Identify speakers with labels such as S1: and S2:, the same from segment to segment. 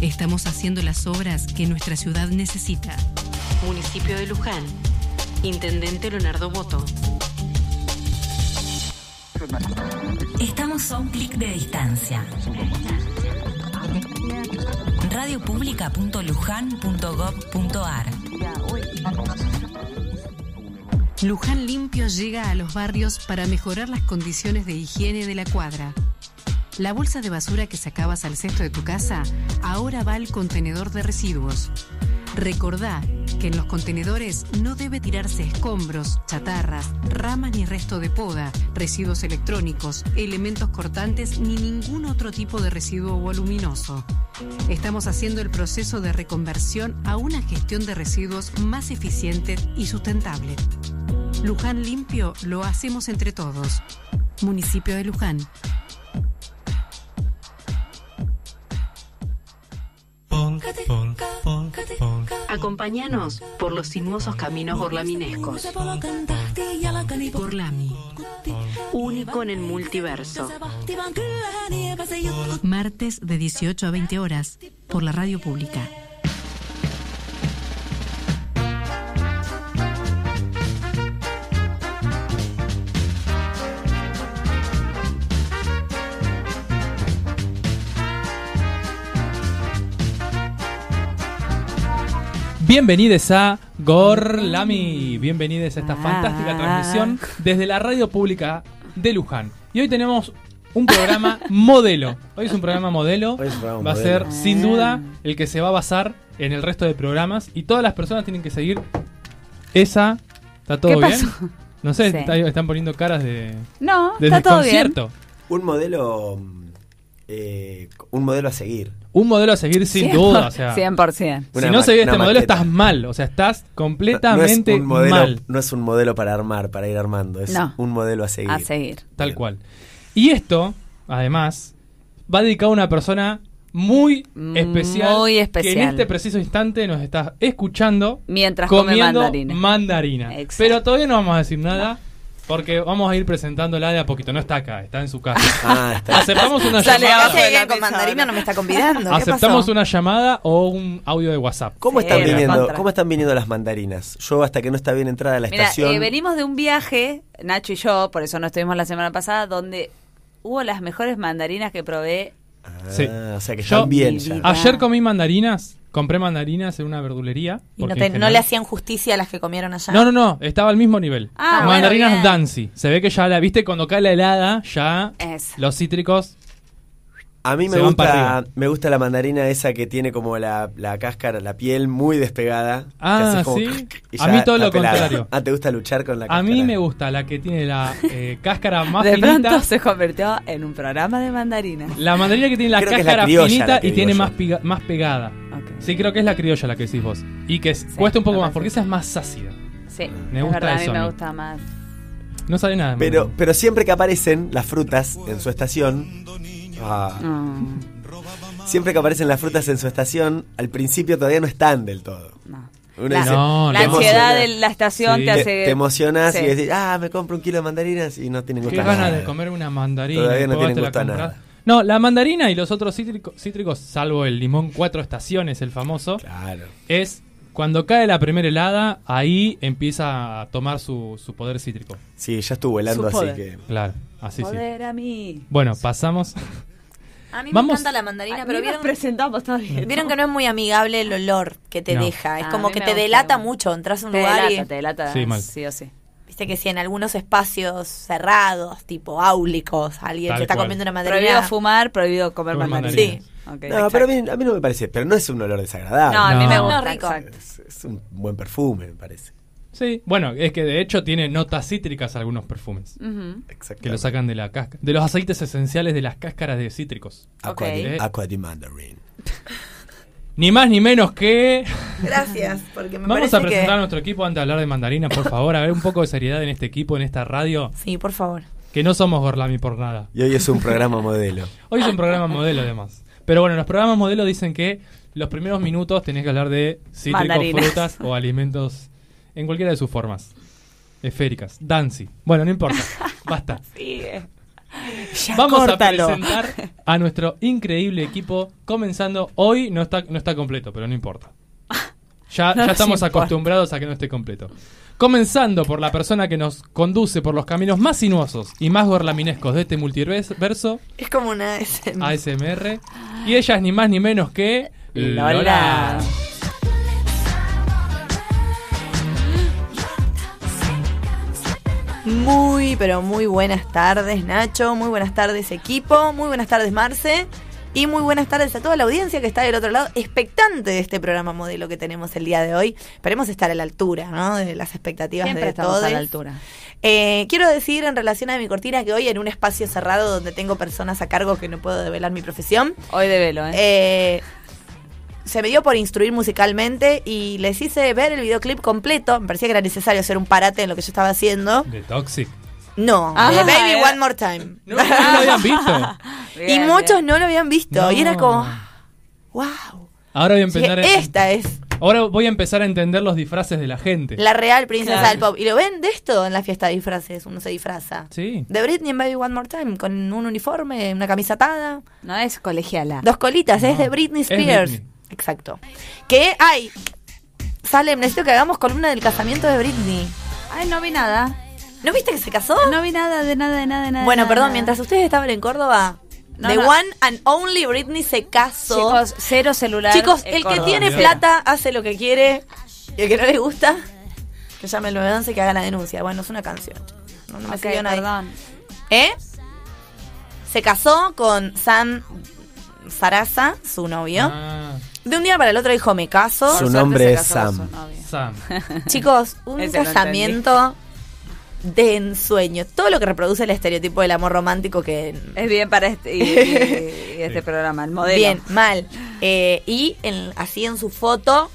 S1: Estamos haciendo las obras que nuestra ciudad necesita. Municipio de Luján. Intendente Leonardo Boto.
S2: Estamos a un clic de distancia. Radiopublica.luján.gov.ar
S1: Luján Limpio llega a los barrios para mejorar las condiciones de higiene de la cuadra. La bolsa de basura que sacabas al cesto de tu casa ahora va al contenedor de residuos. Recordá que en los contenedores no debe tirarse escombros, chatarras, ramas ni resto de poda, residuos electrónicos, elementos cortantes ni ningún otro tipo de residuo voluminoso. Estamos haciendo el proceso de reconversión a una gestión de residuos más eficiente y sustentable. Luján Limpio lo hacemos entre todos. Municipio de Luján. Acompáñanos por los sinuosos caminos borlaminescos. Borlami, único en el multiverso. Martes de 18 a 20 horas por la radio pública.
S3: Bienvenidos a Gorlami, bienvenidos a esta
S4: Ah.
S3: fantástica transmisión desde la radio pública de Luján. Y hoy tenemos un programa modelo. Hoy es un programa modelo.
S5: Hoy es un programa
S3: va a ser
S5: modelo.
S4: Ah.
S3: sin duda el que se va a basar en el resto de programas y todas las personas tienen que seguir esa. ¿Está todo
S4: ¿Qué
S3: bien?
S4: pasó?
S3: No sé,
S4: Sí.
S3: está- están poniendo caras de
S4: No,
S3: desde
S4: está
S3: el
S4: todo bien.
S3: concierto.
S5: Un modelo. mm, eh, un modelo a seguir.
S3: Un modelo a seguir sin
S4: 100%.
S3: duda, o sea,
S4: 100%.
S3: si
S5: Una
S3: no
S5: ma-
S3: seguís este
S5: una
S3: modelo
S5: maqueta.
S3: estás mal, o sea, estás
S5: No- no es un
S3: completamente
S5: modelo-
S3: mal.
S5: No es un modelo para armar, para ir armando. Es
S4: No.
S5: un modelo a seguir.
S4: A seguir.
S3: Tal cual. Y esto, además, va dedicado a una persona muy
S4: Muy
S3: especial. Que en
S4: especial.
S3: este preciso instante nos está escuchando
S4: Mientras come
S3: comiendo
S4: mandarines.
S3: mandarina.
S4: Exacto.
S3: Pero todavía no vamos a decir nada porque vamos a ir presentándola de a poquito. No está acá, está en su casa.
S5: Ah, está.
S3: Aceptamos una
S6: Sale
S3: llamada.
S6: abajo de la con mandarina, no me está convidando. ¿Qué
S3: Aceptamos
S6: pasó?
S3: una llamada o un audio de WhatsApp.
S5: ¿Cómo están,
S4: Sí, la
S5: viniendo,
S4: contra.
S5: ¿Cómo están viniendo las mandarinas? Yo, hasta que no está bien entrada a la
S4: Mira,
S5: estación.
S4: eh, venimos de un viaje, Nacho y yo, por eso no estuvimos la semana pasada, donde hubo las mejores mandarinas que probé.
S5: Ah,
S3: Sí.
S5: O sea que
S3: Yo-
S5: están bien ya.
S4: Divina.
S3: Ayer comí mandarinas, compré mandarinas en una verdulería.
S6: Y no,
S3: porque
S6: te-
S3: en
S6: no
S3: general-
S6: le hacían justicia a las que comieron allá.
S3: No, no, no, estaba al mismo nivel.
S4: Ah, bueno,
S3: Mandarinas
S4: bien.
S3: Dancy. Se ve que ya la viste cuando cae la helada, ya
S4: Es.
S3: los cítricos.
S5: A mí me
S3: Se van para
S5: gusta,
S3: arriba.
S5: me gusta la mandarina esa que tiene como la, la cáscara, la piel muy despegada. que
S3: Ah,
S5: haces como
S3: sí.
S5: y
S3: A
S5: ya
S3: mí todo
S5: está
S3: lo
S5: pelada.
S3: contrario.
S5: Ah, ¿te gusta luchar con la
S3: A
S5: cáscara?
S3: mí me gusta la que tiene la eh, cáscara más
S4: de
S3: finita.
S4: pronto se convirtió en un programa de mandarinas.
S3: La mandarina que tiene la
S5: Creo que es la
S3: cáscara
S5: criolla
S3: finita
S5: la que
S3: y
S5: digo
S3: tiene
S5: yo.
S3: más, piga- más pegada.
S4: Ok.
S3: Sí, creo que es la criolla la que decís vos. Y que cuesta un poco más, porque esa es más ácida.
S4: Sí,
S3: Me
S4: es
S3: gusta
S4: verdad,
S3: eso
S4: a mí
S3: a
S4: me
S3: mí.
S4: gusta más.
S3: No sale nada. de
S5: Pero,
S3: mandarina.
S5: pero siempre que aparecen las frutas en su estación. Ah,
S4: Mm,
S5: Siempre que aparecen las frutas en su estación, al principio todavía no están del todo.
S4: no.
S5: Uno
S4: La,
S5: dice,
S3: No,
S4: la
S3: te
S4: ansiedad
S5: emociona.
S4: de la estación
S3: Sí.
S4: te
S5: te,
S4: hace.
S5: te emocionas
S4: Sí.
S5: y decís, ah, me compro un kilo de mandarinas y no tienen gusto
S3: Qué
S5: a
S3: ganas
S5: nada.
S3: de comer una mandarina.
S5: Todavía no
S3: después
S5: tienen
S3: te la
S5: gusto a
S3: compras.
S5: nada.
S3: No, la mandarina y los otros cítrico- cítricos, salvo el limón cuatro estaciones, el famoso.
S5: Claro.
S3: es cuando cae la primera helada, ahí empieza a tomar su, su poder cítrico.
S5: Sí, ya estuvo helando, así
S4: Su poder.
S5: que.
S3: Claro, así sí.
S4: Joder a mí.
S3: Bueno, pasamos.
S6: A mí
S3: Vamos.
S6: me encanta la
S4: Ay,
S6: mandarina,
S4: ni
S6: pero
S4: nos
S6: vieron,
S4: presentamos todavía.
S6: vieron que no es muy amigable el olor que te
S3: No.
S6: deja. Es
S4: Ah, a
S6: como
S4: mí
S6: que
S4: me
S6: te
S4: gusta.
S6: delata mucho. Entras a un
S4: Te
S6: lugar
S4: delata, te
S6: y
S4: delata.
S3: Sí, mal.
S4: sí o sí.
S6: viste que si en algunos espacios cerrados, tipo áulicos, alguien
S3: Tal
S6: se está
S3: cual.
S6: comiendo una
S4: Prohibido
S6: mandarina.
S4: fumar, prohibido comer
S3: Comer
S4: mandarina.
S6: mandarinas.
S4: Ok.
S5: No, pero a mí, a mí no me parece. Pero no es un olor desagradable.
S4: No, a mí
S3: No.
S4: me
S6: No,
S4: gusta.
S6: rico.
S4: exacto.
S5: Es, es un buen perfume, me parece.
S3: Sí, bueno, es que de hecho tiene notas cítricas algunos perfumes.
S4: Ujú.
S5: Exacto.
S3: Que lo sacan de la casca. De los aceites esenciales de las cáscaras de cítricos. Eh.
S5: Aqua,
S4: Ok.
S5: di, aqua di mandarin.
S3: Ni más ni menos que.
S6: Gracias, porque me
S3: Vamos
S6: parece
S3: a presentar a
S6: que...
S3: nuestro equipo antes de hablar de mandarina, por favor. A ver un poco de seriedad en este equipo, en esta radio.
S6: Sí, por favor.
S3: Que no somos Gorlami por nada.
S5: Y hoy es un programa modelo.
S3: Hoy es un programa modelo además. Pero bueno, los programas modelo dicen que los primeros minutos tenés que hablar de cítricos,
S4: Mandarinas.
S3: frutas o alimentos en cualquiera de sus formas. Esféricas. Dancy. Bueno, no importa. Basta.
S4: Sigue.
S6: Ya
S3: Vamos
S6: córtalo.
S3: a presentar a nuestro increíble equipo, comenzando hoy, no está, no está completo, pero no importa. Ya,
S4: No
S3: ya
S4: nos
S3: estamos
S4: importa.
S3: acostumbrados a que no esté completo. Comenzando por la persona que nos conduce por los caminos más sinuosos y más gorlaminescos de este multiverso,
S6: Es como una SM.
S3: ASMR, y ella es ni más ni menos que...
S4: Lola.
S6: Muy, pero muy buenas tardes, Nacho. Muy buenas tardes, equipo. Muy buenas tardes, Marce. Y muy buenas tardes a toda la audiencia que está del otro lado, expectante de este programa modelo que tenemos el día de hoy. Esperemos estar a la altura, ¿no? De las expectativas
S4: Siempre
S6: de
S4: estamos
S6: todos.
S4: a la altura.
S6: Eh, quiero decir en relación a mi cortina que hoy en un espacio cerrado donde tengo personas a cargo que no puedo develar mi profesión,
S4: Hoy de velo, ¿eh?
S6: eh, se me dio por instruir musicalmente y les hice ver el videoclip completo. Me parecía que era necesario hacer un parate en lo que yo estaba haciendo.
S3: De Toxic.
S6: No,
S4: Ah,
S6: de Baby
S4: era-
S6: One More Time.
S3: No, no lo habían visto.
S6: y
S4: Bien,
S6: muchos
S4: bien.
S6: no lo habían visto. Y era
S3: No.
S6: como, wow.
S3: Ahora voy a empezar a-
S6: esta es
S3: Ahora voy a empezar a entender los disfraces de la gente.
S6: la real princesa
S4: Claro.
S6: del pop. Y lo ven de esto en la fiesta de disfraces, uno se disfraza.
S3: Sí.
S6: De Britney en Baby One More Time, con un uniforme, una camisa atada.
S4: No es colegiala.
S6: Dos colitas, es
S3: No,
S6: de Britney
S3: es
S6: Spears.
S3: Britney.
S6: Exacto. Que hay. Salem, necesito que hagamos columna del casamiento de Britney.
S4: Ay, no vi nada.
S6: ¿No viste que se casó?
S4: No vi nada de nada, de nada, de nada.
S6: bueno,
S4: de
S6: perdón,
S4: nada.
S6: mientras ustedes estaban en Córdoba,
S4: No,
S6: the
S4: no.
S6: one and only Britney se casó.
S4: Chicos, cero celular.
S6: Chicos,
S4: en
S6: el que
S4: Córdoba.
S6: tiene
S3: Olvidate.
S6: plata hace lo que quiere y el que no le gusta, que llame al 911 y que haga la denuncia. Bueno, es una canción. No, no me
S4: Ok,
S6: sirvió nada.
S4: perdón.
S6: ¿Eh? Se casó con Sam Sarasa, su novio.
S3: Ah,
S6: De un día para el otro dijo, me caso.
S4: Por
S5: Su
S4: suerte
S5: nombre
S4: se
S5: es
S4: casó
S5: Sam.
S4: con su novio.
S3: Sam.
S6: Chicos, un
S4: Ese lo
S6: casamiento de ensueño. Todo lo que reproduce el estereotipo del amor romántico que...
S4: Es bien para este, y- y- y este
S3: Sí.
S4: programa, el modelo.
S6: Bien, mal. Eh, y en- así en su foto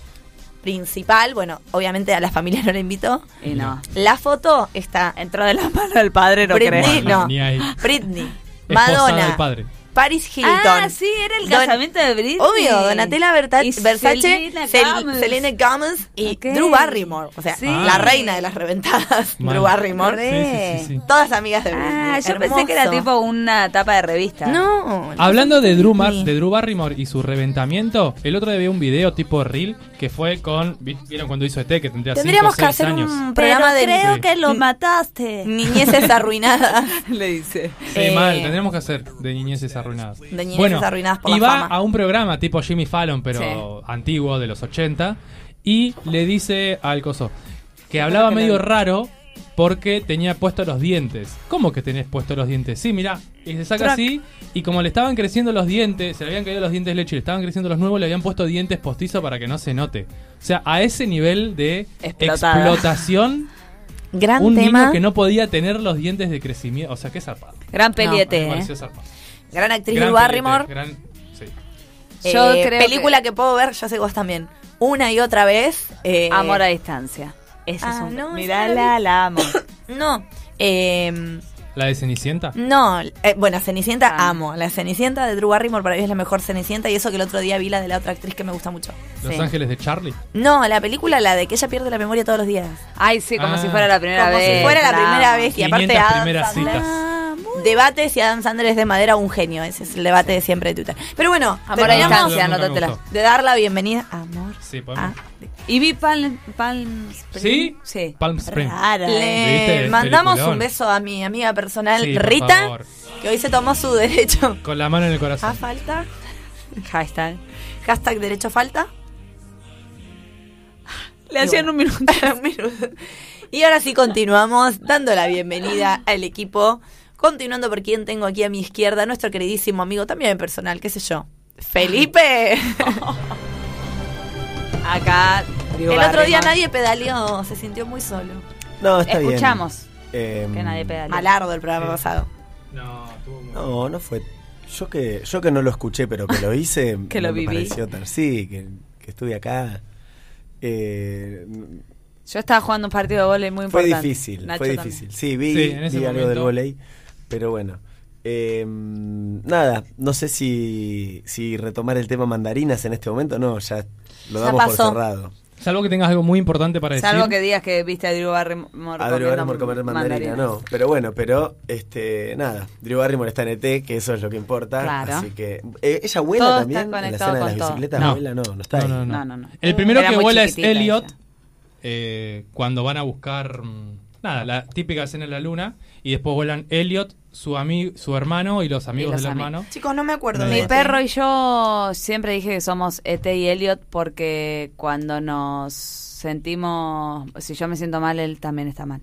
S6: principal, bueno, obviamente a la familia no la invitó.
S4: Y no.
S6: La foto está
S4: Entró de la mano del padre, no
S6: Britney,
S4: creo.
S3: Bueno,
S6: no.
S3: ni ahí.
S6: Britney,
S3: Esposada
S6: Madonna,
S3: del padre.
S6: Paris Hilton.
S4: Ah, sí, era el
S6: Don-
S4: casamiento de Britney.
S6: Obvio, Donatella Berta-
S4: Y
S6: Versace,
S4: Selena
S6: Sel-
S4: Gomez.
S6: Selena Gomez y
S4: Ok.
S6: Drew Barrymore. O sea,
S4: Sí.
S6: la reina de las reventadas,
S3: Mal.
S6: Drew Barrymore.
S3: Sí, sí, sí, sí.
S6: Todas amigas de Britney.
S4: Ah, yo pensé
S6: Hermoso.
S4: que era tipo una tapa de revista.
S6: No.
S3: Hablando de Drew, Mar-
S6: Britney.
S3: de Drew Barrymore y su reventamiento, el otro día vi un video tipo reel que fue con. vi- ¿Vieron cuando hizo ET que tendría
S6: Tendríamos que
S3: 5 o 6
S6: hacer
S3: años?
S6: un programa de
S3: creo Ah, Sí. que
S4: lo mataste.
S6: niñeces arruinadas.
S4: Le dice.
S3: Sí,
S6: eh,
S3: mal, tendríamos que hacer de niñeces arruinadas. De
S6: niñeces arruinadas por la
S3: y va
S6: fama.
S3: a un programa tipo Jimmy Fallon, pero antiguo, de los 80, y le dice al coso que hablaba medio raro porque tenía puestos los dientes. ¿Cómo que tenés puestos los dientes? Sí, mirá, y se saca así, y como le estaban creciendo los dientes, se le habían caído los dientes de leche y le estaban creciendo los nuevos, le habían puesto dientes postizos para que no se note. O sea, a ese nivel de
S4: Explotada.
S3: explotación,
S6: Gran
S3: un
S6: tema.
S3: niño que no podía tener los dientes de crecimiento. O sea, qué zarpado.
S4: Gran
S3: A mí me
S4: peliete. ¿eh?
S3: pareció zarpado.
S6: Gran actriz
S3: Gran
S6: Drew Barrymore.
S3: película, gran- sí.
S6: Eh,
S4: Yo creo
S6: película que... puedo ver, yo sé que vos también. Una y otra vez. eh,
S4: Amor a distancia. Ese es
S6: Ah,
S4: un.
S6: no, esa no la
S4: Mirala, la amo.
S6: No. eh,
S3: ¿La de Cenicienta?
S4: Mm,
S6: no, eh, bueno, Cenicienta
S4: Ah.
S6: amo. La Cenicienta de Drew Barrymore para mí es la mejor Cenicienta y eso que el otro día vi la de la otra actriz que me gusta mucho.
S3: ¿Los
S4: sí.
S3: Ángeles de Charlie?
S6: No, la película la de que ella pierde la memoria todos los días.
S4: Ay, sí, como
S3: Ah.
S4: si fuera la primera
S6: Como si
S4: vez.
S6: fuera la
S4: amo.
S6: primera vez. Y aparte
S3: 500
S6: Adam
S3: primeras
S6: Sandler-
S3: citas.
S6: Debate si Adam Sandler es de madera o un genio. Ese es el debate de siempre de Twitter. Pero bueno,
S4: Amor a
S6: terminamos
S4: distancia,
S3: Nunca me
S4: anótatela.
S3: gustó.
S6: de dar la bienvenida. Amor.
S3: Sí,
S6: a-
S3: podemos.
S4: Y vi Palm, Palm Spring.
S3: ¿Sí?
S4: Sí.
S3: Palm Spring.
S4: Rara, ¿eh?
S6: Le
S3: ¿Viste?
S6: mandamos
S3: Peliculón.
S6: un beso a mi amiga personal
S3: Sí, por
S6: Rita,
S3: favor.
S6: que hoy se tomó su derecho
S3: Con la mano en el
S6: a
S4: Ah.
S3: corazón.
S6: falta.
S4: Hashtag.
S6: Hashtag derecho a falta.
S4: Le hacían un minuto.
S6: Un minuto. y ahora sí continuamos dando la bienvenida al equipo. Continuando por quien tengo aquí a mi izquierda, nuestro queridísimo amigo, también personal, qué sé yo. Felipe.
S4: Acá.
S6: El otro día nadie pedaleó, se sintió muy solo.
S5: No, está bien.
S4: Escuchamos
S5: Eh,
S4: que nadie pedaleó.
S6: Malardo el programa
S3: Sí.
S6: pasado.
S3: No, estuvo muy-
S5: No, no fue. Yo que, yo que no lo escuché, pero que lo hice.
S4: Que
S5: no
S4: lo
S5: me
S4: viví.
S5: pareció tan- sí, que, que estuve acá. Eh,
S4: Yo estaba jugando un partido de vóley muy
S5: fue
S4: importante.
S5: difícil,
S4: Nacho
S5: fue
S4: también.
S5: difícil. Sí, vi,
S3: Sí, en ese
S5: vi algo del
S3: momento.
S5: volei, pero bueno. Eh, nada, no sé si, si retomar el tema mandarinas en este momento. No, ya lo
S6: Ya
S5: damos por
S6: pasó.
S5: cerrado.
S3: Salvo que tengas algo muy importante para decir.
S4: Salvo que digas que viste a Drew Barrymore
S5: A Drew Barrymore comer mandarina,
S4: mandarinas.
S5: no. Pero bueno, pero este nada, Drew Barrymore está en ET, que eso es lo que importa.
S4: Claro.
S5: Así que eh, ella vuela
S4: Todo
S5: también
S4: está
S5: en la
S4: conectado
S5: escena de
S4: con
S5: las
S4: todo.
S5: bicicletas,
S3: No.
S5: vuela, no, no está
S3: No,
S5: ahí.
S3: no, no.
S4: No, no, no.
S3: El primero
S4: Era
S3: que
S4: muy
S3: vuela es
S4: chiquitita
S3: Elliot
S4: ella.
S3: eh, cuando van a buscar mm, nada, la típica escena en la luna y después vuelan Elliot, su ami- su hermano y los amigos
S4: los
S3: del
S4: ami-
S3: hermano.
S6: Chicos, no me acuerdo.
S3: Mi
S6: de
S4: Mi
S6: este.
S4: perro y yo siempre dije que somos ET y Elliot porque cuando nos sentimos, si yo me siento mal, él también está mal.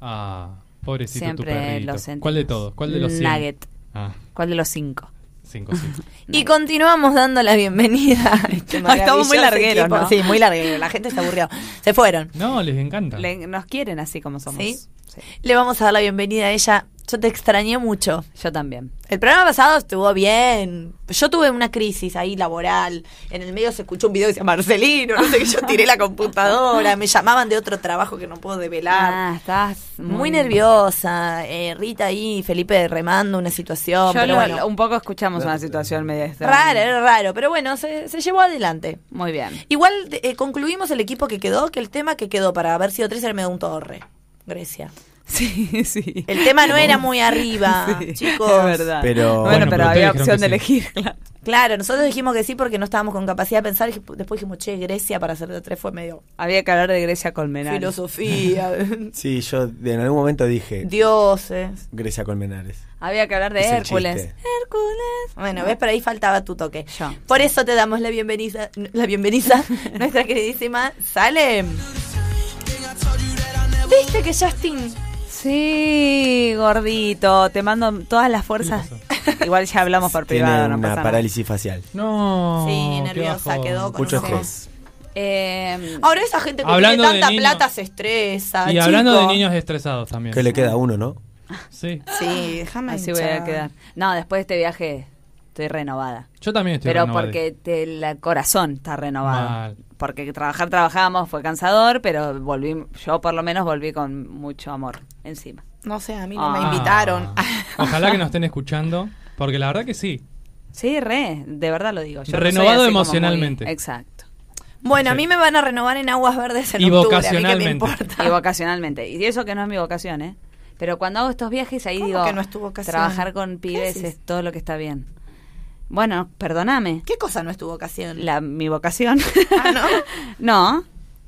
S3: Ah, pobrecito tu
S4: Siempre
S3: perrito.
S4: lo sentimos.
S3: ¿Cuál de todos? ¿Cuál de los cien?
S4: Nugget.
S3: Ah,
S4: ¿Cuál de los cinco?
S3: cinco, cinco.
S6: Y continuamos dando la bienvenida. a este
S4: Ay, estamos muy
S6: maravilloso
S4: largueros,
S6: equipo.
S4: ¿no?
S6: Sí, muy largueros. La gente se aburrió. Se fueron.
S3: No, les encanta.
S4: Le- nos quieren así como somos.
S6: ¿Sí?
S4: Sí.
S6: Le vamos a dar la bienvenida a ella. Yo te extrañé mucho.
S4: Yo también.
S6: El programa pasado estuvo bien. Yo tuve una crisis ahí laboral. En el medio se escuchó un video que decía Marcelino, no sé qué. Yo tiré la computadora. Me llamaban de otro trabajo que no puedo develar.
S4: Ah, estás
S6: muy, nerviosa. eh, Rita y Felipe remando una situación.
S4: Yo lo-
S6: pero bueno,
S4: un poco escuchamos una situación media extraña.
S6: raro, era raro. Pero bueno, se, se llevó adelante.
S4: Muy bien.
S6: Igual eh, concluimos el equipo que quedó, que el tema que quedó para haber sido tres era me da un torre. Grecia.
S4: Sí, sí.
S6: El tema no era muy arriba,
S4: Sí,
S6: chicos.
S4: Es verdad.
S5: Pero-
S4: bueno,
S5: Bueno,
S4: pero,
S3: pero
S4: había
S3: ustedes dijeron
S4: opción de
S3: que sí.
S4: elegir, claro.
S6: Claro, nosotros dijimos que sí porque no estábamos con capacidad de pensar. y Después dijimos, che, Grecia para hacer de tres fue medio
S4: Había que hablar de Grecia Colmenares.
S6: filosofía,
S5: Sí, yo de- en algún momento dije
S6: dioses.
S5: Grecia Colmenares.
S4: Había que hablar de
S5: Hice el
S4: Hércules.
S5: chiste.
S4: Hércules.
S6: Bueno, ves, pero ahí faltaba tu toque.
S4: Yo.
S6: Por eso te damos la bienvenida, la bienvenida, nuestra queridísima Salem. ¿Viste que Justin
S4: Sí, gordito. Te mando todas las fuerzas. Igual ya hablamos por
S5: Tiene
S4: privado, no
S5: una
S4: pasa nada.
S5: parálisis facial.
S3: No.
S6: Sí,
S3: qué
S6: nerviosa,
S3: bajón.
S6: quedó con
S5: Muchos
S6: un-
S5: genes.
S4: Eh,
S6: Ahora esa gente que
S3: Hablando
S6: tiene
S3: de
S6: tanta
S3: niños.
S6: plata se estresa.
S3: Y hablando de
S6: chico.
S3: niños estresados también.
S5: Que le queda a uno, ¿no?
S3: Sí.
S6: Sí, déjame
S4: así voy a
S6: hinchar.
S4: quedar. No, después de este viaje estoy renovada.
S3: Yo también estoy
S4: pero
S3: renovado.
S4: porque te- el corazón está renovado.
S3: Mal.
S4: Porque trabajar trabajamos, fue cansador, pero volví, yo por lo menos volví con mucho amor encima.
S6: No sé, a mí no me
S4: Ah.
S6: invitaron.
S3: Ah. Ojalá que nos estén escuchando, porque la verdad que sí.
S4: Sí, re, de verdad lo digo. Yo no soy
S3: Renovado
S4: así como
S3: emocionalmente.
S4: muy- exacto.
S6: Bueno, a
S3: Sí.
S6: mí me van a renovar en Aguas Verdes en
S3: Y
S6: octubre, a mí que me
S3: vocacionalmente.
S6: importa.
S4: Y vocacionalmente. Y eso que no es mi vocación, ¿eh? Pero cuando hago estos viajes, ahí
S6: ¿Cómo
S4: digo,
S6: que no es tu vocación?
S4: trabajar con
S6: ¿Qué
S4: pibes
S6: decís?
S4: es todo lo que está bien. Bueno, perdóname.
S6: ¿Qué cosa no es tu vocación?
S4: La, mi vocación.
S6: Ah, ¿no?
S4: no.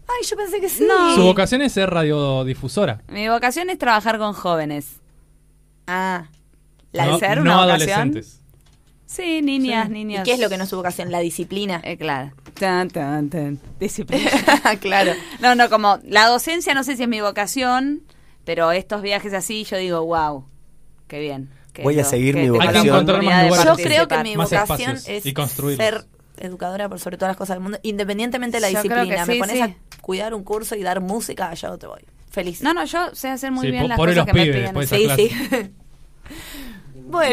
S6: Ay, yo pensé que sí.
S4: No.
S3: Su vocación es ser radiodifusora.
S4: Mi vocación es trabajar con jóvenes.
S6: Ah.
S4: La de
S3: no,
S4: ser
S3: no
S4: una vocación.
S3: adolescentes.
S4: Sí, niñas,
S6: ¿Y
S4: niños.
S6: qué es lo que no es tu vocación? La disciplina.
S4: Eh, claro. Tan, tan, tan. Disciplina.
S6: claro.
S4: no, no, como la docencia no sé si es mi vocación, pero estos viajes así yo digo, wow, qué bien. que
S5: Voy a
S4: yo-
S5: seguir
S4: que
S5: mi
S4: tengo la
S3: vocación. Hay que encontrar más
S4: oportunidad de
S3: lugares.
S6: Yo
S3: Para
S6: creo que
S4: participar.
S6: mi
S3: Más
S6: vocación
S3: espacios
S6: es
S3: y construirlos.
S6: ser educadora por sobre todas las cosas del mundo, independientemente de la
S4: Yo creo que
S6: disciplina.
S4: sí,
S6: me pones
S4: sí.
S6: a cuidar un curso y dar música, yo te voy. Feliz.
S4: No, no, yo sé hacer muy
S3: Sí,
S4: bien
S3: po-
S4: las
S3: pobre
S4: cosas
S3: los
S4: que me
S3: pibes
S4: piden.
S3: después.
S4: hacer.
S6: Sí,
S3: esa
S6: sí. bueno,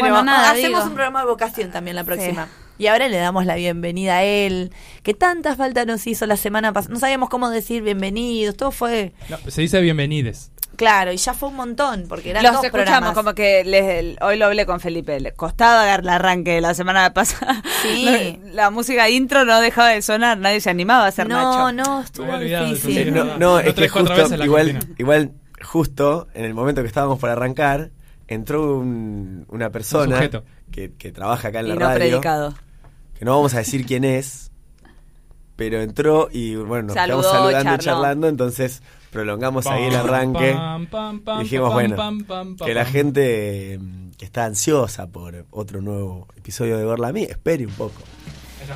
S4: Bueno, nada,
S6: hacemos
S4: digo.
S6: un programa de vocación también la próxima.
S4: eh.
S6: Y ahora le damos la bienvenida a él, que tanta falta nos hizo la semana pasada. No sabíamos cómo decir bienvenidos, todo fue
S3: No, se dice bienvenides.
S6: claro, y ya fue un montón, porque eran
S4: Los
S6: dos
S4: escuchamos
S6: programas.
S4: como que les- el- hoy lo hablé con Felipe. Le costaba dar el arranque de la semana pasada.
S6: Sí.
S4: No, la música intro no dejaba de sonar, nadie se animaba a hacer
S6: no,
S4: Nacho.
S6: no,
S3: Me
S6: estuvo
S3: había olvidado de
S6: difícil.
S3: Sí,
S5: Eh,
S3: es
S5: no,
S3: verdad.
S5: no,
S3: Lo
S5: es que
S3: tres, cuatro
S5: justo,
S3: veces la
S5: igual,
S3: cortina.
S5: igual, justo en el momento que estábamos por arrancar, entró un- una persona
S3: sujeto.
S5: que, que trabaja acá en
S4: Y
S5: la
S4: no
S5: radio,
S4: predicado.
S5: que no vamos a decir quién es, pero entró y bueno, nos
S4: Saludó,
S5: quedamos saludando
S4: charló.
S5: y charlando, entonces prolongamos ahí el arranque.
S3: Pam, pam, pam,
S5: Y dijimos,
S3: pam,
S5: bueno,
S3: pam, pam, pam,
S5: que la
S3: pam.
S5: gente eh, que está ansiosa por otro nuevo episodio de Gorla a mí, espere un poco.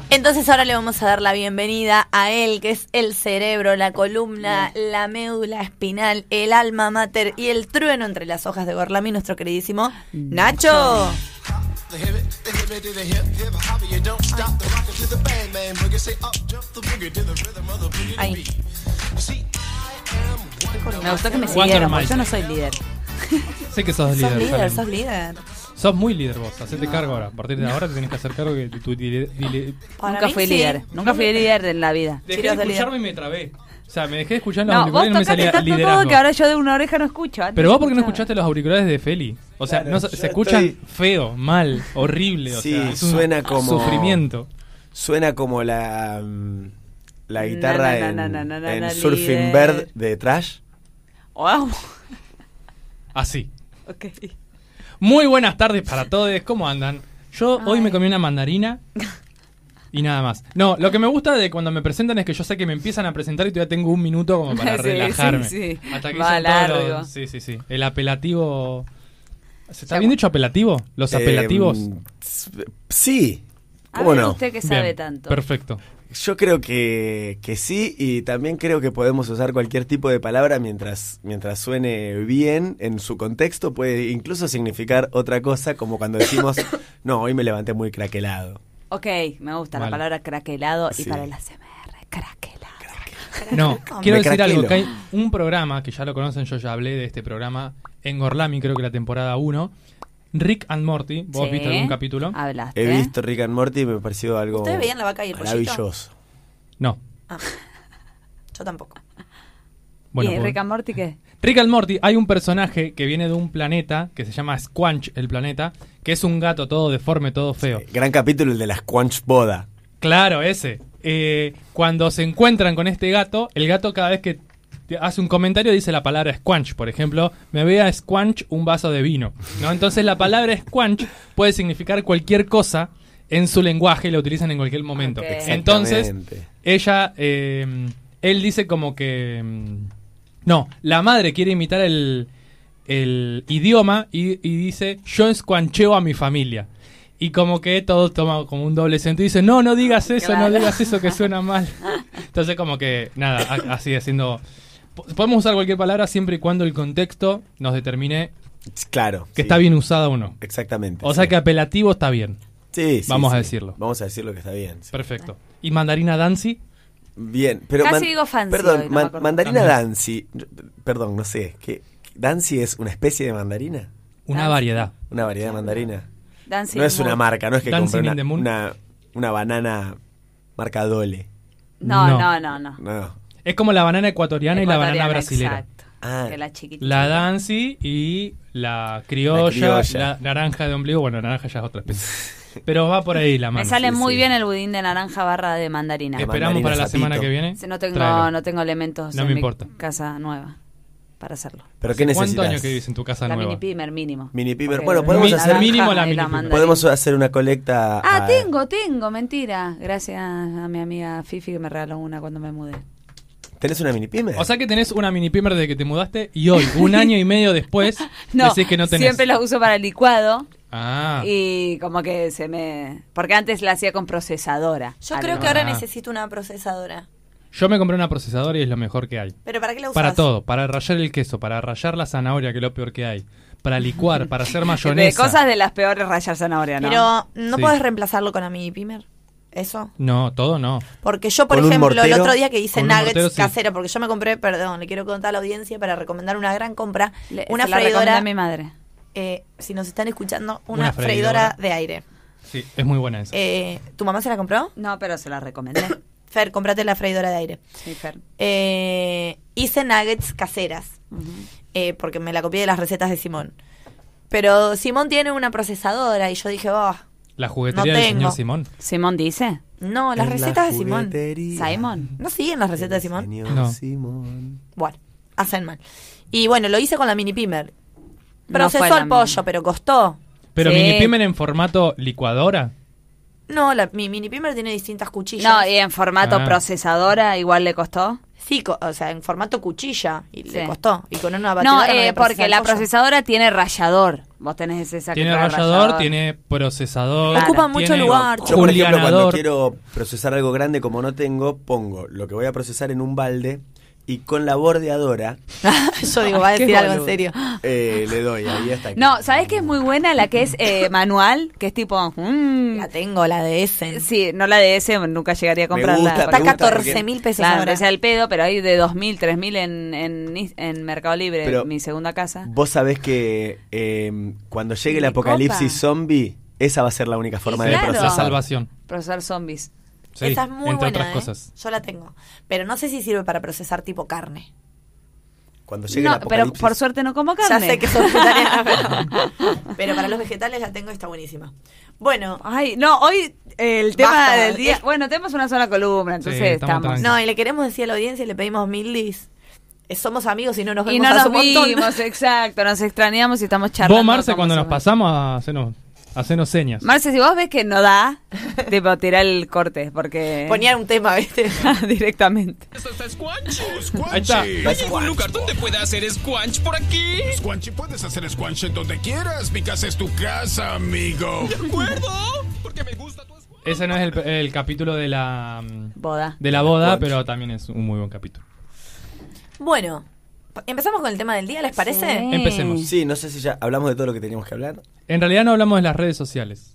S6: Entonces ahora le vamos a dar la bienvenida a él, que es el cerebro, la columna, la médula espinal, el alma mater y el trueno entre las hojas de Gorlami, nuestro queridísimo Nacho. Ay.
S4: Me gustó que me
S3: Wonder
S4: siguieron, porque
S3: Mike.
S4: yo no soy líder.
S3: Sé que sos líder.
S6: Sos líder,
S3: Salem.
S6: sos líder.
S3: Sos muy líder vos. Hacete cargo ahora. A partir de ahora te tenés que hacer cargo que tu dile- dile-
S6: Para
S4: Nunca
S6: mí
S4: fui
S6: sí.
S4: líder. Nunca fui líder en la vida.
S3: Dejé
S6: Tiros
S3: de
S6: de líder.
S3: escucharme y me trabé. O sea, Ah, me dejé de escuchar en los
S4: No, vos
S3: auriculares y no me
S4: tocaste
S3: salía
S4: tanto
S3: liderazgo.
S4: todo que ahora yo de una oreja no escucho. Antes
S3: Pero vos porque no
S4: escuchaba.
S3: escuchaste los auriculares de Feli. O sea,
S5: Claro,
S3: no,
S5: yo
S3: se se escuchan
S5: estoy-
S3: feo, mal, horrible. O
S5: Sí,
S3: sea, es un
S5: suena como-
S3: Sufrimiento.
S5: Suena como la mm, la guitarra
S4: Na, na,
S5: en,
S4: na, na, na, na,
S5: en
S4: na,
S5: Surfing
S4: líder.
S5: Bird de Trash.
S4: Wow.
S3: Así.
S4: Ok.
S3: Muy buenas tardes para todos, ¿cómo andan? Yo hoy me
S4: Ay.
S3: comí una mandarina y nada más. No, lo que me gusta de cuando me presentan es que yo sé que me empiezan a presentar y todavía tengo un minuto como para
S4: Sí,
S3: relajarme.
S4: sí, sí.
S3: Hasta que
S4: Va
S3: dicen todos
S4: largo.
S3: los- sí, sí, sí. El apelativo. ¿Se está
S4: Ya,
S3: bien dicho apelativo? Los apelativos.
S5: Eh, sí. ¿Cómo
S4: A ver
S5: no?
S4: usted que sabe
S3: Bien,
S4: tanto.
S3: Perfecto.
S5: Yo creo que, que sí y también creo que podemos usar cualquier tipo de palabra mientras, mientras suene bien en su contexto. Puede incluso significar otra cosa como cuando decimos, no, hoy me levanté muy craquelado.
S4: Ok, me gusta
S3: Vale.
S4: la palabra craquelado y
S5: Sí.
S4: para el ACMR, craquelado.
S3: No,
S6: Craquelado.
S3: quiero
S5: Me
S3: decir
S5: craquelo.
S3: algo, que hay un programa, que ya lo conocen, yo ya hablé de este programa en Gorlami, creo que la temporada 1, Rick and Morty, ¿vos
S4: Sí. Ah,
S3: viste algún capítulo?
S4: Hablaste.
S5: He visto Rick and Morty y me pareció algo
S6: ¿Ustedes veían la vaca y el pollito?
S5: maravilloso.
S3: No.
S6: Yo tampoco.
S3: Bueno,
S4: ¿Y
S3: pues-
S4: Rick and Morty qué?
S3: Rick and Morty, hay un personaje que viene de un planeta que se llama Squanch, el planeta, que es un gato todo deforme, todo feo.
S5: Eh, Gran capítulo el de la Squanch Boda.
S3: Claro, ese. Eh, cuando se encuentran con este gato, el gato cada vez que te hace un comentario dice la palabra squanch. Por ejemplo, me vea squanch un vaso de vino. ¿no? Entonces la palabra squanch puede significar cualquier cosa en su lenguaje y la utilizan en cualquier momento.
S4: Ok.
S3: Entonces,
S5: Exactamente.
S3: ella, eh, él dice como que... mm, No, la madre quiere imitar el, el idioma y, y dice, yo escuancheo a mi familia. Y como que todo toma como un doble sentido y dice, no, no digas eso,
S4: Claro.
S3: no digas eso que suena mal. Entonces como que, nada, a- así haciendo... po- Podemos usar cualquier palabra siempre y cuando el contexto nos determine
S5: Claro. sí.
S3: que está bien usada o no.
S5: Exactamente.
S3: O sea
S5: sí.
S3: que apelativo está bien.
S5: Sí, sí,
S3: vamos a
S5: sí.
S3: decirlo.
S5: Vamos a decirlo que está bien. sí.
S3: Perfecto. ¿Y mandarina Dancy?
S5: Bien, pero.
S4: Casi digo fancy
S5: Perdón,
S4: hoy, no me
S5: man-
S4: acuerdo.
S5: mandarina
S3: Ajá.
S5: Dancy. yo- Perdón, no sé. ¿qué, ¿Dancy es una especie de mandarina?
S3: Una
S4: Dancy.
S3: variedad.
S5: ¿Una variedad de mandarina?
S4: Dancing
S5: no es una
S4: Moon.
S5: marca, no es que
S3: Dancing
S5: compre una,
S3: in the Moon.
S5: una, una banana marca Dole.
S4: No,
S3: No.
S4: no, no, no.
S5: No.
S3: Es como la banana ecuatoriana, y la banana
S4: Ecuatoriana,
S3: brasilera.
S4: Exacto.
S5: Ah.
S4: Que la chiquitita.
S3: La Dancy y la criolla, la
S5: La criolla.
S3: naranja de ombligo. Bueno, naranja ya es otra especie. Pero va por ahí la
S4: Me
S3: mano.
S4: sale
S5: sí,
S4: muy
S5: sí.
S4: bien el budín de naranja barra de mandarina.
S5: Eh,
S3: Esperamos para la
S5: Mandarina,
S3: semana
S5: sapito.
S3: que viene.
S4: Si No tengo,
S3: Tráelo.
S4: no tengo elementos
S3: No
S4: en
S3: me
S4: mi
S3: importa.
S4: casa nueva para hacerlo.
S5: ¿Pero qué
S3: ¿Cuántos
S5: necesitas?
S3: años que vives en tu casa
S4: La
S3: nueva?
S4: mini pimer mínimo.
S5: Mini pimer.
S4: Ok,
S5: Bueno,
S4: la
S5: podemos
S4: naranja
S5: hacer-
S3: Mínimo la
S4: y
S3: mini pimer.
S4: mandarina.
S5: Podemos hacer una colecta.
S4: Ah,
S5: a-
S4: tengo, tengo, mentira. Gracias a mi amiga Fifi que me regaló una cuando me mudé.
S5: ¿Tenés una mini pyme?
S3: O sea que tenés una mini pimer desde que te mudaste y hoy, un año y medio después,
S4: No,
S3: decís que no tenés.
S4: siempre la uso para el licuado
S3: Ah,
S4: y como que se me... Porque antes la hacía con procesadora.
S6: Yo
S4: Algo.
S6: creo que ahora
S3: Ah.
S6: necesito una procesadora.
S3: yo me compré una procesadora y es lo mejor que hay.
S6: ¿Pero para qué la usas?
S3: Para todo, para rayar el queso, para rayar la zanahoria, que es lo peor que hay. Para licuar, para hacer
S4: De
S3: mayonesa.
S4: cosas de las peores rayar zanahoria, ¿no?
S6: Pero no
S3: Sí.
S6: podés reemplazarlo con a mi pimer. Eso.
S3: No, todo no.
S6: Porque yo, por
S5: Con un
S6: ejemplo, el
S5: mortero.
S6: otro día que hice
S3: Con un
S6: nuggets
S3: mortero, sí.
S6: caseros, porque yo me compré, perdón, le quiero contar a la audiencia para recomendar una gran compra,
S4: Le-
S6: una
S4: se la recomendé a
S6: freidora,
S4: mi madre.
S6: eh, si nos están escuchando, una,
S3: Una
S6: freidora.
S3: freidora.
S6: de aire.
S3: Sí, es muy buena esa.
S6: Eh, ¿Tu mamá se la compró?
S4: No, pero se la recomendé.
S6: Fer, comprate la freidora de aire.
S4: Sí, Fer.
S6: Eh, hice nuggets caseras,
S4: Ujú.
S6: eh, porque me la copié de las recetas de Simón. Pero Simón tiene una procesadora y yo dije, oh,
S3: la
S6: no
S3: juguetería del
S6: tengo.
S3: señor Simón.
S4: Simón dice.
S6: no, las
S5: En la
S6: recetas de Simón.
S5: juguetería
S4: Simón.
S6: ¿No siguen las recetas
S5: del
S6: de Simón?
S5: señor
S3: No.
S5: Simón.
S6: Bueno, hacen mal. Y bueno, lo hice con la mini pimer.
S4: No
S6: Procesó
S4: fue la
S6: el pollo,
S4: misma.
S6: pero costó.
S3: Pero
S4: Sí.
S3: mini pimer en formato licuadora.
S6: No, la, mi mini pimer tiene distintas cuchillas.
S4: No, y en formato
S3: Ah.
S4: procesadora igual le costó.
S6: Sí, co- o sea, en formato cuchilla. Y le
S4: Sí.
S6: costó. Y con una batidora
S4: No,
S6: me
S4: eh,
S6: le procesa
S4: porque
S6: el
S4: la
S6: pollo.
S4: procesadora tiene rallador. Vos tenés esa que
S3: Tiene
S4: trae
S3: rallador, tiene procesador.
S4: Claro. Ocupa
S6: mucho
S3: tiene
S6: lugar.
S5: Yo, por ejemplo, cuando
S3: julianador.
S5: quiero procesar algo grande como no tengo, pongo lo que voy a procesar en un balde y con la bordeadora
S6: Yo digo, va a
S4: Qué
S6: decir algo en
S4: boludo.
S6: serio.
S5: eh, le doy ahí hasta aquí.
S4: No, ¿sabés que es muy buena la que es eh, manual? Que es tipo... mm,
S6: La tengo, la de Essen.
S4: sí, no la de ese, nunca llegaría a comprarla.
S5: gusta,
S4: porque-
S6: Está
S5: me gusta
S6: 14 mil pesos
S4: Claro,
S6: ahora.
S4: que sea el pedo, pero hay de 2.000, 3.000 en, en, Nis- en Mercado Libre,
S5: Pero-
S4: mi segunda casa.
S5: Vos sabés que eh, cuando llegue el
S4: Me
S5: apocalipsis
S4: copa.
S5: zombie, esa va a ser la única forma de
S4: claro.
S3: La
S5: procesar.
S3: salvación.
S4: Procesar zombies.
S3: Sí,
S6: Esa es muy
S3: entre
S6: buena.
S3: otras
S6: ¿eh?
S3: cosas.
S6: Yo la tengo. Pero no sé si sirve para procesar tipo carne.
S5: cuando llegue el
S4: No, pero
S5: apocalipsis.
S4: por suerte no como
S6: Ya
S4: carne.
S6: sé que son vegetariana, pero, pero para los vegetales la tengo y está buenísima. Bueno,
S4: Ay, no, hoy eh, el tema
S6: Basta,
S4: del día.
S6: eh.
S4: Bueno, tenemos una sola columna, entonces
S3: Sí, estamos
S4: estamos.
S3: tranquilos.
S6: no, y le queremos decir a la audiencia, le pedimos mil dis. eh, Somos amigos y no nos vemos
S4: Y no
S6: hace
S4: nos
S6: un montón.
S4: vimos, exacto, nos extrañamos y estamos charlando.
S3: Vos, Marce,
S4: como
S3: cuando nos
S4: siempre.
S3: pasamos, hacenos, hacenos señas.
S4: Marce, si vos ves que no da, te va a tirar el corte, porque...
S6: Ponía un tema, ¿viste?
S4: directamente.
S7: Esto está Squanch.
S8: Oh,
S3: Ahí está.
S7: ¿Hay algún lugar donde pueda hacer Squanch por aquí?
S8: Squanchy, puedes hacer squanche donde quieras. Mi casa es tu casa, amigo.
S7: De acuerdo. Porque me gusta tu Squanch.
S3: Ese no es el, el capítulo de la,
S4: Boda.
S3: de la boda, pero también es un muy buen capítulo.
S6: Bueno, pa- empezamos con el tema del día, ¿les parece?
S4: Sí.
S3: Empecemos.
S5: Sí, no sé si ya hablamos de todo lo que teníamos que hablar.
S3: En realidad no hablamos de las redes sociales.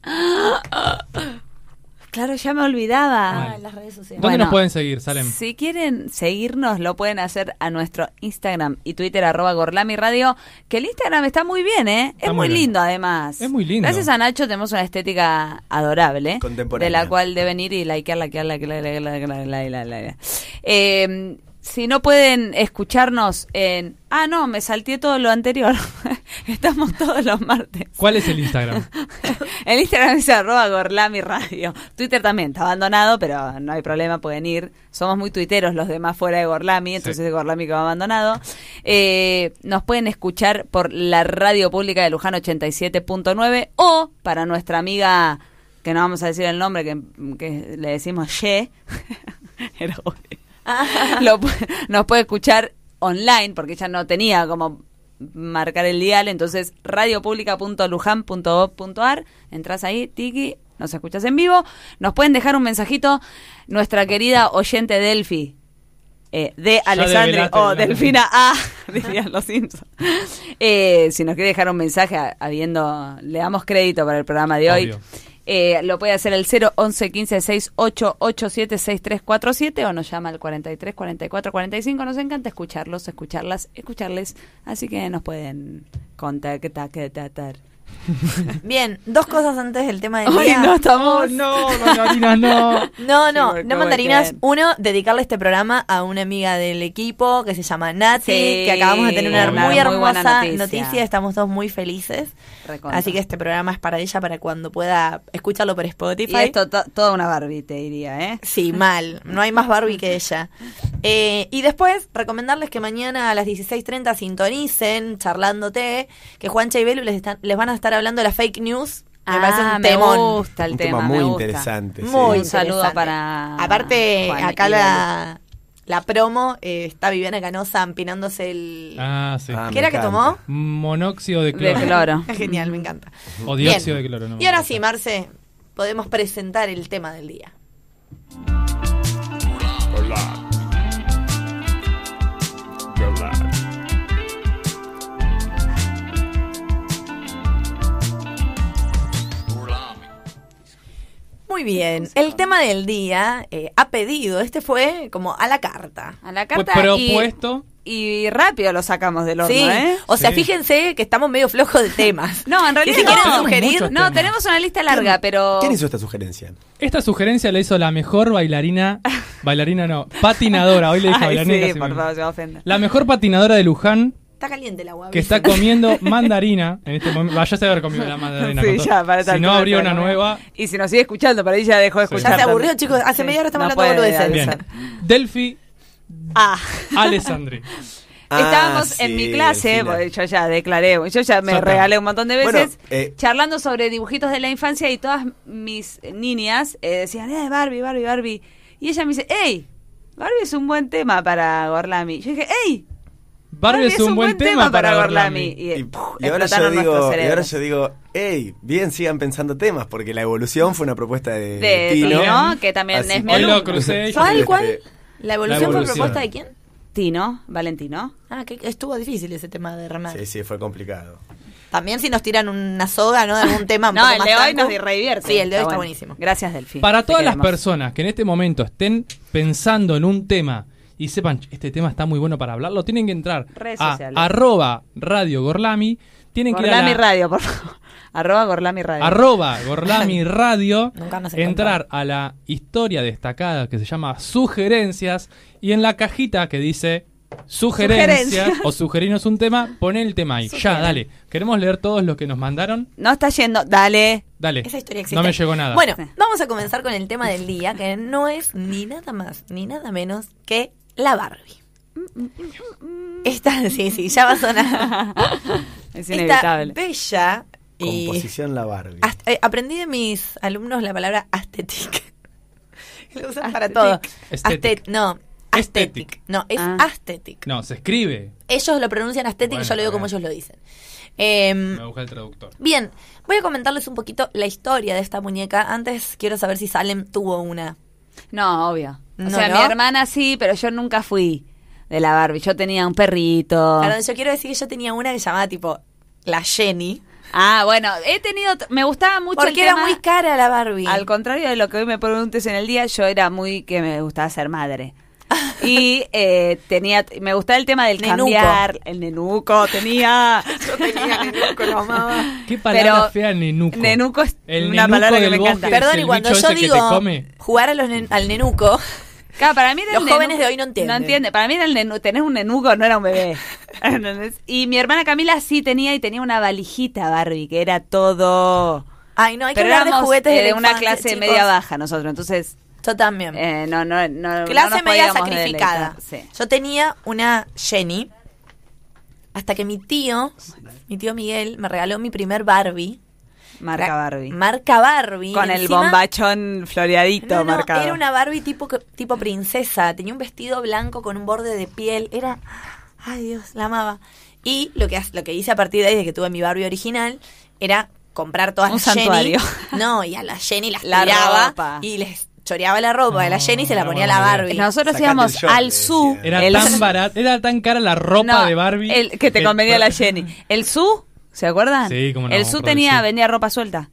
S4: Claro, ya me olvidaba.
S3: Vale.
S6: Ah, Las redes sociales.
S3: ¿Dónde
S4: Bueno.
S3: nos pueden seguir, Salem?
S4: Si quieren seguirnos, lo pueden hacer a nuestro Instagram y Twitter, arroba Gorlami Radio, que el Instagram está muy bien, ¿eh?
S3: Está
S4: es
S3: muy
S4: muy
S3: bien.
S4: lindo, además.
S3: Es muy lindo.
S4: Gracias a Nacho tenemos una estética
S6: ¿eh?
S4: adorable,
S5: Contemporánea.
S4: de la cual deben ir y likear, likear, likear, likear, likear, likear, likear, likear. Eh, si no pueden escucharnos en... Ah, no, me salté todo lo anterior. Estamos todos los martes.
S3: ¿Cuál es el Instagram?
S4: El Instagram es arroba gorlami radio. Twitter también está abandonado, pero no hay problema, pueden ir. Somos muy tuiteros los demás fuera de Gorlami, entonces
S3: Sí.
S4: es Gorlami que va abandonado. Eh, nos pueden escuchar por la radio pública de Luján 87.9 o para nuestra amiga, que no vamos a decir el nombre, que, que le decimos Ye. Era obvio. Lo pu- nos puede escuchar online porque ella no tenía como marcar el dial, entonces radiopublica.luján.gov.ar, entras ahí, tiki, nos escuchas en vivo, nos pueden dejar un mensajito, nuestra querida oyente Delphi, eh, de Alessandri
S3: develaste
S4: o
S3: la-
S4: Delfina A, dirían los Simpsons. Eh, si nos quiere dejar un mensaje, a- habiendo, le damos crédito para el programa de hoy.
S3: Obvio.
S4: Eh, lo puede hacer al 011 15 6887 6347 o nos llama al 43 44 45. Nos encanta escucharlos, escucharlas, escucharles. Así que nos pueden contactar.
S6: Bien, dos cosas antes del tema del
S4: Ay,
S6: día.
S4: no, estamos.
S3: no, mandarinas, no.
S6: No,
S4: Sí,
S6: no,
S4: porque voy a
S6: no mandarinas.
S4: quedar.
S6: Uno, dedicarle este programa a una amiga del equipo que se llama Nati,
S4: Sí,
S6: que acabamos de tener una
S3: una
S6: muy
S4: muy
S6: hermosa
S4: buena
S6: noticia.
S4: noticia.
S6: Estamos todos muy felices.
S4: Recontra.
S6: Así que este programa es para ella, para cuando pueda escucharlo por Spotify.
S4: Y esto, to- toda una Barbie, te diría, ¿eh?
S6: Sí, mal. No hay más Barbie que ella. Eh, y después, recomendarles que mañana a las 16.30 sintonicen charlándote, que Juancha y Belu les, están- les van a estar hablando de las fake news. Me parece
S4: Ah,
S6: un temón.
S4: Me gusta el
S5: Un tema
S4: tema,
S5: muy
S4: me gusta.
S5: interesante, sí.
S6: Muy
S4: Un saludo
S6: interesante.
S4: para
S6: Aparte,
S4: Juan
S6: acá
S4: y
S6: la, la promo eh, está Viviana Canosa empinándose el.
S3: Ah, sí.
S5: Ah,
S6: ¿Qué
S5: me
S6: era que
S5: encanta.
S6: tomó?
S3: Monóxido de
S4: De
S3: cloro.
S4: cloro.
S6: Es genial, me encanta.
S3: O dióxido
S6: Bien.
S3: de cloro, no.
S6: Y ahora sí, Marce, podemos presentar el tema del día.
S8: Hola. Hola.
S6: Muy bien, el tema del día eh, ha pedido, este fue como a la carta.
S4: A la
S3: Fue
S4: carta. y-
S3: propuesto.
S4: Y rápido lo sacamos del horno,
S6: sí,
S4: ¿eh?
S6: o sea,
S3: Sí. Ah.
S6: fíjense que estamos medio flojos de temas.
S4: No, en realidad
S6: si
S4: no.
S6: quieren
S4: No,
S6: sugerir-
S3: Muchos temas.
S4: tenemos una lista larga, pero...
S5: ¿Quién hizo esta sugerencia?
S3: Esta sugerencia la hizo la mejor bailarina. Bailarina no, patinadora. Hoy le dije
S4: Ay,
S3: bailarina.
S4: sí,
S3: casi
S4: por
S3: me-
S4: favor, se va a ofender.
S3: La mejor patinadora de Luján
S6: Está caliente el agua.
S3: que
S6: ¿viste?
S3: está comiendo mandarina en este momento. Vaya a haber comido la mandarina. con
S4: Sí,
S3: todo.
S4: ya, para esta
S3: si no
S4: altura
S3: abrió
S4: está
S3: una
S4: bien.
S3: nueva.
S4: Y si nos sigue escuchando, para ahí ya dejó de
S3: Sí.
S4: escuchar.
S6: Ya se
S4: tanto.
S6: aburrió, chicos. Hace
S4: Sí,
S6: media hora estamos
S4: no
S6: hablando
S4: puede,
S6: boludeces.
S3: Bien.
S4: Alessandra.
S3: Delphi
S4: Ah.
S3: Alessandri.
S4: Estábamos
S5: Ah,
S4: en mi
S5: sí,
S4: clase,
S5: Delfina.
S4: porque yo ya declaré, yo ya me
S3: Sota.
S4: regalé un montón de
S5: Bueno,
S4: veces,
S5: eh,
S4: charlando sobre dibujitos de la infancia y todas mis niñas eh, decían, eh, Barbie, Barbie, Barbie. Y ella me dice, hey, Barbie es un buen tema para Gorlami. Yo dije, hey,
S3: Barbie es un buen tema para Gorlami.
S4: Y,
S5: Y,
S4: puf,
S5: y ahora yo
S4: explotaron
S5: digo,
S4: nuestros
S5: y ahora
S4: cerebros.
S5: yo digo, hey, bien, sigan pensando temas, porque la evolución fue una propuesta de,
S4: De
S5: Tino.
S4: Tino, que también es mi
S5: que- eh,
S3: Hoy lo
S4: alumno.
S3: crucé. y yo
S6: ¿Sabes
S3: dije,
S5: "Este,
S6: cuál? ¿La evolución, por
S3: evolución.
S6: propuesta de quién?
S4: Tino, Valentino.
S6: Ah, que estuvo difícil ese tema de remar.
S5: Sí, sí, fue complicado.
S6: También si nos tiran una soga, ¿no? De algún tema un
S4: No,
S6: poco
S4: el
S6: más
S4: de hoy
S6: tranco.
S4: nos revierte.
S6: Sí, el de hoy está,
S4: bueno.
S6: buenísimo.
S4: Gracias, Delfín.
S3: Para
S4: Te
S3: todas las
S4: queremos.
S3: personas que en este momento estén pensando en un tema y sepan, "Ch, este tema está muy bueno para hablarlo, tienen que entrar
S4: Redes
S3: a
S4: sociales.
S3: arroba radio gorlami, tienen
S4: Gorlami
S3: que ir a la-
S4: Radio, por favor. Arroba Gorlami Radio.
S3: arroba gorlami radio,
S6: Nunca nos
S3: entrar a la historia destacada que se llama sugerencias y en la cajita que dice sugerencias
S4: Sugerencias.
S3: o sugerirnos un tema, pon el tema ahí. Ya, dale. Queremos leer todos los que nos mandaron.
S4: No está yendo. Dale.
S3: Dale.
S6: Esa historia existe.
S3: no me llegó nada.
S6: Bueno,
S4: Sí.
S6: vamos a comenzar con el tema del día, que no es ni nada más ni nada menos que la Barbie. Esta, sí, sí, ya va a sonar.
S4: Es
S6: Esta
S4: inevitable.
S6: bella y
S5: Composición La Barbie.
S6: Ast- eh, aprendí de mis alumnos la palabra aesthetic. Lo usan para
S4: Aesthetic.
S6: todo.
S3: Aesthetic.
S6: Aste- no,
S3: Aesthetic.
S6: aesthetic. No, es
S4: Ah.
S6: aesthetic.
S3: No, se escribe.
S6: Ellos lo pronuncian aesthetic
S3: Bueno,
S6: y yo lo digo como
S3: bueno.
S6: ellos lo dicen. Em,
S4: Mm.
S3: Me busca el traductor.
S6: bien, voy a comentarles un poquito la historia de esta muñeca. Antes quiero saber si Salem tuvo una.
S4: No, obvio.
S6: No,
S4: o sea,
S6: ¿no?
S4: mi hermana sí, pero yo nunca fui de la Barbie. Yo tenía un perrito.
S6: Perdón, yo quiero decir que yo tenía una que llamaba tipo la Jenny.
S4: Ah, bueno, he tenido. t- Me gustaba mucho el
S6: Porque era
S4: tema-
S6: muy cara la Barbie.
S4: Al contrario de lo que hoy me preguntes en el día, yo era muy que me gustaba ser madre. Y eh, tenía, me gustaba el tema del
S6: Nenuco.
S4: cambiar, el nenuco tenía.
S6: Yo tenía nenuco, lo amaba.
S3: Qué palabra
S4: Pero
S3: fea nenuco.
S4: nenuco es
S3: El
S4: una
S3: nenuco
S4: palabra que
S3: del
S4: me
S3: bosque
S4: encanta.
S3: es
S6: Perdón,
S3: el
S6: y cuando
S3: bicho
S6: yo
S3: ese que
S6: digo
S3: te come.
S6: jugar a los nen- al nenuco,
S4: Claro, para mí era
S6: Los
S4: el
S6: jóvenes
S4: nenuco-
S6: de hoy no entienden.
S4: No entiende. Para mí era el nenu- tener un nenuco no era un bebé. ¿Entendés? y mi hermana Camila sí tenía y tenía una valijita Barbie, que era todo.
S6: ay no, hay que
S4: Pero
S6: hablar de
S4: éramos,
S6: juguetes
S4: eh,
S6: de, la
S4: una
S6: infancia,
S4: clase
S6: chicos.
S4: media baja nosotros. Entonces,
S6: Yo también.
S4: eh, no, no, no.
S6: clase
S4: no nos
S6: media
S4: podíamos
S6: sacrificada.
S4: deleitar. Sí.
S6: Yo tenía una Jenny hasta que mi tío, mi tío Miguel, me regaló mi primer Barbie.
S4: Marca
S6: Ra-
S4: Barbie.
S6: Marca Barbie.
S4: Con el
S6: Encima-
S4: bombachón floreadito
S6: No, no,
S4: marcado.
S6: Era una Barbie tipo, que- tipo princesa. Tenía un vestido blanco con un borde de piel. Era. Ay, Dios, la amaba. Y lo que, ha- lo que hice a partir de ahí, de que tuve mi Barbie original, era comprar todas
S4: Un
S6: las Jenny.
S4: santuario.
S6: No, y a la Jenny las
S4: La
S6: tiraba
S4: ropa.
S6: y les choreaba la ropa de la
S3: No,
S6: Jenny y se la
S3: era
S6: ponía a
S3: buena
S6: la
S3: idea.
S6: Barbie.
S4: Nosotros
S5: Ah, Sacate
S4: íbamos
S5: el short,
S4: al
S5: le
S4: zoo.
S5: decían.
S3: Era
S4: el-
S3: tan barata, era tan cara la ropa
S4: No,
S3: de Barbie.
S4: El que te convenía la Jenny. El zoo, ¿se acuerdan?
S3: Sí, cómo no,
S4: El
S3: me
S4: zoo
S3: acuerdo del
S4: tenía,
S3: zoo.
S4: vendía ropa suelta.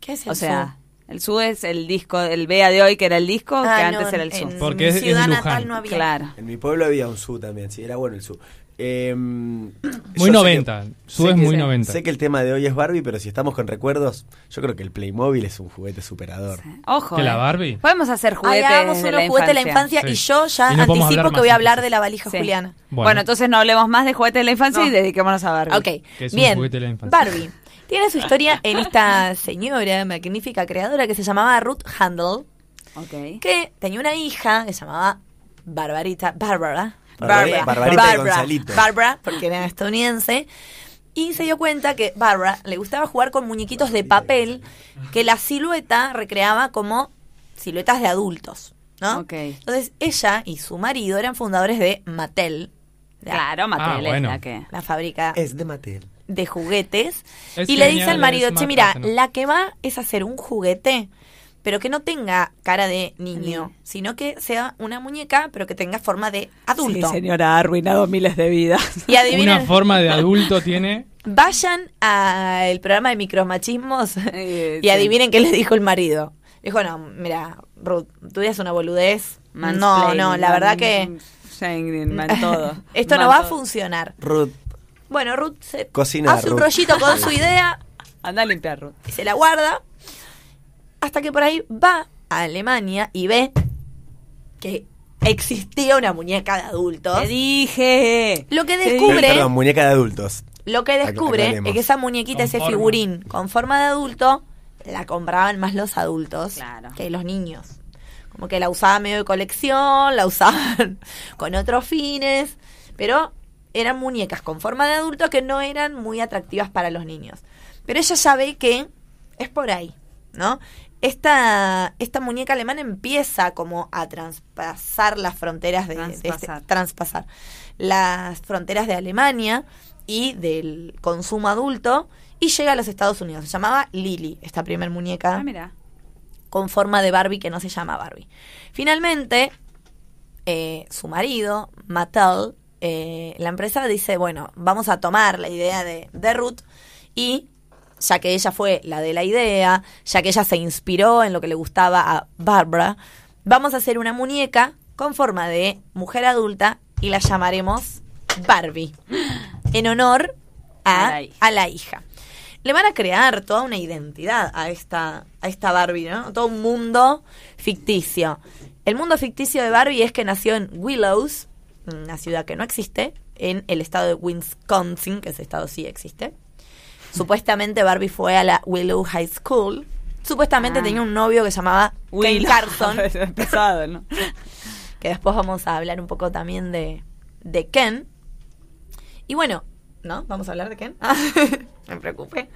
S6: ¿Qué es
S4: o
S6: el
S4: sea, el zoo es el disco, el Bea de hoy que era el disco,
S6: sur?
S4: que
S6: Ah,
S4: antes
S6: no,
S4: era el
S6: en
S4: zoo.
S3: Porque
S6: mi
S3: es- es de
S6: ciudad
S3: Luján.
S6: natal no había.
S4: Claro.
S5: En mi pueblo había un zoo también, sí, era bueno el zoo. Eh, yo
S3: Muy
S5: sé
S3: 90.
S5: que-
S3: Su
S5: sé
S3: es
S5: que-
S3: muy 90.
S5: Sé que el tema de hoy es Barbie, pero si estamos con recuerdos, yo creo que el Playmobil es un juguete superador.
S4: Ojo.
S3: ¿Que la
S4: eh.
S3: Barbie?
S4: Podemos hacer juguetes
S6: Hagamos
S4: de
S6: unos
S4: la
S6: juguetes de la
S4: infancia.
S6: infancia y
S3: Sí.
S6: yo ya
S3: Y no podemos
S6: anticipo
S3: hablar
S6: que
S3: más,
S6: voy a hablar
S3: entonces.
S6: de la valija
S4: Sí.
S6: Juliana.
S3: Bueno.
S4: Bueno. entonces no hablemos más de juguetes de la infancia
S6: No.
S4: y dediquémonos a Barbie.
S6: Ok,
S3: Que es un
S6: bien.
S3: juguete de la infancia.
S6: Barbie tiene su historia en esta señora magnífica creadora que se llamaba Ruth Handel,
S4: Ok.
S6: que tenía una hija que se llamaba Barbarita, Bárbara.
S5: Barbarita- Barbarita y
S6: Bárbara,
S5: Gonzalito.
S6: Bárbara, porque era estadounidense. Y se dio cuenta que Bárbara le gustaba jugar con muñequitos de papel que la silueta recreaba como siluetas de adultos, ¿no?
S4: Ok.
S6: Entonces ella y su marido eran fundadores de Mattel, la-
S4: Claro,
S3: Ah,
S4: Matilde,
S3: bueno.
S4: la que...
S6: la fábrica
S5: Es de Mattel.
S6: de juguetes
S3: Es
S6: y le
S3: genial,
S6: dice al marido,
S3: es
S6: che, mira,
S3: marcárselo".
S6: la que va es hacer un juguete, pero que no tenga cara de niño,
S4: Ni-
S6: sino que sea una muñeca, pero que tenga forma de adulto.
S4: señora, ha arruinado miles de vidas.
S6: Y
S3: Una
S6: adivinen,
S3: forma de adulto tiene.
S6: vayan al programa de micromachismos
S4: Eh,
S6: y
S4: sí.
S6: adivinen qué les dijo el marido. Dijo, no, mira, Ruth, tú eres una boludez. No,
S4: Mansplaining,
S6: no, la verdad que...
S4: Shangrin, man todo.
S6: Esto no
S4: Man
S6: va a
S4: todo.
S6: funcionar.
S5: Ruth,
S6: Bueno, Ruth se
S5: Cocina,
S6: hace un
S5: Ruth.
S6: rollito con su idea,
S4: Anda a limpiar, Ruth.
S6: y se la guarda hasta que por ahí va a Alemania y ve que existía una muñeca de adultos.
S4: Te dije.
S6: Lo que
S4: Te
S6: descubre-
S4: dije.
S5: perdón, muñeca de adultos.
S6: Lo que descubre
S5: Aclaremos.
S6: es que esa muñequita,
S3: Con
S6: ese
S3: forma.
S6: figurín con forma de adulto, la compraban más los adultos
S4: Claro.
S6: que los niños. Como que la usaban medio de colección, la usaban con otros fines, pero eran muñecas con forma de adulto que no eran muy atractivas para los niños. Pero ella ya ve que es por ahí, ¿no? Esta, esta muñeca alemana empieza como a traspasar las fronteras de, de este-
S4: Traspasar.
S6: traspasar las fronteras de Alemania y del consumo adulto y llega a los Estados Unidos. Se llamaba Lily, esta primer muñeca
S4: Ah, mira.
S6: con forma de Barbie que no se llama Barbie. Finalmente, eh, su marido, Mattel, eh, la empresa dice, bueno, vamos a tomar la idea de, de Ruth y ya que ella fue la de la idea, ya que ella se inspiró en lo que le gustaba a Barbara, vamos a hacer una muñeca con forma de mujer adulta y la llamaremos Barbie, en honor a,
S4: A la hija.
S6: a la hija. Le van a crear toda una identidad a esta, a esta Barbie, ¿no? Todo un mundo ficticio. El mundo ficticio de Barbie es que nació en Willows, una ciudad que no existe, en el estado de Wisconsin, que ese estado sí existe. Supuestamente Barbie fue a la Willow High School. Supuestamente
S4: Ah.
S6: tenía un novio que se llamaba Will
S4: Will
S6: Carson,
S4: Pesado, ¿no?
S6: que después vamos a hablar un poco también de, de Ken. Y bueno, ¿no? ¿Vamos a hablar de Ken? no me preocupe.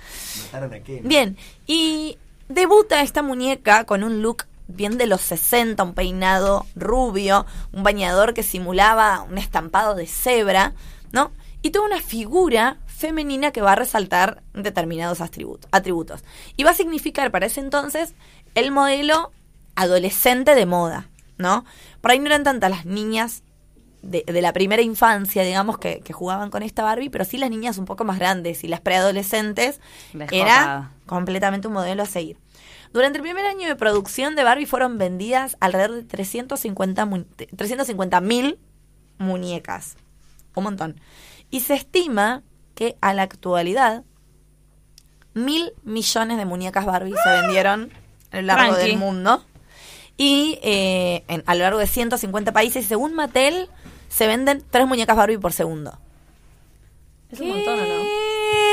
S5: Mataron a Ken.
S6: Bien, y debuta esta muñeca con un look bien de los 60, un peinado rubio, un bañador que simulaba un estampado de cebra, ¿no? Y toda una figura femenina que va a resaltar determinados atributos. atributos. Y va a significar para ese entonces el modelo adolescente de moda, ¿no? Por ahí no eran tantas las niñas de, de la primera infancia, digamos, que, que jugaban con esta Barbie, pero sí las niñas un poco más grandes y las preadolescentes era
S4: Desbocada.
S6: completamente un modelo a seguir. Durante el primer año de producción de Barbie fueron vendidas alrededor de 350 mu- 350 mil muñecas. Un montón. Y se estima que a la actualidad mil millones de muñecas Barbie se vendieron a lo largo
S4: Tranqui.
S6: del mundo. Y eh, en- a lo largo de 150 países, y según Mattel, se venden tres muñecas Barbie por segundo.
S4: Es un montón, ¿o no?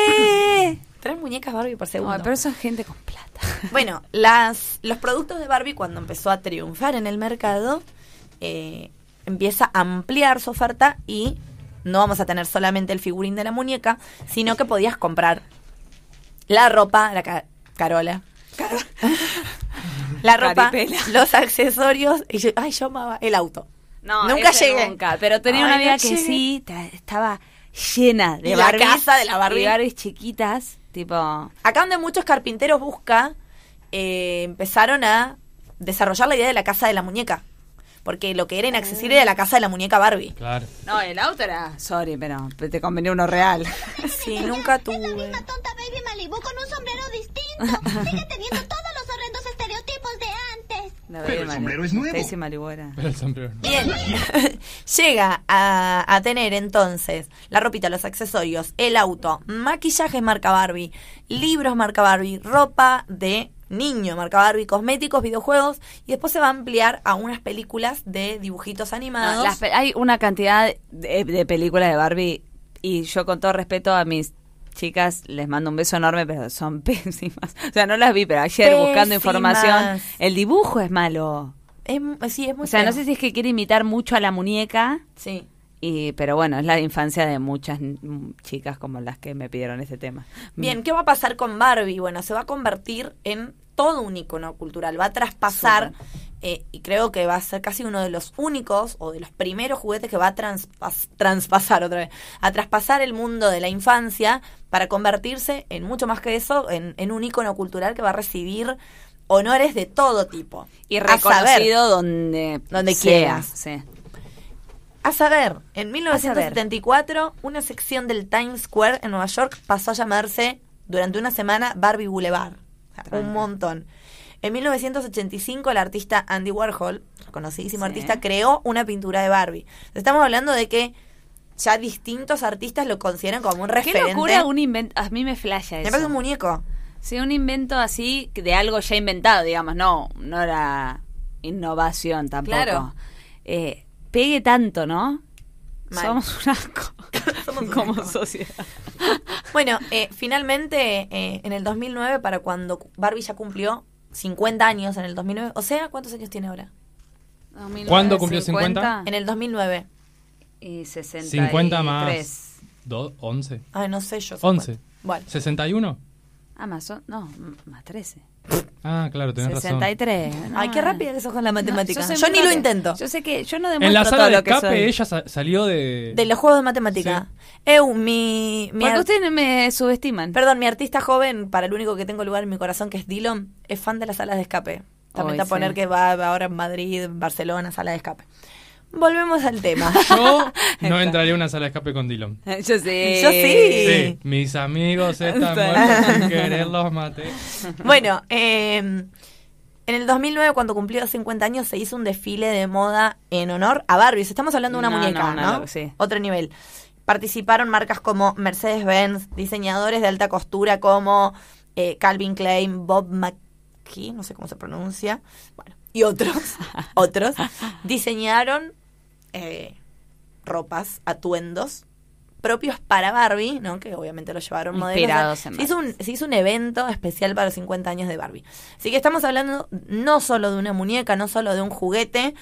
S6: ¿Qué? Tres muñecas Barbie por segundo.
S4: Ay, pero eso es gente con plata.
S6: Bueno, las, los productos de Barbie cuando empezó a triunfar en el mercado, eh, empieza a ampliar su oferta y no vamos a tener solamente el figurín de la muñeca, sino que podías comprar la ropa, la ca- Carola. Caro- La ropa,
S4: Caripela.
S6: los accesorios, y yo, ay, yo amaba el auto. nunca
S4: ese
S6: llegué.
S4: Nunca, pero tenía
S6: Ay,
S4: una
S6: no
S4: amiga que
S6: llegué.
S4: sí ta- estaba llena de
S6: Y la
S4: Barbies
S6: casa de la Barbie.
S4: Y Barbies chiquitas, tipo.
S6: Acá donde muchos carpinteros busca, eh, empezaron a desarrollar la idea de la casa de la muñeca. Porque lo que era inaccesible era la casa de la muñeca Barbie.
S3: Claro.
S4: No, el auto era. Ah. Sorry, pero te convenía uno real.
S6: Sí, nunca tuve.
S9: misma tonta Baby Malibu con un sombrero distinto. Sigue teniendo todos los horrendos estereotipos de antes.
S4: La Barbie
S8: el
S4: Malibu.
S8: sombrero es nuevo.
S4: Stacy Malibu era.
S3: Pero el sombrero no.
S6: Bien. Llega a, a tener entonces la ropita, los accesorios, el auto, maquillajes marca Barbie, libros marca Barbie, ropa de niño marca Barbie, cosméticos, videojuegos y después se va a ampliar a unas películas de dibujitos animados.
S4: No, las pe- hay una cantidad de, de películas de Barbie y yo con todo respeto a mis chicas les mando un beso enorme, pero son pésimas. O sea, no las vi, pero ayer buscando
S6: Pésimas.
S4: información, el dibujo es malo.
S6: Es- sí, es muy
S4: O sea, no
S6: feo.
S4: sé si es que quiere imitar mucho a la muñeca,
S6: Sí.
S4: y, pero bueno, es la infancia de muchas mm, chicas como las que me pidieron este tema.
S6: Bien, ¿qué va a pasar con Barbie? Bueno, se va a convertir en todo un icono cultural, va a traspasar, eh, y creo que va a ser casi uno de los únicos o de los primeros juguetes que va a transpas- transpasar otra vez, a traspasar el mundo de la infancia para convertirse en mucho más que eso, en, en un icono cultural que va a recibir honores de todo tipo.
S4: Y
S6: A saber,
S4: reconocido donde,
S6: Donde
S4: sea,
S6: quieras.
S4: sí.
S6: A saber, en 1974, una sección del Times Square en Nueva York pasó a llamarse durante una semana Barbie Boulevard. O sea, un montón. En 1985, el artista Andy Warhol, reconocidísimo
S4: Sí.
S6: artista, creó una pintura de Barbie. Estamos hablando de que ya distintos artistas lo consideran como un
S4: Qué
S6: referente.
S4: locura un invento. A mí me flasha
S6: Me
S4: eso.
S6: parece un muñeco.
S4: Sí, un invento así de algo ya inventado, digamos, no, no era innovación tampoco.
S6: Claro.
S4: Eh, pegue tanto, ¿no?
S6: Mal.
S4: Somos un asco como sociedad.
S6: Bueno, eh, finalmente, eh, en el 2009, para cuando Barbie ya cumplió 50 años, en el 2009, o sea, ¿cuántos años tiene ahora?
S3: ¿Cuándo cumplió 50?
S6: En el 2009.
S4: Y 63.
S3: 50 más. Do, 11.
S6: Ay, no sé yo.
S3: 11.
S6: Bueno,
S3: 61.
S4: Ah, más, o- no, m- más 13.
S3: Ah, claro, tenés razón.
S4: 63. no,
S6: ay, qué
S4: no.
S6: rápida que sos con la
S4: No,
S6: matemática.
S4: soy
S6: yo
S4: muy
S6: ni lo
S4: rápida.
S6: intento.
S4: Yo sé que yo no demuestro
S3: En la sala
S4: todo
S3: de
S4: lo que soy.
S3: escape ella sa- salió de...
S6: De los juegos de matemática. Eu, mi, mi
S4: Porque
S6: ar-
S4: ustedes me subestiman.
S6: Perdón, mi artista joven, para el único que tengo lugar en mi corazón, que es Dylan, es fan de las salas de escape.
S4: Ay,
S6: También está a
S4: sí.
S6: poner que va va ahora en Madrid, en Barcelona, sala de escape. Volvemos al tema.
S3: Yo no entraría a una sala de escape con Dylan.
S4: Yo sí.
S6: Yo sí.
S3: Sí, mis amigos están muertos sin querer los maté.
S6: Bueno, eh, en el 2009, cuando cumplió 50 años, se hizo un desfile de moda en honor a Barbie. Estamos hablando de una
S4: No,
S6: muñeca,
S4: no, no,
S6: ¿no?
S4: sí.
S6: Otro nivel. Participaron marcas como Mercedes-Benz, diseñadores de alta costura como eh, Calvin Klein, Bob McKee, no sé cómo se pronuncia, bueno, y otros, otros, diseñaron eh, ropas, atuendos propios para Barbie, ¿no? Que obviamente lo llevaron modelos.
S4: Inspirados
S6: O sea,
S4: en
S6: se, hizo un, se hizo un evento especial para los 50 años de Barbie. Así que estamos hablando no solo de una muñeca, no solo de un juguete,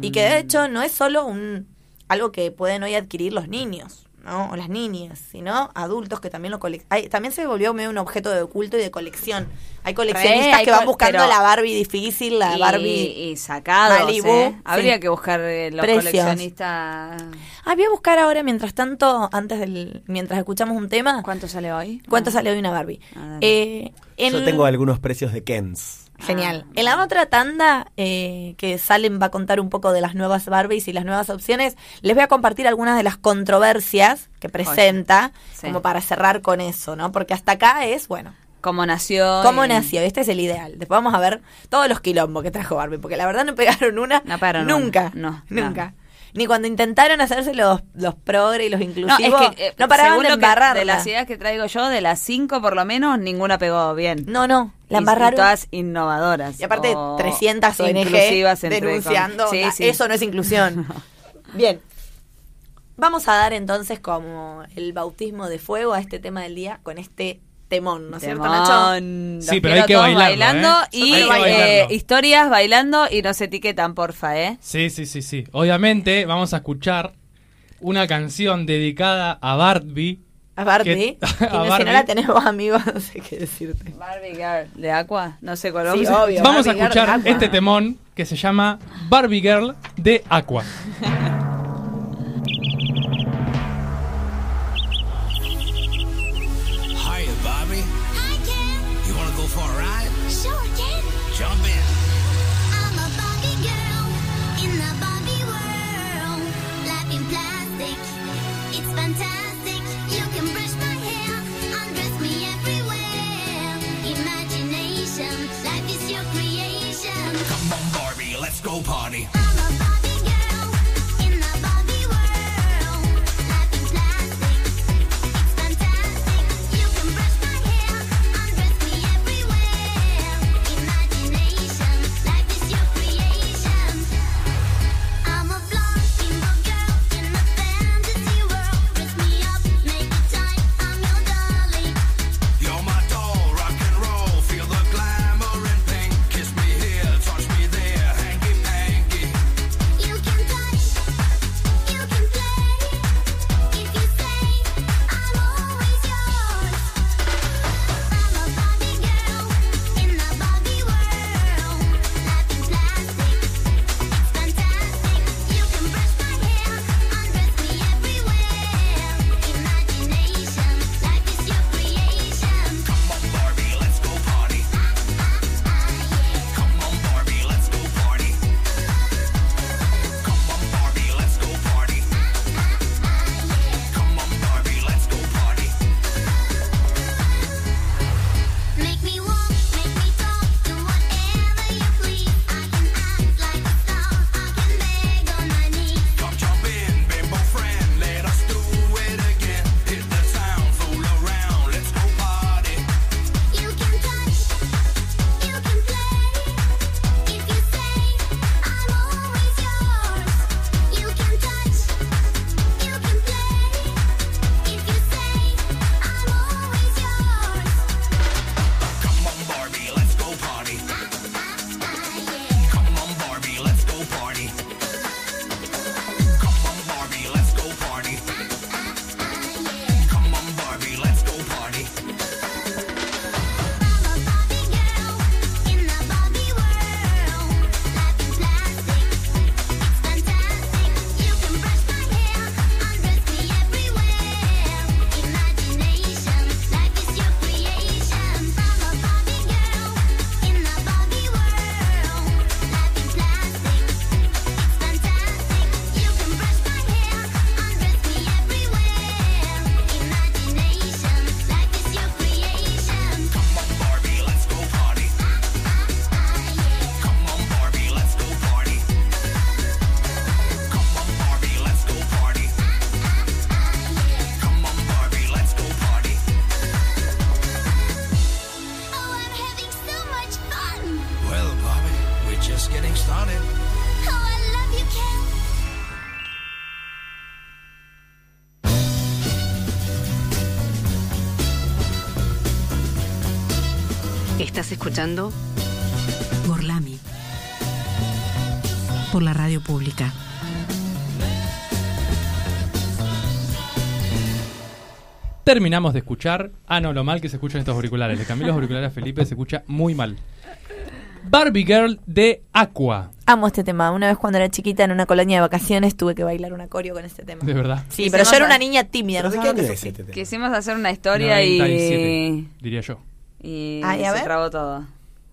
S6: y que de hecho no es solo un algo que pueden hoy adquirir los niños, ¿no? O las niñas, sino adultos que también lo coleccionan. También se volvió medio un objeto de culto y de colección. Hay coleccionistas
S4: hay
S6: que van
S4: col-
S6: buscando
S4: pero-
S6: la Barbie difícil, la
S4: y,
S6: Barbie
S4: y sacados,
S6: Malibu,
S4: ¿eh?
S6: sí.
S4: Habría que buscar eh, los
S6: Precios.
S4: coleccionistas.
S6: Ah, voy a buscar ahora, mientras tanto, antes del, mientras escuchamos un tema,
S4: ¿Cuánto sale hoy?
S6: cuánto
S4: Ah.
S6: sale hoy una Barbie.
S4: Ah, dale.
S6: Eh, en-
S5: Yo tengo algunos precios de Kens.
S4: Ah.
S6: Genial. En la otra tanda eh, que Salem va a contar un poco de las nuevas Barbies y las nuevas opciones, les voy a compartir algunas de las controversias que presenta,
S4: sí.
S6: como para cerrar con eso, ¿no? Porque hasta acá es, bueno,
S4: ¿Cómo nació?
S6: cómo
S4: Y-
S6: nació, este es el ideal. Después vamos a ver todos los quilombos que trajo Barbie, porque la verdad no pegaron una
S4: No pegaron
S6: nunca,
S4: una, no,
S6: nunca.
S4: nada.
S6: Ni cuando intentaron hacerse los, los progres y los
S4: No,
S6: inclusivos,
S4: es
S6: no,
S4: que eh,
S6: paraban
S4: según
S6: de
S4: lo que-
S6: embarrarla.
S4: de las ideas que traigo yo, de las cinco por lo menos, ninguna pegó bien.
S6: No, no, la
S4: Y-
S6: embarraron.
S4: Y todas innovadoras.
S6: Y aparte,
S4: o
S6: 300 ONG
S4: inclusivas entre
S6: denunciando.
S4: com- Sí,
S6: onda,
S4: sí.
S6: Eso no es inclusión. Bien. Vamos a dar entonces como el bautismo de fuego a este tema del día con este temón, ¿no es cierto, Nacho?
S4: Temón. Los
S3: Sí, pero hay
S4: quiero
S3: que
S4: todos
S3: bailarlo, ¿eh?
S4: y
S3: Hay que
S4: eh,
S3: bailarlo.
S4: historias bailando y nos etiquetan, porfa, ¿eh?
S3: Sí, sí, sí, sí. Obviamente vamos a escuchar una canción dedicada a Barbie.
S6: A Barbie.
S3: Que-
S6: que
S3: a
S6: no, Si no
S3: Barbie.
S6: la tenemos amigos, no sé qué decirte.
S4: Barbie Girl de Aqua, no sé cuál
S6: Sí,
S4: vamos a-
S6: obvio.
S3: Vamos a
S6: Barbie Girl
S3: escuchar
S6: de Aqua.
S3: este temón que se llama Barbie Girl de Aqua.
S8: Hiya, Bobby.
S2: Hi, Ken.
S8: You wanna go for a ride?
S2: Sure, Ken.
S8: Jump in.
S2: I'm a Barbie girl in the Barbie world. Life in plastic, it's fantastic. You can brush my hair, undress me everywhere. Imagination, life is your creation.
S8: Come on, Barbie, let's go party.
S2: I'm a Barbie girl in the Barbie world. Life in plastic, it's fantastic. You can brush my hair, undress me everywhere. Imagination, life is your creation. I'm a blonde, single girl in the fantasy world. Dress me
S1: Estás escuchando Gorlami por la radio pública.
S3: Terminamos de escuchar. Ah, no, lo mal que se escuchan estos auriculares. Le cambié los auriculares a Felipe, se escucha muy mal. Barbie Girl de Aqua.
S6: Amo este tema. Una vez cuando era chiquita en una colonia de vacaciones tuve que bailar un acorio con este tema.
S3: De verdad.
S6: Sí, pero yo era una niña tímida.
S5: ¿Pero de
S6: No sé
S5: qué
S6: lo
S5: año
S6: que
S5: es
S6: sufrí.
S5: este tema?
S4: Quisimos hacer una historia y.
S3: 97, diría yo.
S4: Y
S6: Ay, Ah, a
S4: se
S6: ver.
S4: trabó todo.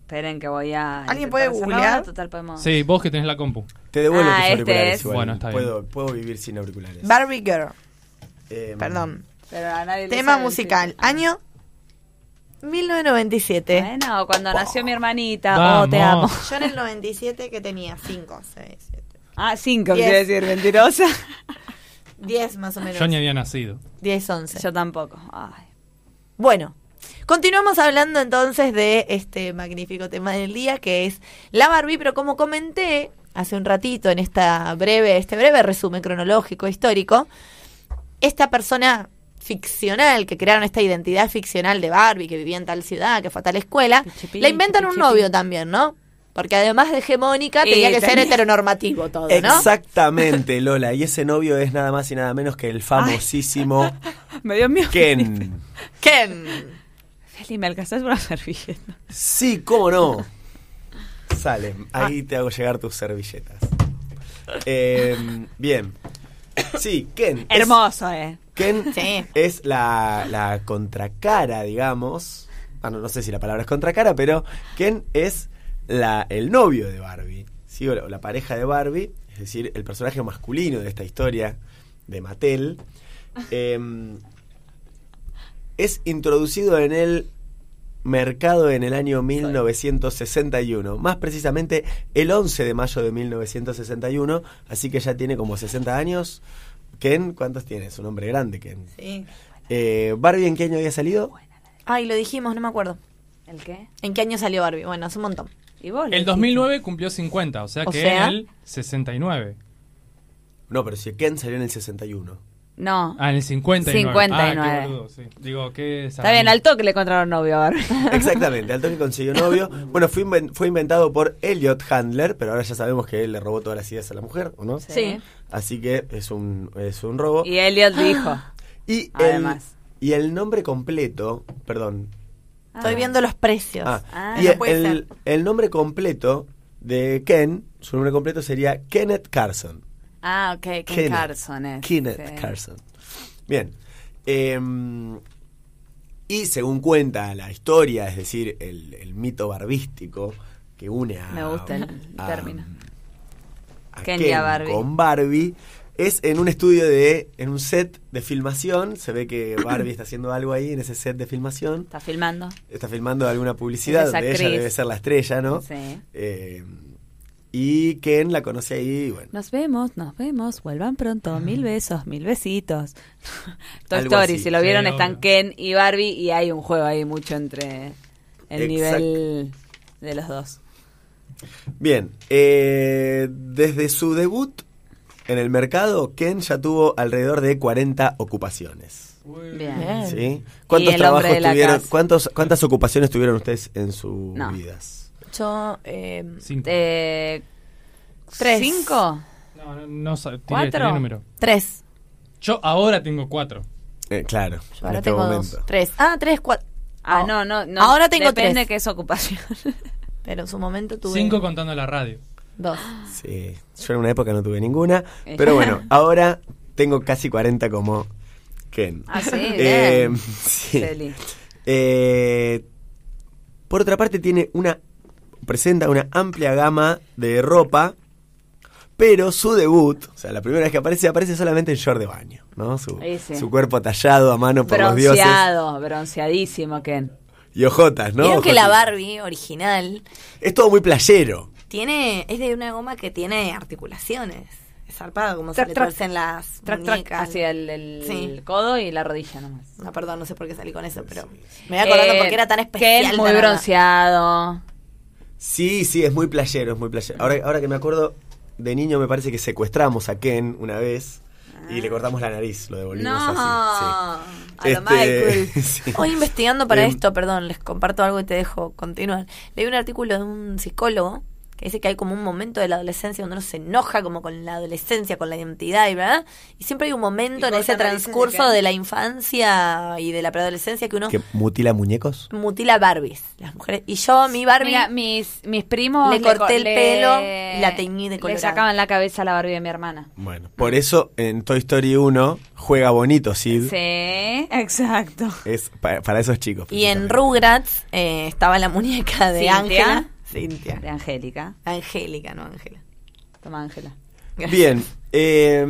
S4: Esperen que voy a. intentar
S6: ¿Alguien puede
S4: cerrarlo,
S6: googlear?
S4: total podemos-
S3: Sí, vos que tenés la compu.
S5: Te devuelvo
S4: Ah,
S5: tus
S4: este
S5: auriculares
S4: es.
S5: igual.
S3: Bueno, está bien.
S5: Puedo, puedo vivir sin auriculares.
S6: Barbie Girl.
S5: Em,
S6: Perdón.
S4: Pero ah, a nadie le
S6: Tema
S4: sale el
S6: musical.
S4: chiste.
S6: Año 1997.
S4: Bueno, cuando nació mi hermanita. Oh, te amo.
S3: Vamos.
S6: Yo en el 97 que tenía 5, 6, 7,
S4: Ah, cinco,
S6: Diez.
S4: quiero decir, mentirosa.
S6: 10 más o
S3: Yo ni
S6: menos.
S3: había nacido.
S6: 10, 11.
S4: Yo tampoco. Ay.
S6: Bueno, continuamos hablando entonces de este magnífico tema del día que es la Barbie, pero como comenté hace un ratito en esta breve, este breve resumen cronológico histórico, esta persona ficcional que crearon esta identidad ficcional de Barbie que vivía en tal ciudad, que fue a tal escuela,
S4: Pichipichi,
S6: le inventan un
S4: pichipichi.
S6: novio también, ¿no? Porque además de hegemónica
S4: Y
S6: tenía que ser
S4: Eh, tenía-
S6: heteronormativo todo, ¿no?
S5: Exactamente, Lola. Y ese novio es nada más y nada menos que el famosísimo
S4: Me dio miedo.
S5: Ken.
S6: Ken.
S4: Feli, me alcanzás por la servilleta.
S5: Sí, cómo no. Sale,
S6: Ah.
S5: ahí te hago llegar tus servilletas. Em, bien. Sí, Ken. es-
S4: Hermoso, eh.
S5: Ken
S6: Sí.
S5: es la, la contracara, digamos. Ah, no, no sé si la palabra es contracara, pero Ken es la, el novio de Barbie, ¿sí? o la, o la pareja de Barbie, es decir, el personaje masculino de esta historia de Mattel. Em, es introducido en el mercado en el año 1961, más precisamente el 11 de mayo de 1961, así que ya tiene como 60 años. Ken, ¿cuántos tiene? Es un hombre grande, Ken.
S6: Sí.
S5: Eh, ¿Barbie en qué año había salido?
S6: Ay, lo dijimos, no me acuerdo.
S4: ¿El qué?
S6: ¿En qué año salió Barbie? Bueno, hace un montón.
S4: ¿Y vos?
S3: El 2009 cumplió 50, o sea
S6: O
S3: que
S6: sea-
S3: en el 69.
S5: No, pero si Ken salió en el 61.
S4: No.
S3: Ah, en el 59.
S4: 59.
S3: Ah, qué boludo, sí. Digo, qué
S4: Está bien, al
S3: alto
S4: toque le encontraron novio a Barbie.
S5: Exactamente, al toque consiguió novio. Bueno, fue, inven- fue inventado por Elliot Handler, pero ahora ya sabemos que él le robó todas las ideas a la mujer, ¿o no?
S6: Sí.
S5: Así que es un, es un robo.
S4: Y Elliot dijo.
S5: Y el,
S4: Además.
S5: y el nombre completo, perdón.
S6: Estoy viendo los precios.
S5: Ah,
S4: Ah,
S5: y
S4: no
S5: el, el- el nombre completo de Ken, su nombre completo sería Kenneth Carson.
S4: Ah, ok, Ken
S5: Kenneth.
S4: Carson es.
S5: Kenneth
S4: Sí.
S5: Carson. Bien. Em, y según cuenta la historia, es decir, el, el mito barbístico que une a.
S4: Me gusta el
S5: a-
S4: término.
S5: ah. a
S4: Ken
S5: Ken
S4: y a Barbie.
S5: con Barbie. Es en un estudio de. en un set de filmación. Se ve que Barbie está haciendo algo ahí en ese set de filmación.
S4: ¿Está filmando?
S5: Está filmando alguna publicidad
S4: Es
S5: donde ella
S4: actriz.
S5: debe ser la estrella, ¿no?
S4: Sí.
S5: Em, y Ken la conoce ahí, y bueno.
S4: Nos vemos, nos vemos, vuelvan pronto, mil besos, mil besitos. Toy
S5: Algo
S4: Story,
S5: así.
S4: si lo
S3: Sí,
S4: vieron
S3: obvio.
S4: están Ken y Barbie y hay un juego ahí mucho entre el
S5: Exacto.
S4: nivel de los dos.
S5: Bien, eh, desde su debut en el mercado, Ken ya tuvo alrededor de 40 ocupaciones.
S4: Bien.
S5: ¿sí? ¿Cuántos
S4: el hombre
S5: trabajos
S4: de la
S5: tuvieron?
S4: casa.
S5: cuántos- ¿Cuántas ocupaciones tuvieron ustedes en sus
S4: No.
S5: vidas?
S6: Yo, eh,
S4: Eh,
S6: Tres.
S4: ¿Cinco?
S3: No, no, no sab- tiré,
S4: ¿Cuatro?
S3: tiré número.
S6: tres.
S3: Yo ahora tengo cuatro.
S5: Eh, claro,
S6: Yo
S5: en
S6: ahora
S5: este
S6: tengo
S5: momento.
S6: dos. Tres. Ah, tres, cuatro.
S4: Ah,
S6: Oh.
S4: no, no, no.
S6: Ahora tengo
S4: Depende
S6: tres.
S4: que es ocupación.
S6: Pero en su momento tuve
S3: Cinco contando la radio.
S6: dos.
S5: Sí, yo en una época no tuve ninguna,
S4: Eh.
S5: pero bueno, ahora tengo casi 40 como Ken.
S4: Ah, sí,
S5: Eh,
S4: bien.
S5: sí.
S4: Feli.
S5: Eh, por otra parte, tiene una. presenta una amplia gama de ropa. Pero su debut, o sea, la primera vez que aparece, aparece solamente en short de baño, ¿no? Su,
S4: Ahí sí.
S5: su cuerpo tallado a mano por los dioses.
S4: Bronceado, bronceadísimo Ken.
S5: Y ojotas, ¿no?
S6: Vieron que la
S5: Ojotas.
S6: Barbie original
S5: Es todo muy playero.
S6: tiene es de una goma que tiene articulaciones. Es zarpado, como
S4: Trac,
S6: se le
S4: trac.
S6: torcen las
S4: Trac, trac,
S6: muñecas.
S4: hacia el, el
S6: Sí.
S4: codo y la rodilla nomás.
S6: No, perdón, no sé por qué salí con eso, pero me voy acordando porque era tan especial.
S4: Eh, Ken
S6: la
S4: muy
S6: verdad.
S4: bronceado.
S5: Sí, sí, es muy playero, es muy playero. Ahora, ahora que me acuerdo, de niño me parece que secuestramos a Ken una vez y le cortamos la nariz, lo devolvimos así. sí.
S4: A lo Michael.
S5: Este, sí.
S6: Hoy investigando para
S5: Em,
S6: esto, perdón, les comparto algo y te dejo continuar. Leí un artículo de un psicólogo que dice que hay como un momento de la adolescencia donde uno se enoja como con la adolescencia, con la identidad y verdad. Y siempre hay un momento
S4: Y
S6: en ese
S4: corta raíces de
S6: transcurso
S4: qué?
S6: de, la infancia y de la preadolescencia que uno
S5: ¿Que mutila muñecos?
S6: mutila Barbies, las mujeres. Y yo mi Barbie
S4: Mira, mis, mis primos.
S6: Le corté el
S4: le-
S6: pelo y la teñí de
S4: Le
S6: colorado.
S4: sacaban la cabeza a la Barbie de mi hermana.
S5: Bueno. Por eso en Toy Story 1 juega bonito Sid.
S4: Sí, exacto.
S5: Es pa- para esos chicos.
S6: y en
S5: precisamente.
S6: Rugrats eh, estaba la muñeca de
S4: Cintia.
S6: Ángela. Cintia.
S4: De Angélica.
S6: Angélica, no Ángela.
S4: Toma, Ángela.
S5: Bien. eh,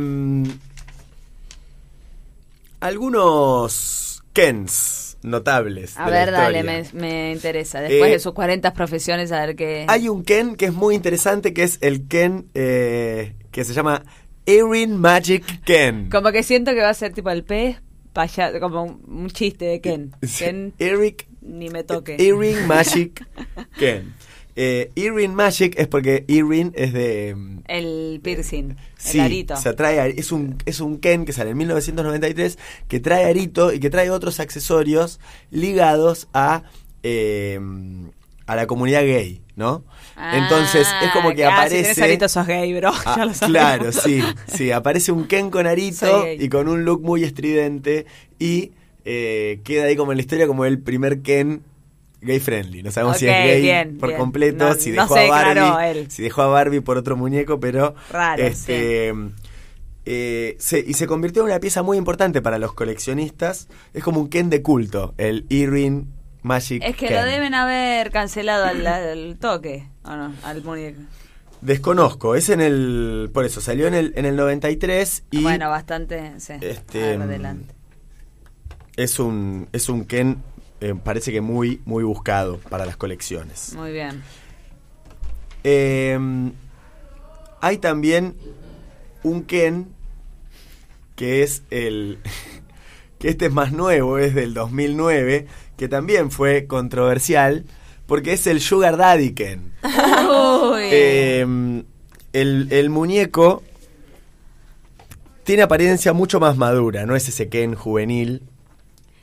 S5: algunos Kens notables.
S4: A
S5: de la
S4: ver, dale, me,
S5: historia.
S4: me interesa. Después
S5: Eh,
S4: de sus 40 profesiones, a ver qué.
S5: Hay un Ken que es muy interesante, que es el Ken eh, que se llama Erin Magic Ken.
S4: Como que siento que va a ser tipo el pez, paya- como un, un chiste de Ken.
S5: Eh, Sí,
S4: Ken,
S5: Eric eh,
S4: ni me toque.
S5: Earring Magic Ken. Eh, Earring Magic es porque Earring es de... mm,
S4: El piercing,
S5: Sí,
S4: el arito.
S5: se atrae, a- es un, es un Ken que sale en 1993 que trae arito y que trae otros accesorios ligados a, eh, a la comunidad gay, ¿no? Entonces es como que
S4: Ah,
S5: aparece...
S4: Si Ah, tenés arito sos gay, bro.
S5: Ah,
S4: ya lo sabemos.
S5: claro, sí, sí. Aparece un Ken con
S4: Soy
S5: arito
S4: gay.
S5: y con un look muy estridente y eh, queda ahí como en la historia como el primer Ken gay friendly. No sabemos si
S4: Ok,
S5: es gay
S4: bien,
S5: por
S4: bien.
S5: completo,
S4: No-
S5: si
S4: no
S5: dejó
S4: se
S5: a
S4: declaró
S5: Barbie,
S4: él.
S5: si dejó a Barbie por otro muñeco, pero
S4: Raro,
S5: este, eh, se- y se convirtió en una pieza muy importante para los coleccionistas. Es como un Ken de culto, el Earring Magic.
S4: Es que
S5: Ken.
S4: lo deben haber cancelado al, al toque, ¿o no? Al muñeco.
S5: Desconozco, es en el. Por eso, salió en el, en el 93 y.
S4: bueno, bastante, sí.
S5: Este,
S4: A ver, adelante.
S5: es un es un Ken eh, parece que muy muy buscado para las colecciones.
S4: Muy bien.
S5: Eh, hay también un Ken que es el que este es más nuevo, es del 2009, que también fue controversial porque es el Sugar Daddy Ken.
S4: Uy.
S5: Eh, el, el muñeco tiene apariencia mucho más madura, no es ese Ken juvenil.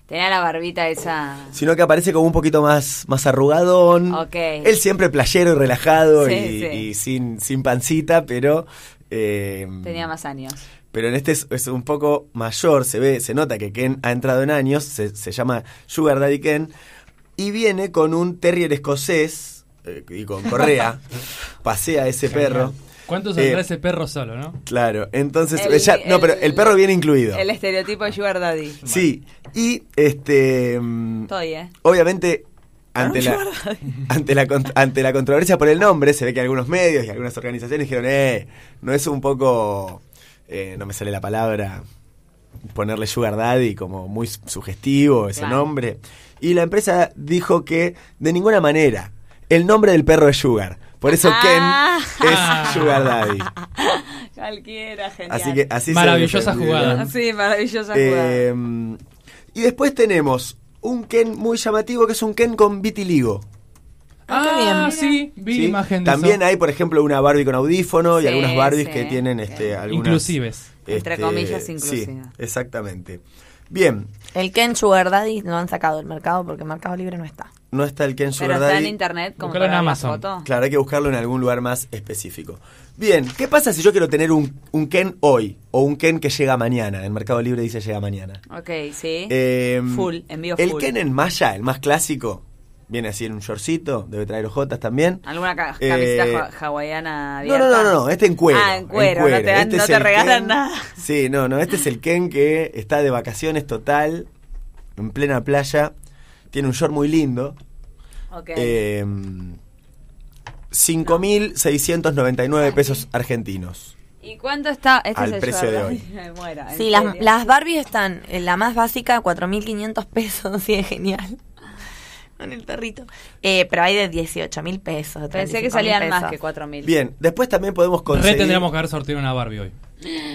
S4: Tenía la barbita esa.
S5: sino que aparece como un poquito más, más arrugadón.
S4: Ok.
S5: Él siempre playero y relajado
S4: Sí,
S5: y,
S4: sí.
S5: y sin, sin pancita, pero... eh,
S4: Tenía más años.
S5: Pero en este es, es un poco mayor, se ve, se nota que Ken ha entrado en años, se, se llama Sugar Daddy Ken, y viene con un terrier escocés eh, y con correa, pasea ese perro.
S3: ¿Cuántos
S5: Eh,
S3: saldrá ese perro solo, no?
S5: Claro, entonces...
S4: El-
S5: ya- no, pero el perro viene incluido.
S4: El estereotipo de Sugar Daddy.
S5: sí, y este... mm,
S4: Estoy, ¿eh?
S5: Obviamente, ante la, ante, la, con- ante la controversia por el nombre, se ve que algunos medios y algunas organizaciones dijeron, eh, no es un poco, eh, no me sale la palabra, ponerle Sugar Daddy como muy su- sugestivo ese
S4: Claro.
S5: nombre. Y la empresa dijo que de ninguna manera el nombre del perro es Sugar. Por eso
S4: Ah.
S5: Ken es Sugar Daddy.
S4: Cualquiera, genial.
S5: Así que así se
S3: Maravillosa
S5: defendieron.
S3: jugada.
S4: Sí, maravillosa jugada.
S5: Eh, y después tenemos un Ken muy llamativo que es un Ken con vitiligo.
S3: Ah, sí, vi
S5: ¿sí?
S3: imagen de
S5: También
S3: eso.
S5: hay, por ejemplo, una Barbie con audífono
S4: Sí,
S5: y algunas Barbies
S4: sí.
S5: que tienen este, algunas... este,
S3: Inclusives.
S4: Entre comillas,
S5: Sí,
S4: inclusivas.
S5: exactamente. Bien,
S6: El Ken Sugar Daddy lo han sacado del mercado porque Mercado Libre no está.
S5: no está el Ken
S4: Pero
S5: Sugar
S4: está en
S5: Daddy.
S4: internet como
S3: Buscalo en
S4: para ver la
S3: Amazon.
S4: foto.
S5: Claro, hay que buscarlo en algún lugar más específico. Bien, ¿qué pasa si yo quiero tener un, un Ken hoy o un Ken que llega mañana? En Mercado Libre dice llega mañana.
S4: Ok, sí.
S5: Eh,
S4: Full, envío
S5: El
S4: full.
S5: Ken en malla, el más clásico, viene así en un shortcito, debe traer ojotas también.
S4: ¿Alguna ca-
S5: eh,
S4: camiseta ja- hawaiana
S5: No,
S4: abierta?
S5: no, no, no, no, este en cuero.
S4: Ah, en cuero, no te, dan-
S5: Este
S4: no
S5: es
S4: te
S5: el
S4: regalan
S5: Ken-
S4: nada.
S5: Sí, no, no, este es el Ken que está de vacaciones total, en plena playa, tiene un short muy lindo.
S4: Ok.
S5: Eh, 5.699 pesos argentinos.
S4: ¿Y cuánto está? Ah, Este
S5: al
S4: es el
S5: precio
S4: Sugar
S5: de
S4: Daddy.
S5: hoy.
S4: Me muera, en
S6: Sí, las,
S4: serio.
S6: las Barbies están, eh, la más básica, 4.500 pesos, sí, es genial. Con el perrito. Eh, pero hay de 18.000 pesos. de
S4: Pensé que
S6: 35.000
S4: salían más
S6: pesos.
S4: que 4000.
S5: Bien, después también podemos
S3: Re
S5: conseguir...
S3: tendríamos que haber sorteado una Barbie hoy.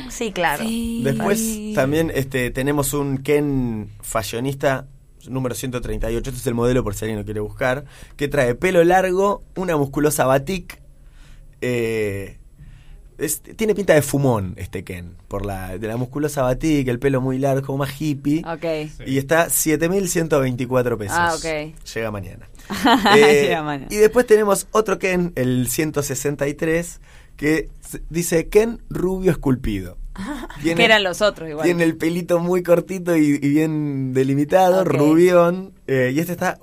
S6: Sí, claro.
S5: Después también este, tenemos un Ken fashionista número 138, este es el modelo por si alguien lo quiere buscar, que trae pelo largo, una musculosa batik, eh, es- tiene pinta de fumón este Ken, por la, de la musculosa batica, el pelo muy largo, como más hippie.
S4: Ok.
S5: Y está 7.124 pesos. Eh,
S4: Ah, ok.
S5: Llega mañana. Eh,
S4: Llega mañana.
S5: Y después tenemos otro Ken, el 163, que s- dice Ken rubio esculpido. Tiene-
S4: Que eran los otros igual.
S5: tiene el pelito muy cortito y, y bien delimitado,
S4: Ok.
S5: rubión. eh, y este está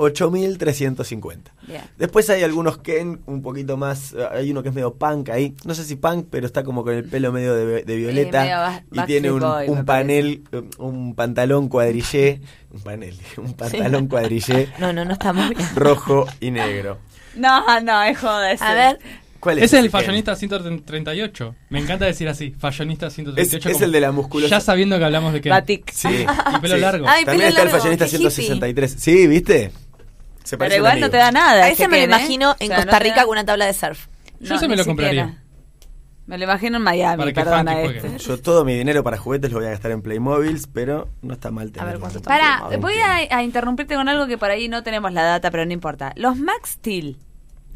S5: 8.350.
S4: Bien.
S5: Después hay algunos Ken un poquito más. eh, Hay uno que es medio punk ahí. No sé si punk, pero está como con el pelo medio de, de violeta.
S4: Eh, medio Ba-
S5: y tiene un,
S4: Backstreet Boy,
S5: un
S4: me
S5: panel, eh, un pantalón cuadrillé. Un panel, un pantalón cuadrillé
S6: No, no, no estamos bien.
S5: rojo y negro.
S4: No, no, es joda ese.
S6: A ver,
S5: ¿Cuál es?
S3: Ese es el
S5: Ken?
S3: fashionista 138. Me encanta decir así, fashionista 138.
S5: Es- es
S3: como
S5: el de la musculosa.
S3: Ya sabiendo que hablamos de que
S4: Batik.
S5: Sí.
S3: Y pelo
S5: sí.
S3: largo.
S6: Ay,
S5: También
S6: pelo
S5: está el
S6: largo,
S5: fashionista
S6: qué
S5: 163. Sí, ¿viste? Se
S4: Pero
S5: parece a un
S4: igual no
S5: amigo.
S4: te da nada.
S6: a ese me lo
S4: Ken, ¿eh?
S6: imagino
S4: O
S6: en
S4: sea, no
S6: Costa
S4: te
S6: Rica
S4: da-
S6: con una tabla de surf.
S3: Yo se me
S4: ni
S3: lo compraría.
S4: siquiera. Me lo imagino en Miami,
S3: Para que
S4: perdona.
S3: Frankie
S4: este.
S3: juegue.
S5: Yo todo mi dinero para juguetes lo voy a gastar en Playmobiles, pero no está mal tenerlo.
S6: ver, ¿cuánto está?
S4: Pará,
S5: Playmobil.
S4: voy a, a interrumpirte con algo que por ahí no tenemos la data, pero no importa. Los Max Steel.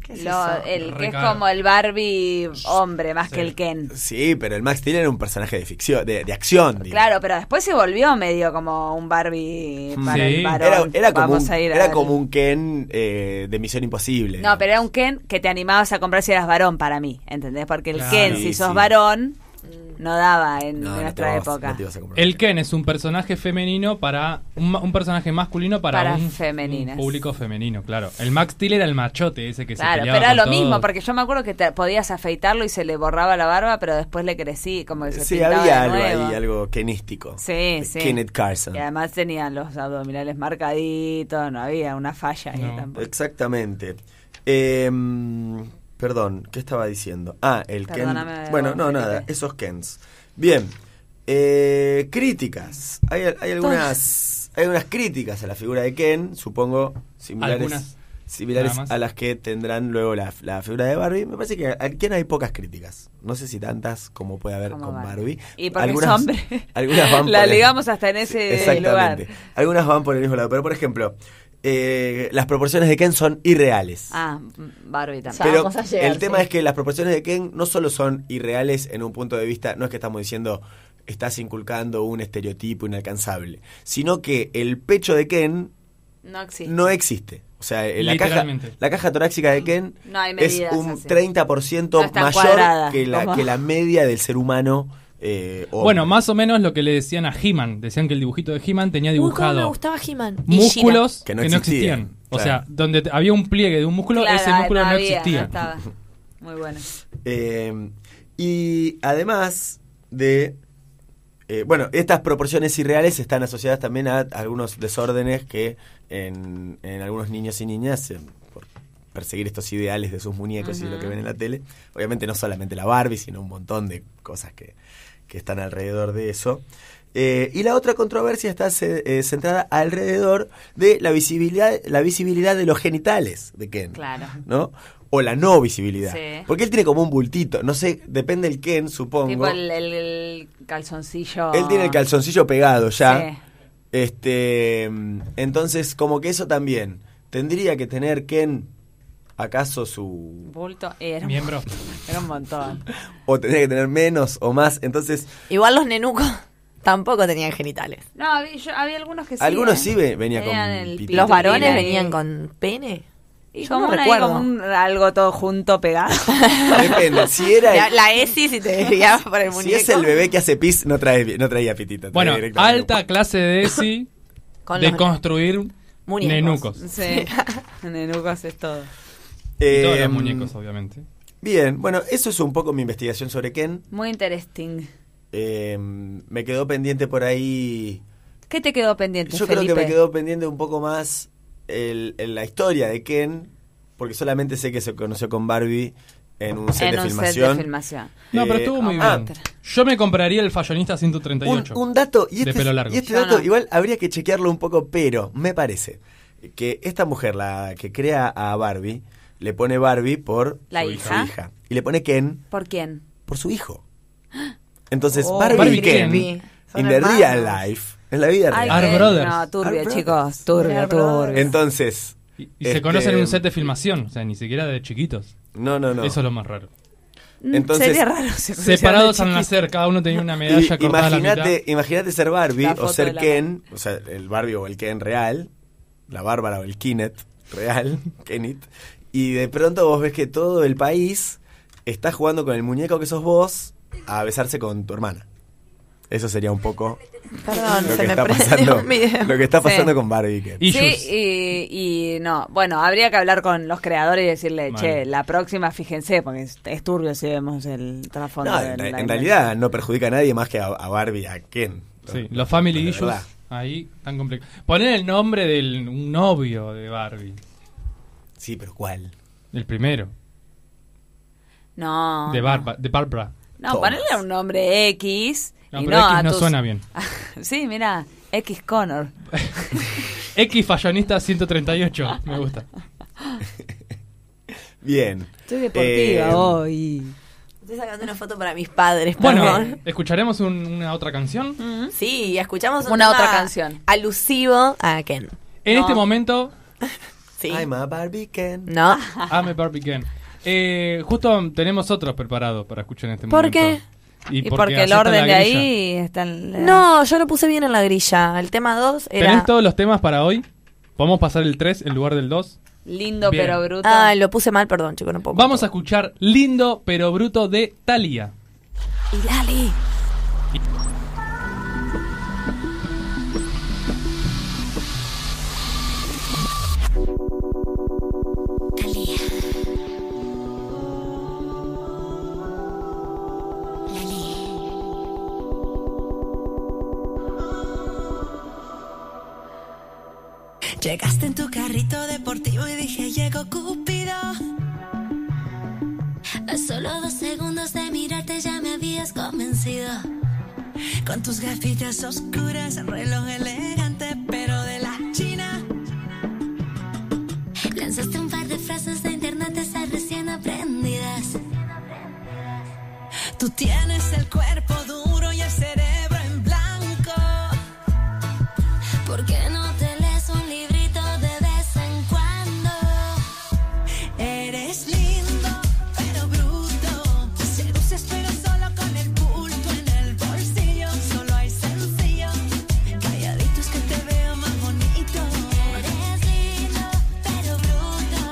S6: ¿Qué es
S4: Lo-
S6: eso?
S4: el que es
S3: Recaro.
S4: como el Barbie hombre más
S3: Sí.
S4: que el Ken.
S5: Sí, pero el Max Steel era un personaje de ficción, de, de acción. digo.
S4: Claro, pero después se volvió medio como un Barbie para
S3: Mm. Sí.
S4: el varón.
S5: Era, era como,
S4: Vamos
S5: un,
S4: a ir
S5: era
S4: al-
S5: como un Ken eh, de Misión Imposible.
S4: No,
S5: digamos.
S4: pero era un Ken que te animabas a comprar si eras varón para mí, ¿entendés? Porque el
S3: Claro.
S4: Ken,
S5: Sí,
S4: si sos
S5: sí.
S4: varón, no daba en
S5: No, no te
S4: nuestra
S5: vas-
S4: época.
S5: no te ibas a comprar.
S3: El Ken es un personaje femenino para. Un, ma- un personaje masculino para,
S4: Para
S3: un,
S4: femeninas.
S3: un público femenino, claro. El Max Steel era el machote ese que se
S4: Claro, pero
S3: peleaba
S4: era lo
S3: con
S4: mismo,
S3: todos.
S4: porque yo me acuerdo que te- podías afeitarlo y se le borraba la barba, pero después le crecí, como que se
S5: Sí,
S4: pintaba
S5: había
S4: de
S5: algo
S4: nuevo.
S5: ahí, algo kenístico.
S4: Sí,
S5: De
S4: sí.
S5: Kenneth Carson.
S4: Y además tenían los abdominales marcaditos, no había una falla ahí
S3: No.
S4: tampoco.
S5: Exactamente. Em, perdón, ¿qué estaba diciendo? Ah, el Ken.
S4: Perdóname,
S5: Bueno,
S4: vos,
S5: no,
S4: Felipe.
S5: nada, esos Kens. Bien. eh, críticas. Hay, hay algunas. Hay unas críticas a la figura de Ken, supongo, similares.
S3: Algunas,
S5: Similares
S3: nada más.
S5: a las que tendrán luego la, la figura de Barbie. Me parece que a Ken hay pocas críticas. No sé si tantas como puede haber
S4: Como
S5: con Barbie.
S4: Barbie. Y porque es hombre.
S5: Algunas van
S4: La
S5: por el-
S4: ligamos hasta en ese
S5: Exactamente.
S4: lugar.
S5: Algunas van por el mismo lado. Pero, por ejemplo, eh, las proporciones de Ken son irreales.
S4: Ah, Barbie también.
S5: Pero
S6: vamos a llegar,
S5: el tema
S6: sí.
S5: es que las proporciones de Ken no solo son irreales en un punto de vista, no es que estamos diciendo estás inculcando un estereotipo inalcanzable, sino que el pecho de Ken
S4: No existe.
S5: no existe. O sea, eh, la caja,
S3: Literalmente.
S5: la caja torácica de Ken
S4: No hay
S5: es
S4: medidas
S5: un
S4: así.
S5: 30%
S4: No está
S5: mayor
S4: cuadrada,
S5: que la,
S4: como-
S5: que la media del ser humano. eh, hombre.
S3: Bueno, más o menos lo que le decían a He-Man. Decían que el dibujito de He-Man tenía dibujado.
S6: me gustaba He-Man.
S3: músculos
S5: Que
S3: que
S5: no
S3: no,
S5: existían,
S3: existían. O
S5: claro.
S3: sea, donde te- había un pliegue de un músculo,
S4: Claro,
S3: ese músculo no,
S4: había,
S3: existía.
S4: no estaba. Muy bueno.
S5: Eh, y además de. eh, bueno, estas proporciones irreales están asociadas también a algunos desórdenes que en, en algunos niños y niñas, eh, por perseguir estos ideales de sus muñecos y lo que ven en la tele, obviamente no solamente la Barbie, sino un montón de cosas que, que están alrededor de eso. Eh, y la otra controversia está ce- eh, centrada alrededor de la visibilidad, la visibilidad de los genitales de Ken.
S4: Claro.
S5: ¿no? O la no visibilidad.
S4: Sí.
S5: Porque él tiene como un bultito. No sé, depende el Ken, supongo.
S4: Tipo el, el- el calzoncillo.
S5: Él tiene el calzoncillo pegado ya.
S4: Sí.
S5: Este, mm, entonces, como que eso también. ¿Tendría que tener Ken acaso su...
S4: Bulto. Era un-
S3: Miembro.
S4: Era un montón.
S5: o tendría que tener menos o más? Entonces,
S6: Igual los nenucos tampoco tenían genitales.
S4: No, había, yo- había algunos que sí.
S5: Algunos
S4: ¿eh?
S5: sí ve- venía con
S4: Tenían el
S5: pitito.
S4: pitito
S6: ¿Los varones
S4: ahí.
S6: venían con pene?
S4: Y
S6: Yo
S4: como,
S6: no
S4: una-
S6: recuerdo.
S4: como un- algo todo junto pegado.
S5: depende. Si era...
S6: La, la ESI si te guiaba por el
S5: si
S6: muñeco.
S5: es el bebé que hace pis, no, trae, no traía pitito. traía
S3: eh, Bueno,
S5: directamente
S3: alta clase de ESI
S6: Con
S3: de
S6: los-
S3: construir
S5: Eh,
S6: muñecos.
S3: nenucos.
S4: sí. Nenucos es todo.
S5: un-
S3: Y todos
S5: Eh,
S3: los muñecos, obviamente.
S5: Bien, bueno, eso es un poco mi investigación sobre Ken.
S4: Muy interesting.
S5: Eh, me quedó pendiente por ahí.
S4: ¿Qué te quedó pendiente,
S5: Yo creo
S4: Felipe?
S5: que me quedó pendiente un poco más el, el- la historia de Ken, porque solamente sé que se conoció con Barbie en un set,
S4: en
S5: de,
S4: un
S5: filmación.
S4: set de filmación.
S3: No, pero
S5: Eh,
S3: estuvo muy
S5: ah,
S3: bien. Yo me compraría el fashionista
S5: Un,
S3: 138.
S5: un dato, y
S3: De
S5: este,
S3: pelo largo.
S5: y este
S4: Yo
S5: dato
S4: no.
S5: igual habría que chequearlo un poco, pero me parece que esta mujer, la que crea a Barbie, le pone Barbie por
S4: ¿La
S5: su
S4: hija?
S5: hija, y le pone Ken
S4: ¿Por quién?
S5: por su hijo. Entonces,
S6: Oh,
S5: Barbie,
S3: Barbie
S5: y
S3: y
S5: Ken,
S3: Ken.
S6: Son
S5: in the
S6: hermanos.
S5: real life, en la vida
S4: Ay,
S5: real.
S3: Ar
S4: qué-
S3: Brothers.
S4: No, turbio,
S5: Ar
S4: chicos. Turbio,
S6: Ar
S4: turbio.
S6: Brothers.
S5: Entonces,
S3: Y, y
S5: Este-
S3: se conocen en un set de filmación, o sea, ni siquiera de chiquitos.
S5: no, no, no.
S3: Eso es lo más raro.
S6: Mm,
S5: Entonces,
S6: Sería raro. si fuese
S3: Separados al
S6: grande,
S3: nacer, cada uno tenía una
S5: Y
S3: medalla cortada a la mitad.
S5: Imagínate imagínate ser Barbie
S4: La
S5: o
S4: foto de
S5: ser
S4: la-
S5: Ken, o sea, el Barbie o el Ken real, la Bárbara o el Kinet real, Kenit, y de pronto vos ves que todo el país está jugando con el muñeco que sos vos a besarse con tu hermana. Eso sería un poco
S6: chiquito. Perdón,
S5: lo
S6: se
S5: que,
S6: me
S5: está
S6: prendió
S5: pasando,
S6: un video.
S5: lo que está
S4: Sí.
S5: pasando con Barbie. que-
S3: Issues.
S4: Sí, y, y no. Bueno, habría que hablar con los creadores y decirle,
S3: Mal.
S4: che, la próxima fíjense, porque es, es turbio si vemos el trasfondo.
S5: No, eh,
S4: de
S5: en,
S4: la-
S5: en
S4: la-
S5: realidad no perjudica a nadie más que a, a Barbie, a Ken.
S3: Sí, los family
S5: De
S3: issues.
S5: verdad.
S3: Ahí, tan complicado. Poner el nombre del un novio de Barbie.
S5: Sí, pero ¿cuál?
S3: El primero.
S5: eh,
S4: No.
S3: de,
S4: no.
S3: Barba, de Barbara.
S4: No, ponle un nombre X.
S3: No,
S4: y
S3: pero
S4: no,
S3: X
S4: a
S3: no
S4: tus-
S3: suena bien.
S4: sí, mira, X Connor.
S3: X Fallonista 138. Me gusta.
S5: Bien.
S4: Estoy deportiva
S5: Eh,
S4: hoy.
S6: Estoy sacando una foto para mis padres,
S3: Bueno,
S6: perdón.
S3: ¿escucharemos un- una otra canción?
S6: Sí, escuchamos un
S4: Mm. Una
S6: tema
S4: otra canción.
S6: Alusivo a Ah, Ken.
S3: En
S4: No.
S3: este momento,
S6: Sí.
S5: I'm a Barbie Ken.
S6: ¿No?
S3: Ame Barbie Ken. Eh, justo tenemos otros preparados para escuchar en este
S6: ¿Por
S3: momento.
S6: qué?
S3: Y,
S4: Y porque el
S3: aceptan la
S4: orden de
S3: grilla.
S4: ahí está en-
S6: No, yo lo puse bien en la grilla. El tema 2 era.
S3: ¿Tenés todos los temas para hoy? ¿Podemos pasar el 3 en lugar del 2?
S4: Lindo
S3: Bien.
S4: pero bruto.
S6: Ah, lo puse mal, perdón, chico, no puedo.
S3: Vamos a escuchar Lindo pero Bruto de Thalia.
S6: Y Lali.
S2: Llegaste en tu carrito deportivo y dije, llego Cupido.
S9: A solo dos segundos de mirarte ya me habías convencido.
S2: Con tus gafitas oscuras, reloj elegante, pero de la China.
S9: Lanzaste un par de frases de internet esas recién aprendidas.
S2: Tú tienes el cuerpo duro y el cerebro en blanco.
S9: ¿Por qué no te lees un librito de vez en cuando?
S2: Eres lindo, pero bruto. Seduces, pero solo con el pulpo en el bolsillo. Solo hay sencillo. Calladitos que te veo más bonito.
S9: Eres lindo, pero bruto.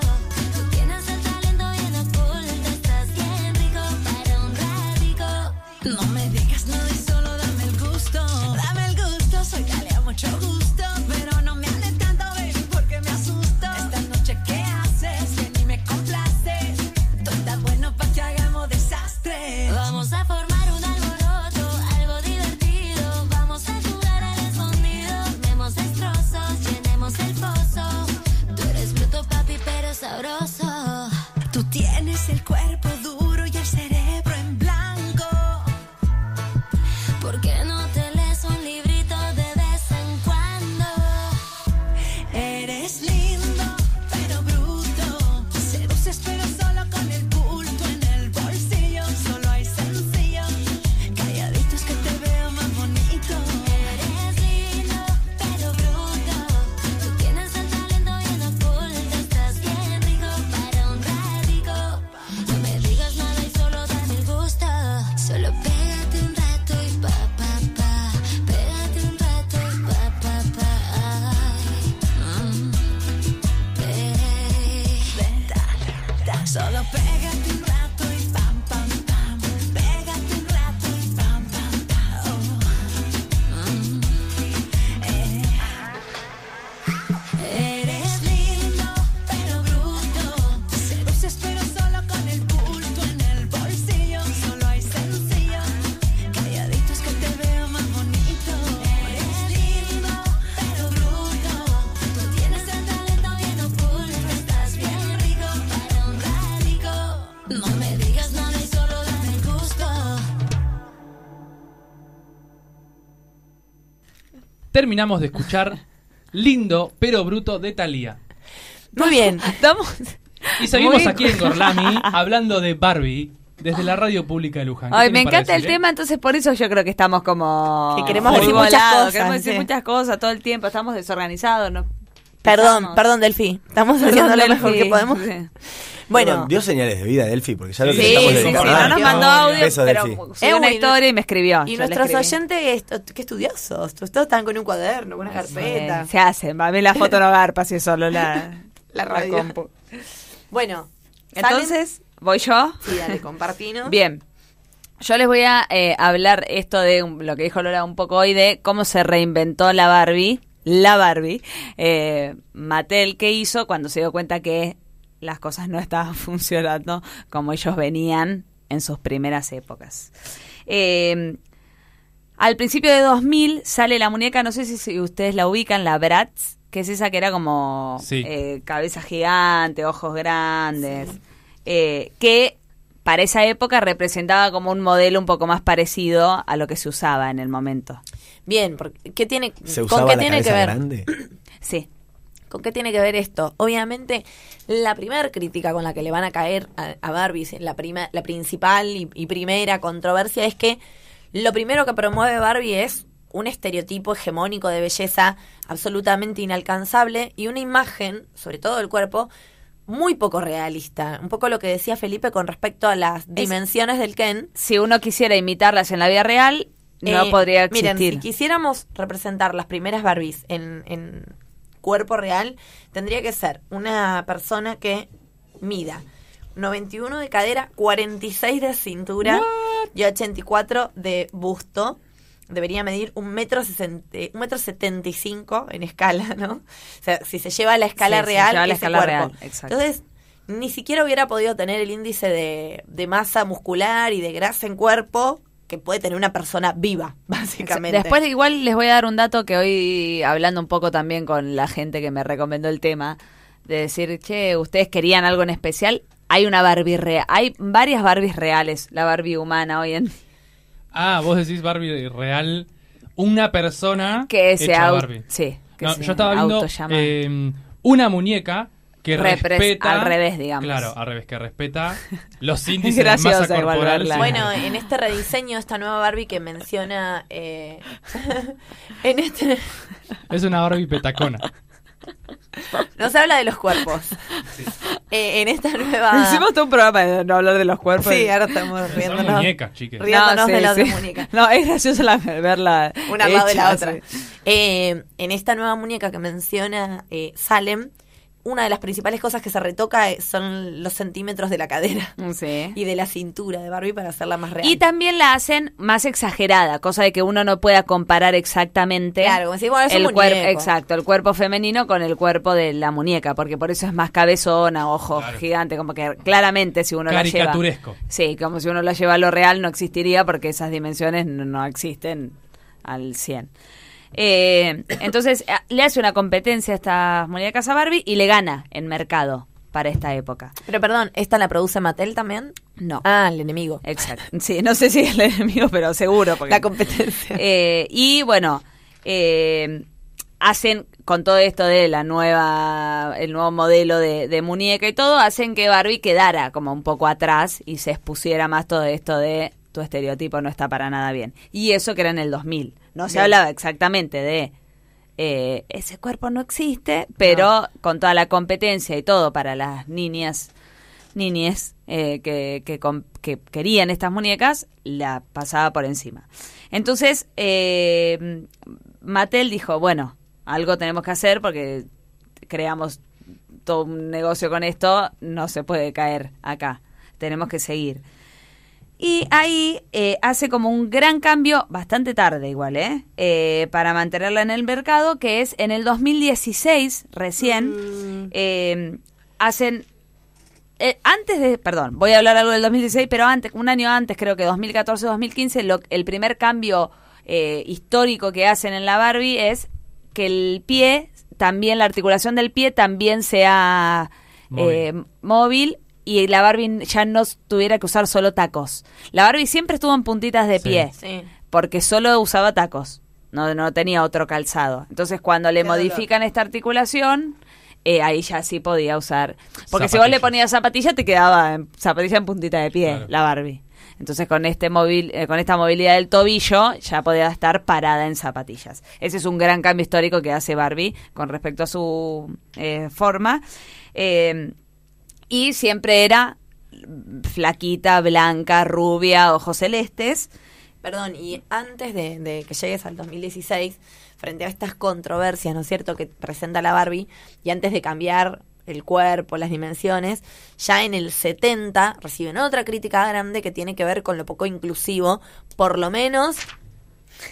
S9: Tú tienes el talento bien oculto. Estás bien rico para un ratico.
S2: No me digas nada y solo dame el gusto. Dame el gusto, soy Talia, mucho gusto. Pero no me hables tanto, baby, porque me asusto. Esta noche, ¿qué haces? Que ni me complaces. Tú estás bueno para que hagamos desastre.
S9: Vamos a formar un alboroto, algo divertido. Vamos a jugar al escondido. Vemos destrozos, llenemos el pozo. Tú eres bruto, papi, pero sabroso.
S2: Tú tienes el cuerpo duro y el cerebro en blanco.
S9: ¿Por qué no te lees un librito de vez en cuando?
S2: Eres lindo, pero bruto. Seduces, pero solo con el bulto en el bolsillo. Solo hay sencillo. Calladitos que te veo más bonito.
S9: Eres lindo, pero bruto. Tú tienes el talento bien oculto. Estás bien rico para un ratico. No me digas nada y solo dame el gusto. Solo pégate un rato y pa, pa, pa. Pégate un rato y pa, pa, pa. Ay, mm. Ey.
S2: Ven, dale, dale. Solo pégate un rato y pam, pam, pam. Pégate un rato y pam, pam, pam. Oh. Mm. Eh. Eres lindo, pero bruto. Seduces, pero solo con el bulto en el bolsillo. Solo hay sencillo. Calladitos que te veo más bonito. Eres lindo, pero bruto.
S9: Tú tienes el talento bien oculto, estás bien rico para un ratico. No me digas nada y solo dame el gusto.
S3: Terminamos de escuchar Lindo pero Bruto de Thalia.
S6: Muy bien.
S4: Damos-
S3: Y seguimos
S4: Muy-
S3: aquí en Gorlami hablando de Barbie desde la radio pública de Luján. ¿Qué
S4: Ay, me
S3: tienen para
S4: encanta el
S3: decir, eh?
S4: tema, entonces por eso yo creo que estamos como.
S6: Que queremos
S4: por
S6: decir
S4: volado,
S6: muchas cosas,
S4: Queremos decir
S6: sí.
S4: muchas cosas todo el tiempo, estamos desorganizados, ¿no?
S6: Perdón,
S4: Empezamos.
S6: perdón, Delfi. Estamos haciendo
S4: Perdón,
S6: lo mejor
S4: Delphi.
S6: que podemos.
S4: Sí.
S6: Bueno,
S5: Dio señales de vida, Delphi, porque ya lo
S3: Sí,
S5: que
S4: Sí,
S5: estamos
S4: sí, sí,
S5: dedicando-
S4: no
S5: Ah,
S4: nos mandó audio,
S5: Beso, Delphi.
S4: pero subió una
S6: Eh,
S4: historia y me escribió. yo
S6: y
S4: le
S6: nuestros
S4: escribí.
S6: oyentes, est- qué estudiosos. Todos estaban con un cuaderno, con una carpeta.
S4: Eh, Se hacen, va a ver la foto no garpa si es solo la,
S6: La radio.
S4: compu.
S6: Bueno, ¿salen?
S4: Entonces, voy yo.
S6: Sí, dale, compartinos.
S4: Bien. Yo les voy a eh, hablar esto de un- lo que dijo Lola un poco hoy de cómo se reinventó la Barbie, la Barbie, eh, Mattel que hizo cuando se dio cuenta que las cosas no estaban funcionando como ellos venían en sus primeras épocas. Eh, al principio de 2000 sale la muñeca, no sé si, si ustedes la ubican, la Bratz, que es esa que era como
S3: Sí.
S4: eh, cabeza gigante, ojos grandes, eh, que para esa época representaba como un modelo un poco más parecido a lo que se usaba en el momento.
S6: Bien, porque ¿qué tiene,
S5: ¿Se
S6: ¿con
S5: usaba
S6: qué
S5: la
S6: tiene que
S5: cabeza
S6: ver?
S5: grande?
S4: Sí,
S6: ¿Con qué tiene que ver esto? Obviamente, la primera crítica con la que le van a caer a, a Barbie, la, prima- la principal y, y primera controversia es que lo primero que promueve Barbie es un estereotipo hegemónico de belleza absolutamente inalcanzable y una imagen, sobre todo del cuerpo, muy poco realista. Un poco lo que decía Felipe con respecto a las dimensiones del Ken.
S4: si uno quisiera imitarlas en la vida real, no
S6: Eh,
S4: podría existir.
S6: Miren, si quisiéramos representar las primeras Barbies en, en cuerpo real, tendría que ser una persona que mida 91 de cadera, 46 de cintura y 84 de busto. Debería medir un metro, sesenta, un metro 75 en escala, ¿no? O sea, si se lleva a la escala
S4: Sí, se
S6: real,
S4: lleva a la
S6: ese
S4: escala
S6: cuerpo.
S4: real, exacto.
S6: Entonces, ni siquiera hubiera podido tener el índice de, de masa muscular y de grasa en cuerpo que puede tener una persona viva, básicamente.
S4: Después igual les voy a dar un dato que hoy hablando un poco también con la gente que me recomendó el tema, de decir, che, ustedes querían algo en especial, hay una Barbie real, hay varias Barbies reales, la Barbie humana hoy en
S3: Ah, vos decís Barbie real. Una persona
S4: que se
S3: hecha
S4: au-
S3: Barbie.
S4: sí, que
S3: No,
S4: se
S3: yo estaba viendo
S4: autollama.
S3: eh, una muñeca que
S4: Repres-
S3: respeta.
S4: al revés, digamos.
S3: Claro, al revés, que respeta los índices de
S4: Graciosa
S3: masa
S4: igual
S3: corporal.
S4: verla.
S3: sí.
S6: Bueno, en este rediseño, esta nueva Barbie que menciona. eh, en este.
S3: Es una Barbie petacona.
S6: No se habla de los cuerpos. Eh, en esta nueva.
S4: Hicimos todo un programa de no hablar de los cuerpos.
S6: Sí, ahora estamos
S3: Son
S6: riéndonos.
S3: muñecas, chiques.
S6: Ri- riéndonos de las de muñeca.
S4: No, es gracioso la, verla.
S6: Una al lado de la
S4: hecha,
S6: otra.
S4: sí.
S6: Eh, en esta nueva muñeca que menciona eh, Salem, una de las principales cosas que se retoca eh, son los centímetros de la cadera
S4: Sí.
S6: y de la cintura de Barbie para hacerla más real.
S4: Y también la hacen más exagerada, cosa de que uno no pueda comparar exactamente
S6: Claro, como decís, bueno, es un
S4: el
S6: muñeco.
S4: cuerpo, exacto, el cuerpo femenino con el cuerpo de la muñeca, porque por eso es más cabezona, ojo
S3: Claro.
S4: gigante, como que claramente si uno la lleva,
S3: Caricaturesco.
S4: sí, como si uno la lleva a lo real no existiría porque esas dimensiones no, no existen al 100. Eh, entonces a- le hace una competencia a estas muñecas a Barbie y le gana en mercado para esta época.
S6: Pero perdón, ¿esta la produce Mattel también?
S4: No.
S6: Ah, el enemigo.
S4: Exacto. Sí, no sé si es el enemigo, pero seguro. Porque,
S6: La competencia.
S4: Eh, y bueno, eh, hacen con todo esto de la nueva, el nuevo modelo de, de muñeca y todo, hacen que Barbie quedara como un poco atrás y se expusiera más todo esto de tu estereotipo no está para nada bien. Y eso que era en el 2000. No se
S6: Bien.
S4: hablaba exactamente de eh, ese cuerpo no existe, pero con toda la competencia y todo para las niñas, niñes eh, que, que com- que querían estas muñecas, la pasaba por encima. Entonces, eh, Mattel dijo, bueno, algo tenemos que hacer porque creamos todo un negocio con esto, no se puede caer acá, tenemos que seguir. Y ahí eh, hace como un gran cambio, bastante tarde igual, ¿eh? Eh, para mantenerla en el mercado, que es en el 2016,
S2: Mm.
S4: recién, eh, hacen... eh, antes de, perdón, voy a hablar algo del 2016, pero antes, un año antes, creo que 2014-2015, lo- el primer cambio eh, histórico que hacen en la Barbie es que el pie, también la articulación del pie también sea
S3: Móvil.
S4: eh, móvil y la Barbie ya no tuviera que usar solo tacos. La Barbie siempre estuvo en puntitas de
S3: Sí.
S4: pie,
S6: Sí.
S4: porque solo usaba tacos, no, no tenía otro calzado. Entonces cuando le
S6: Qué dolor.
S4: modifican esta articulación, eh, ahí ya sí podía usar. Porque si vos le
S3: Zapatillas.
S4: ponías zapatilla, te quedaba en- zapatilla en puntita de pie,
S3: Claro.
S4: la Barbie. Entonces con este móvil, eh, con esta movilidad del tobillo ya podía estar parada en zapatillas. Ese es un gran cambio histórico que hace Barbie con respecto a su eh, forma. Eh, y siempre era flaquita, blanca, rubia, ojos celestes.
S6: Perdón, y antes de, de que llegues al 2016, frente a estas controversias, ¿no es cierto?, que presenta la Barbie, y antes de cambiar el cuerpo, las dimensiones, ya en el 70 reciben otra crítica grande que tiene que ver con lo poco inclusivo, por lo menos...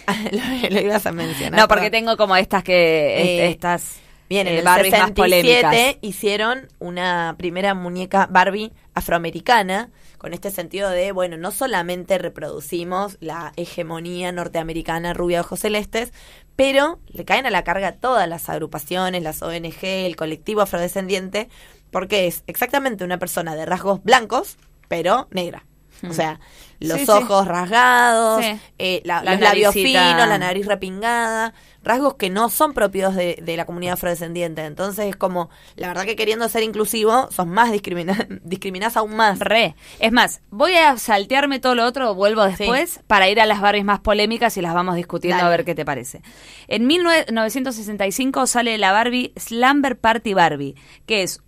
S6: lo, lo ibas a mencionar.
S4: No, porque
S6: perdón.
S4: tengo como estas que
S6: Eh,
S4: est- estas
S6: Bien, en
S4: eh,
S6: el
S4: Barbies más
S6: 67
S4: polémicas.
S6: hicieron una primera muñeca Barbie afroamericana, con este sentido de, bueno, no solamente reproducimos la hegemonía norteamericana rubia de ojos celestes, pero le caen a la carga todas las agrupaciones, las ONG, el colectivo afrodescendiente, porque es exactamente una persona de rasgos blancos, pero negra. O sea, los
S4: Hmm. Sí, sí.
S6: ojos rasgados,
S4: Sí.
S6: eh, la-
S4: La
S6: los labios
S4: naricita.
S6: finos, la nariz repingada, rasgos que no son propios de, de la comunidad afrodescendiente. Entonces es como, la verdad que queriendo ser inclusivo, sos más discriminás, discriminás aún más.
S4: Re. Es más, voy a saltearme todo lo otro, vuelvo después, para ir a las Barbies más polémicas y las vamos discutiendo
S6: Dale.
S4: a ver qué te parece. En 1965 sale la Barbie Slumber Party Barbie, que es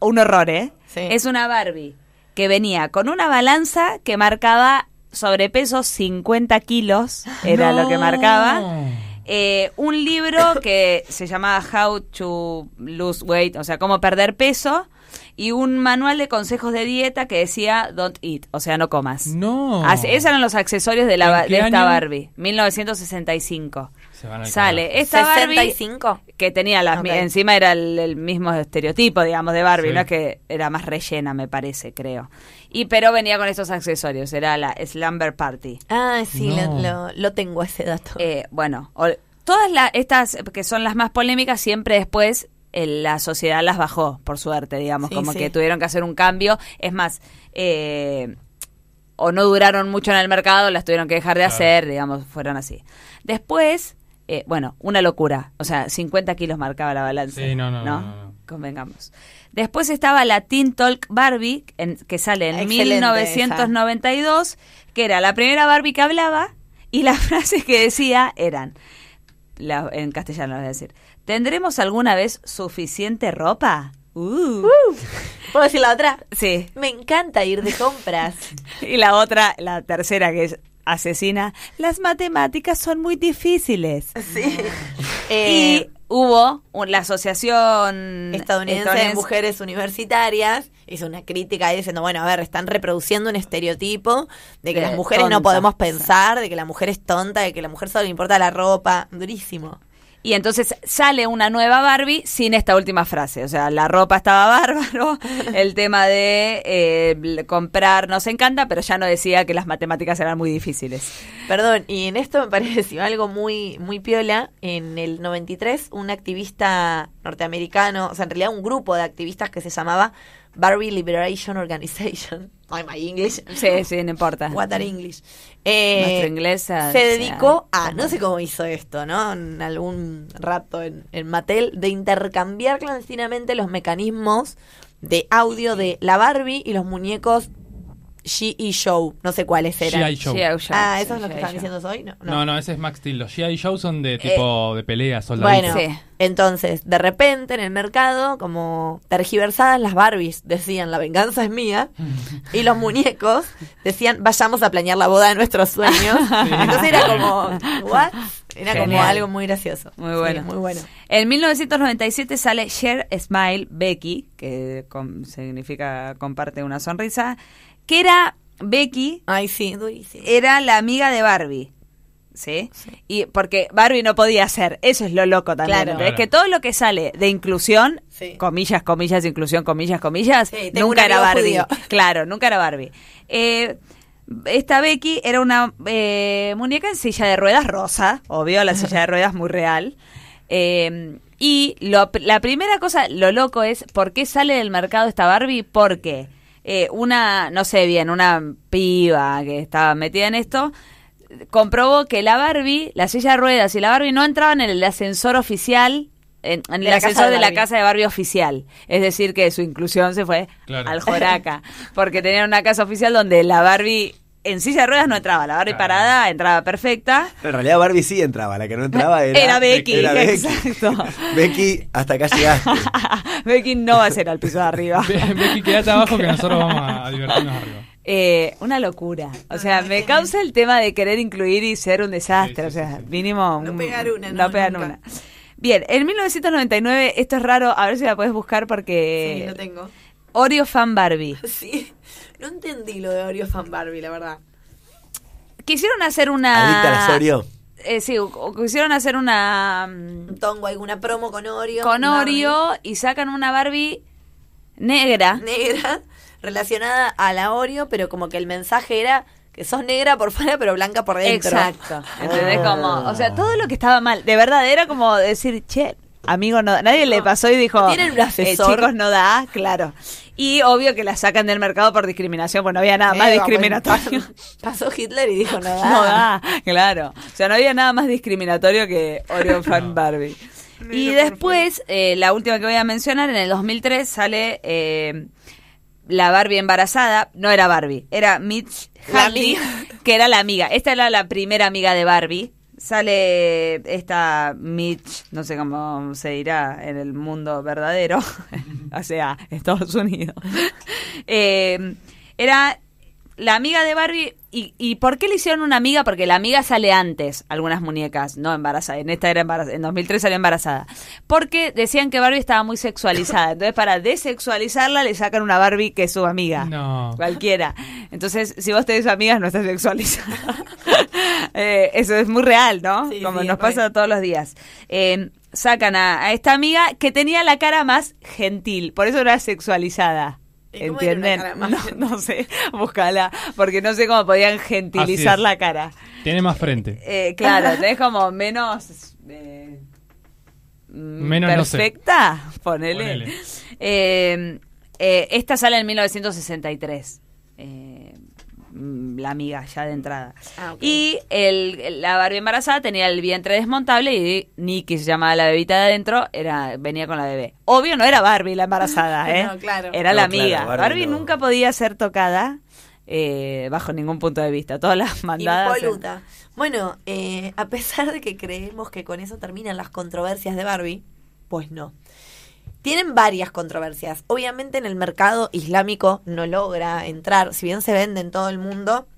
S4: un horror, ¿eh?
S6: Sí.
S4: Es una Barbie que venía con una balanza que marcaba sobrepeso 50 kilos, era lo que marcaba. Eh, un libro que se llamaba How to Lose Weight, o sea, cómo perder peso, y un manual de consejos de dieta que decía Don't Eat, o sea, no comas.
S3: No.
S4: Así- esos eran los accesorios de, la,
S3: ¿En
S4: ba-
S3: qué
S4: de esta
S3: año?
S4: Barbie, 1965.
S3: Se van al
S4: Sale
S3: carajo.
S4: esta Barbie
S6: 65.
S4: que tenía las,
S6: Ok.
S4: encima era el, el mismo estereotipo, digamos, de Barbie,
S3: Sí.
S4: ¿no? Que era más rellena, me parece, creo. Y pero venía con estos accesorios, era la Slumber Party.
S6: Ah, sí, lo-
S3: No.
S6: lo, lo tengo ese dato.
S4: Eh, bueno, o- todas la- estas que son las más polémicas, siempre después eh, la sociedad las bajó, por suerte, digamos,
S6: Sí,
S4: como
S6: sí.
S4: que tuvieron que hacer un cambio. Es más, eh, o no duraron mucho en el mercado, las tuvieron que dejar de
S3: Claro.
S4: hacer, digamos, fueron así. Después, eh, bueno, una locura. O sea, 50 kilos marcaba la balanza.
S3: Sí, no, no, no, no, no.
S4: Convengamos. Después estaba la Teen Talk Barbie, en- que sale en
S6: Excelente esa.
S4: 1992, que era la primera Barbie que hablaba y las frases que decía eran, la- en castellano las voy a decir, ¿tendremos alguna vez suficiente ropa? Uh.
S6: ¿Puedo decir la otra?
S4: Sí.
S6: Me encanta ir de compras.
S4: Y la otra, la tercera que es asesina, las matemáticas son muy difíciles.
S6: sí.
S4: y hubo un- la asociación
S6: Eh, estadounidense de
S4: estadounidense-
S6: mujeres universitarias hizo una crítica ahí diciendo, bueno, a ver, están reproduciendo un estereotipo de que
S4: De
S6: las mujeres no
S4: tontas,
S6: podemos
S4: sí.
S6: pensar, de que la mujer es tonta, de que la mujer solo le importa la ropa, durísimo.
S4: Y entonces sale una nueva Barbie sin esta última frase. O sea, la ropa estaba bárbaro, el tema de eh, bl- comprar nos encanta, pero ya no decía que las matemáticas eran muy difíciles.
S6: Perdón, y en esto me pareció algo muy, muy piola. En el 93, un activista norteamericano, o sea, en realidad un grupo de activistas que se llamaba Barbie Liberation Organization. Ay, my English.
S4: Sí, sí, no importa.
S6: What an English. Eh,
S4: Nuestra inglesa,
S6: Se
S4: o sea,
S6: dedicó a, no sé cómo hizo esto, ¿no? En algún rato en, en Mattel, de intercambiar clandestinamente los mecanismos de audio de la Barbie y los muñecos G.I. Show. No sé cuáles eran.
S3: G.I. Joe.
S4: Sí, yo-
S6: Ah,
S4: sí,
S6: ¿esos es
S4: yo-
S6: lo que están
S4: yo.
S6: diciendo hoy? No, no.
S3: No, no, ese es Max Steel. Los G.I. Joe son de tipo de pelea, soldaditos.
S6: Eh, Bueno,
S4: Sí.
S6: entonces, de repente en el mercado, como tergiversadas las Barbies, decían, la venganza es mía, y los muñecos decían, vayamos a planear la boda de nuestros sueños. Entonces era como, ¿what?
S4: Ah.
S6: Era como
S4: Genial.
S6: algo muy gracioso.
S4: Muy
S6: Sí,
S4: bueno.
S6: muy bueno.
S4: En 1997 sale Share a Smile Becky, que com- significa comparte una sonrisa, que era Becky,
S6: Ay, sí, durísimo.
S4: era la amiga de Barbie. ¿Sí? Y porque Barbie no podía hacer, eso es lo loco también.
S6: Claro.
S4: ¿entendés?
S3: Claro.
S4: que todo lo que sale de inclusión,
S6: Sí.
S4: comillas, comillas, inclusión, comillas, comillas,
S6: Sí, tengo
S4: nunca
S6: un
S4: era
S6: amigo
S4: Barbie.
S6: judío.
S4: Claro, nunca era Barbie. Eh, esta Becky era una eh, muñeca en silla de ruedas rosa, obvio, la silla de ruedas muy real. Eh, y lo- la primera cosa, lo loco es, ¿por qué sale del mercado esta Barbie? Porque eh, una, no sé bien, una piba que estaba metida en esto, comprobó que la Barbie, la silla de ruedas y la Barbie no entraban en el ascensor oficial, en, en el
S6: De la casa
S4: ascensor
S6: de
S4: de la
S6: Barbie.
S4: casa de Barbie oficial. Es decir, que su inclusión se fue
S3: Claro.
S4: al Joraca, porque tenían una casa oficial donde la Barbie en silla de ruedas no entraba, la Barbie
S3: Claro.
S4: parada entraba perfecta.
S5: En realidad Barbie sí entraba, la que no entraba era,
S4: Era Becky,
S5: era Becky.
S4: exacto.
S5: Becky, hasta acá llegaste.
S4: Becky no va a ser al piso de arriba.
S3: Be- Becky, quédate abajo que nosotros vamos a, a divertirnos arriba.
S4: Eh, una locura. O sea, me causa el tema de querer incluir y ser un desastre.
S3: Sí, sí,
S4: o sea,
S3: sí, sí.
S4: mínimo.
S6: No
S4: un-
S6: pegar una,
S4: no
S6: no,
S4: pegar
S6: nunca.
S4: una. Bien, en 1999, esto es raro, a ver si la puedes buscar
S6: Sí,
S4: porque.
S6: lo tengo.
S4: Oreo Fan Barbie.
S6: Sí. No entendí lo de Oreo Fan Barbie, la verdad.
S4: Quisieron hacer una.
S5: Adicta a las Oreo.
S4: Eh, sí, o- o quisieron hacer una. mm,
S6: Un tongo, alguna promo con Oreo.
S4: Con
S6: Barbie
S4: Oreo y sacan una Barbie negra.
S6: Negra, relacionada a la Oreo, pero como que el mensaje era que sos negra por fuera, pero blanca por dentro.
S4: Exacto.
S5: Oh.
S4: ¿Entendés? Como, o sea, todo lo que estaba mal. De verdad, era como decir, che, amigo, no da". Nadie le pasó y dijo,
S6: Tienen un asesor.
S4: "Eh, chicos, no da, claro. Y obvio que la sacan del mercado por discriminación, pues no había nada más
S6: Eh,
S4: discriminatorio.
S6: bueno, Pasó Hitler y dijo, no da.
S4: No da, claro. O sea, no había nada más discriminatorio que Oreo Fan Barbie. Y después, eh, la última que voy a mencionar, en el 2003 sale eh, la Barbie embarazada. No era Barbie, era Mitch
S6: La
S4: Hanley,
S6: amiga.
S4: que era la amiga. Esta era la primera amiga de Barbie. Sale esta Mitch, no sé cómo se dirá en el mundo verdadero, o sea, Estados Unidos. Eh, era la amiga de Barbie. Y, y por qué le hicieron una amiga? Porque la amiga sale antes, algunas muñecas, no embarazada. En esta era embarazada, en 2003 salió embarazada. Porque decían que Barbie estaba muy sexualizada. Entonces, para desexualizarla, le sacan una Barbie que es su amiga.
S3: No.
S4: Cualquiera. Entonces, si vos tenés amigas, no estás sexualizada. Eh, eso es muy real, ¿no?
S6: Sí,
S4: Como
S6: sí,
S4: nos
S6: re.
S4: pasa todos los días. Eh, sacan a, a esta amiga que tenía la cara más gentil, por eso era sexualizada.
S6: ¿Y cómo era una
S4: ¿Entienden?
S6: cara más
S4: No,
S6: gentil?
S4: no sé, búscala, porque no sé cómo podían gentilizar
S3: Así es.
S4: la cara.
S3: Tiene más frente.
S4: Eh, claro, tenés como menos. eh, mm,
S3: Menos no sé.
S4: perfecta, ponele.
S3: Ponele.
S4: Eh, eh, esta sale en 1963. eh, mm, la amiga ya de entrada.
S6: Ah, ok.
S4: Y el- el- la Barbie embarazada tenía el vientre desmontable y Nikki se llamaba la bebita de adentro, era, venía con la bebé. Obvio no era Barbie la embarazada, ¿eh?
S6: No, claro.
S4: Era
S5: No,
S4: la
S5: claro,
S4: amiga. Barbie,
S5: Barbie no.
S4: nunca podía ser tocada eh, bajo ningún punto de vista. Todas las mandadas.
S6: Impoluta. Bueno, eh, a pesar de que creemos que con eso terminan las controversias de Barbie, pues no. Tienen varias controversias. Obviamente en el mercado islámico no logra entrar, si bien se vende en todo el mundo.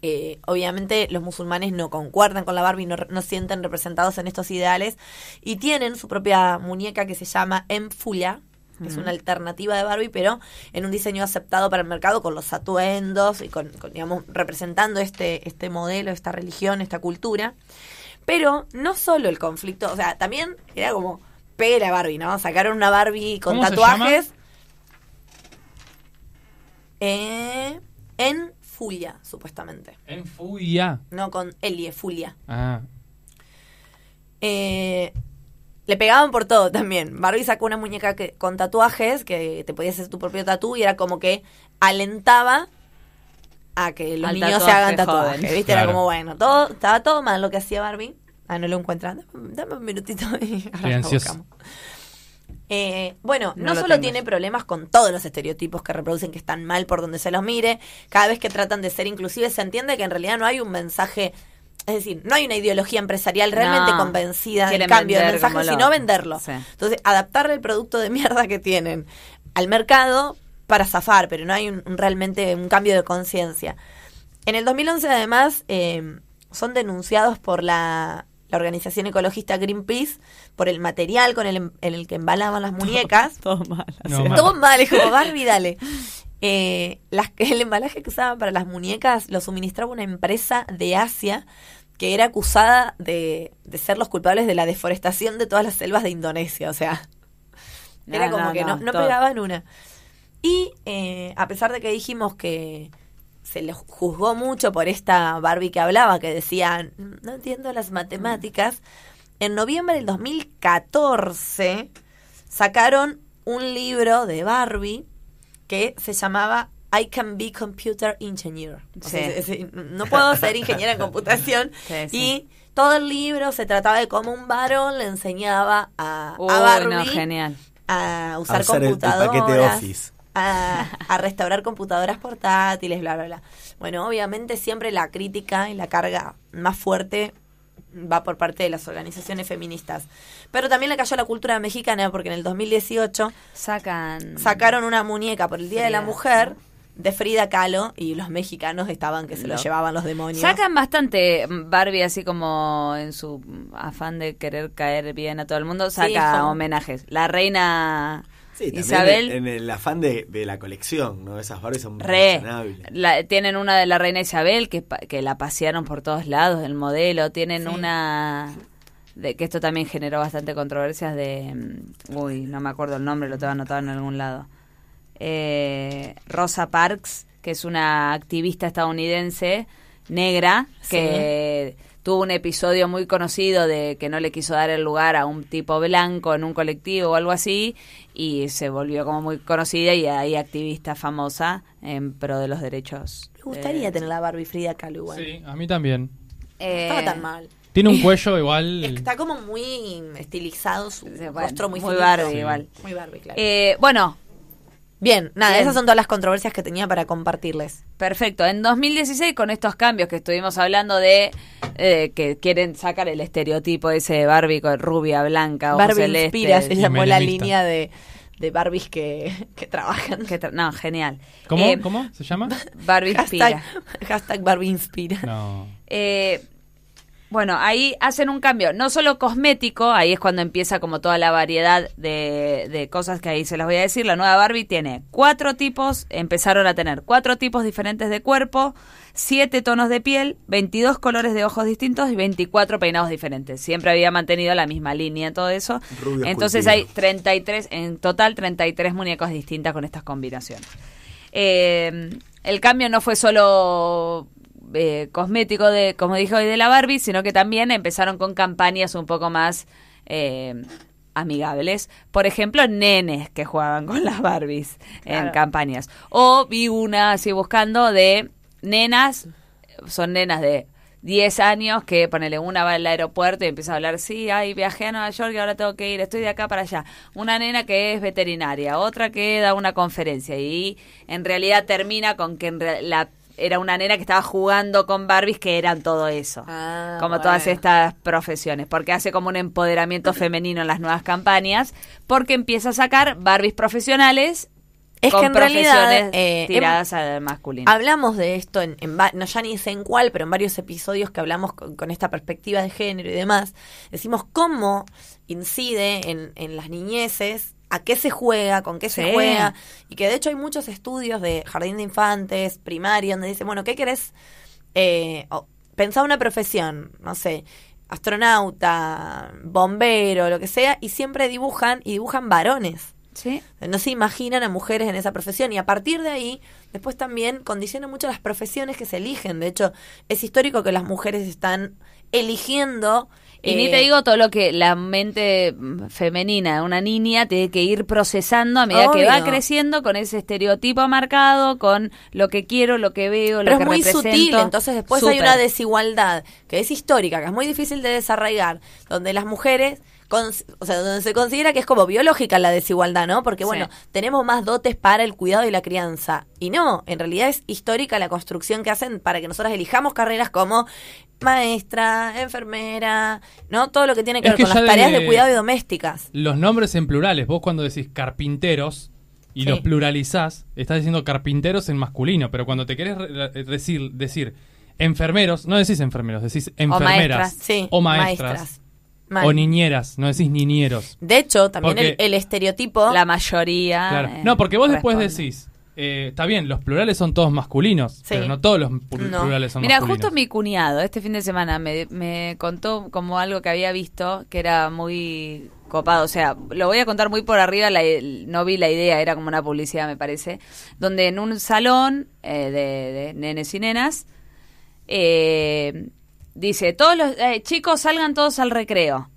S6: eh, obviamente los musulmanes no concuerdan con la Barbie, no, no sienten representados en estos ideales y tienen su propia muñeca que se llama Enfula, que es una alternativa de Barbie, pero en un diseño aceptado para el mercado con los atuendos y con, con, digamos, representando este, este modelo, esta religión, esta cultura. Pero no solo el conflicto, o sea, también era como pegue la Barbie, ¿no? Sacaron una Barbie con
S3: ¿Cómo se
S6: tatuajes. Eh, en Fulia, supuestamente.
S3: En Fuya.
S6: No con Elie, Fulia.
S3: Ah.
S6: Eh, le pegaban por todo también. Barbie sacó una muñeca que, con tatuajes, que te podías hacer tu propio tatú, y era como que alentaba a que los
S4: Al
S6: niños se
S4: tatuaje
S6: hagan tatuajes.
S4: joven.
S6: ¿Viste?
S3: Claro.
S6: Era como, bueno, todo, estaba todo mal lo que hacía Barbie. Ah, no lo encuentran. Dame, dame un minutito y ahora lo
S3: ansioso.
S6: buscamos. Eh, bueno,
S4: No
S6: no,
S4: lo
S6: solo
S4: tengo.
S6: tiene problemas con todos los estereotipos que reproducen que están mal por donde se los mire, cada vez que tratan de ser inclusives se entiende que en realidad no hay un mensaje, es decir, no hay una ideología empresarial realmente
S4: No.
S6: convencida del
S4: Quieren
S6: cambio del
S4: vender
S6: mensaje,
S4: como
S6: sino
S4: loco.
S6: venderlo.
S4: Sí.
S6: Entonces, adaptarle el producto de mierda que tienen al mercado para zafar, pero no hay un- un realmente un cambio de conciencia. En el 2011, además, eh, son denunciados por la, la organización ecologista Greenpeace por el material con el, em- en el que embalaban las muñecas.
S4: Todo mal. o
S3: No,
S4: sea.
S3: mal.
S6: Todo mal, es como Barbie, dale. Eh, las, que- el embalaje que usaban para las muñecas lo suministraba una empresa de Asia que era acusada de, de ser los culpables de la deforestación de todas las selvas de Indonesia. O sea,
S4: No,
S6: era como
S4: no,
S6: que
S4: no,
S6: no, no
S4: todo.
S6: pegaban una. Y eh, a pesar de que dijimos que se le juzgó mucho por esta Barbie que hablaba, que decía, no entiendo las matemáticas, en noviembre del 2014 sacaron un libro de Barbie que se llamaba I Can Be Computer Engineer. O sea,
S4: Sí.
S6: es- es- no puedo ser ingeniera en computación.
S4: Sí, sí.
S6: Y todo el libro se trataba de cómo un varón le enseñaba a, a
S4: Uy,
S6: Barbie
S4: no, genial.
S6: a
S5: A
S6: usar,
S5: usar el, el
S6: computadoras.
S5: paquete Office.
S6: a, a restaurar computadoras portátiles, bla, bla, bla. Bueno, obviamente siempre la crítica y la carga más fuerte va por parte de las organizaciones feministas. Pero también le cayó a la cultura mexicana porque en el 2018
S4: Sacan.
S6: sacaron una muñeca por el Día de la
S4: Frida,
S6: Mujer de Frida Kahlo y los mexicanos estaban que se lo
S4: Lo-
S6: llevaban los demonios.
S4: Sacan bastante Barbie, así como en su afán de querer caer bien a todo el mundo,
S6: Sí,
S4: saca
S6: es como-
S4: homenajes. La reina
S5: Sí, también
S4: Isabel.
S5: En el afán de, de la colección, ¿no? Esas Barbies son
S4: Re.
S5: coleccionables.
S4: La- tienen una de la reina Isabel que, pa- que la pasearon por todos lados, el modelo. Tienen
S6: Sí.
S4: una. De, que esto también generó bastante controversias de. mm, Uy, no me acuerdo el nombre, lo tengo anotado en algún lado. Eh, Rosa Parks, que es una activista estadounidense negra que. Tuvo un episodio muy conocido de que no le quiso dar el lugar a un tipo blanco en un colectivo o algo así y se volvió como muy conocida y hay activista famosa en pro de los derechos.
S6: Me gustaría tener la Barbie Frida Kahlo igual.
S3: Sí, a mí también.
S4: Eh,
S6: Estaba tan mal.
S3: Tiene un cuello igual.
S6: Está como muy estilizado su
S4: Sí, bueno,
S6: rostro, muy
S4: muy
S6: finito.
S4: Barbie igual.
S6: Muy Barbie, claro.
S4: eh, bueno,
S6: bien, nada,
S4: bien.
S6: esas son todas las controversias que tenía para compartirles.
S4: perfecto. En 2016, con estos cambios que estuvimos hablando de eh, que quieren sacar el estereotipo ese de Barbie con rubia, blanca, ojos
S6: Barbie
S4: celestes.
S6: Inspira se
S3: Y
S6: llamó la
S3: menemista.
S6: línea de, de Barbies que, que trabajan.
S4: Que tra- no, genial.
S3: ¿Cómo?
S4: Eh,
S3: ¿Cómo se llama?
S4: Barbie
S6: Hashtag,
S4: inspira.
S6: hashtag Barbie Inspira.
S3: No.
S4: Eh, bueno, ahí hacen un cambio, no solo cosmético, ahí es cuando empieza como toda la variedad de, de cosas que ahí se las voy a decir. La nueva Barbie tiene cuatro tipos, empezaron a tener cuatro tipos diferentes de cuerpo, siete tonos de piel, 22 colores de ojos distintos y 24 peinados diferentes. Siempre había mantenido la misma línea todo eso.
S5: Rubio
S4: Entonces
S5: esculpido.
S4: hay 33, en total 33 muñecas distintas con estas combinaciones. Eh, el cambio no fue solo eh, cosmético, de, como dije hoy, de la Barbie, sino que también empezaron con campañas un poco más eh, amigables. Por ejemplo, nenes que jugaban con las Barbies en campañas. O vi una así buscando de nenas, son nenas de... 10 años que ponele una va al aeropuerto y empieza a hablar, sí, ay, viajé a Nueva York y ahora tengo que ir, estoy de acá para allá. Una nena que es veterinaria, otra que da una conferencia y en realidad termina con que en real- la, era una nena que estaba jugando con Barbies que eran todo eso
S6: Ah,
S4: como
S6: bueno.
S4: todas estas profesiones, porque hace como un empoderamiento femenino en las nuevas campañas, porque empieza a sacar Barbies profesionales
S6: Es
S4: con
S6: que en realidad
S4: profesiones
S6: eh,
S4: tiradas al masculino.
S6: Hablamos de esto, en, en va- no ya ni sé en cuál, pero en varios episodios que hablamos con, con esta perspectiva de género y demás, decimos cómo incide en, en las niñeces, a qué se juega, con qué se
S4: Sí.
S6: juega, y que de hecho hay muchos estudios de jardín de infantes, primaria, donde dicen, bueno, ¿qué querés? Eh, o- pensá una profesión, no sé, astronauta, bombero, lo que sea, y siempre dibujan y dibujan varones.
S4: Sí.
S6: No se imaginan a mujeres en esa profesión y a partir de ahí, después también condiciona mucho las profesiones que se eligen. De hecho, es histórico que las mujeres están eligiendo...
S4: Y
S6: eh,
S4: ni te digo todo lo que la mente mm, femenina de una niña tiene que ir procesando a medida que va
S6: Obvio.
S4: creciendo con ese estereotipo marcado, con lo que quiero, lo que veo,
S6: Pero
S4: lo
S6: es
S4: que
S6: muy
S4: represento.
S6: sutil, entonces después hay
S4: Súper.
S6: una desigualdad que es histórica, que es muy difícil de desarraigar, donde las mujeres, cons- o sea, donde se considera que es como biológica la desigualdad, ¿no? Porque
S4: Sí.
S6: bueno, tenemos más dotes para el cuidado y la crianza. Y no, en realidad es histórica la construcción que hacen para que nosotras elijamos carreras como maestra, enfermera, ¿no? Todo lo que tiene que
S3: Es
S6: ver
S3: que
S6: con
S3: ya
S6: las tareas de
S3: de-
S6: cuidado y domésticas.
S3: Los nombres en plurales. Vos cuando decís carpinteros y
S6: Sí.
S3: los pluralizás, estás diciendo carpinteros en masculino. Pero cuando te querés re- re- decir, decir enfermeros, no decís enfermeros, decís enfermeras.
S4: maestras,
S6: Sí,
S3: o maestras.
S6: Mal.
S3: O niñeras, no decís niñeros.
S6: de hecho, también el,
S3: Porque-
S6: el estereotipo...
S4: La mayoría.
S3: Claro.
S4: eh,
S3: No, porque vos después
S4: responde.
S3: decís, eh, está bien, los plurales son todos masculinos, pero no todos los pl-
S6: No.
S3: plurales son
S4: Mira,
S3: masculinos.
S4: justo mi cuñado este fin de semana me, me contó como algo que había visto que era muy copado. O sea, lo voy a contar muy por arriba, la- el- no vi la idea, era como una publicidad, me parece. Donde en un salón eh, de, de nenes y nenas eh, dice: todos los eh, chicos salgan todos al recreo.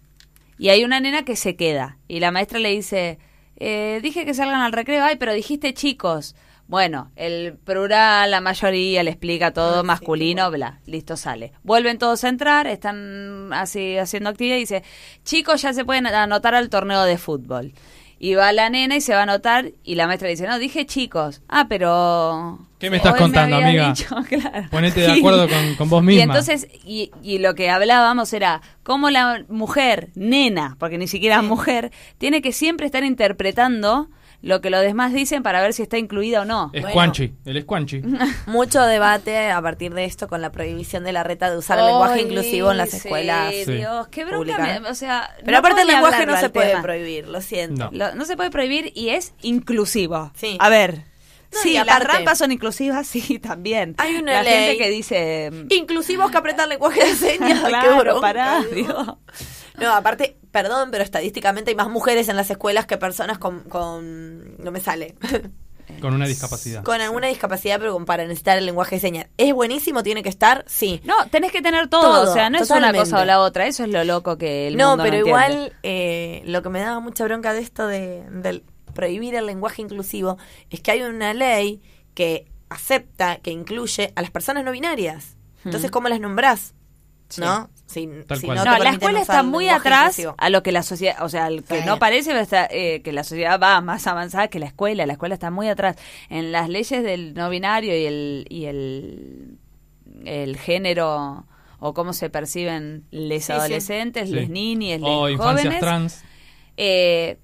S4: Y hay una nena que se queda. Y la maestra le dice, eh, dije que salgan al recreo, ay, pero dijiste chicos. Bueno, el plural, la mayoría, le explica todo masculino, bla, listo, sale. Vuelven todos a entrar, están así haciendo actividad y dice, chicos, ya se pueden anotar al torneo de fútbol. Y va la nena y se va a notar y la maestra le dice, no, dije chicos. Ah, pero...
S3: ¿Qué me estás
S4: hoy
S3: contando,
S4: habías
S3: amiga?
S4: dicho, claro.
S3: Ponete de
S4: Y-
S3: acuerdo con- con vos misma.
S4: Y entonces, y, y lo que hablábamos era cómo la mujer, nena, porque ni siquiera mujer, tiene que siempre estar interpretando lo que los demás dicen para ver si está incluida o no.
S3: Escuanchi, el escuanchi.
S6: Mucho debate a partir de esto con la prohibición de la reta de usar el
S4: Ay,
S6: lenguaje inclusivo en las
S4: sí,
S6: escuelas.
S3: Sí.
S4: Dios, qué bronca.
S6: Pública.
S4: me- o sea,
S6: Pero
S4: no
S6: aparte el
S4: podía
S6: lenguaje
S4: hablarlo
S6: no se
S4: al
S6: puede
S4: tema.
S6: prohibir, lo siento.
S3: No.
S4: Lo- no se puede prohibir y es inclusivo.
S6: Sí.
S4: A ver.
S6: No, y
S4: sí,
S6: aparte-
S4: las rampas son inclusivas, sí, también.
S6: Hay una
S4: La
S6: ley-
S4: gente que dice...
S6: Inclusivos que apretar lenguaje de señas. qué
S4: claro,
S6: bronca,
S4: pará,
S6: digo.
S4: digo.
S6: No, aparte, perdón, pero estadísticamente hay más mujeres en las escuelas que personas con... con- no me sale.
S3: Con una discapacidad.
S6: con alguna discapacidad, pero con- para necesitar el lenguaje de señas. ¿Es buenísimo? ¿Tiene que estar? Sí.
S4: No, tenés que tener todo,
S6: Todo,
S4: o sea, no
S6: totalmente.
S4: es una cosa o la otra, eso es lo loco que el
S6: no,
S4: mundo
S6: pero
S4: entiende.
S6: igual eh, lo que me daba mucha bronca de esto de, del prohibir el lenguaje inclusivo es que hay una ley que acepta, que incluye a las personas no binarias.
S4: Hmm.
S6: Entonces, ¿cómo las nombrás? ¿No? Si,
S3: Tal
S6: si
S3: cual.
S6: te
S4: No, la
S6: permiten
S4: escuela
S6: usar
S4: está
S6: el
S4: muy
S6: lenguaje
S4: atrás
S6: inclusivo.
S4: a lo que la sociedad, o sea, al que
S6: Sí.
S4: no parece pero está, eh, que la sociedad va más avanzada que la escuela, la escuela está muy atrás. En las leyes del no binario y el, y el, el género o cómo se perciben les
S6: Sí, sí.
S4: adolescentes,
S3: Sí.
S4: les niñes, les
S3: O infancias
S4: jóvenes,
S3: trans.
S4: eh,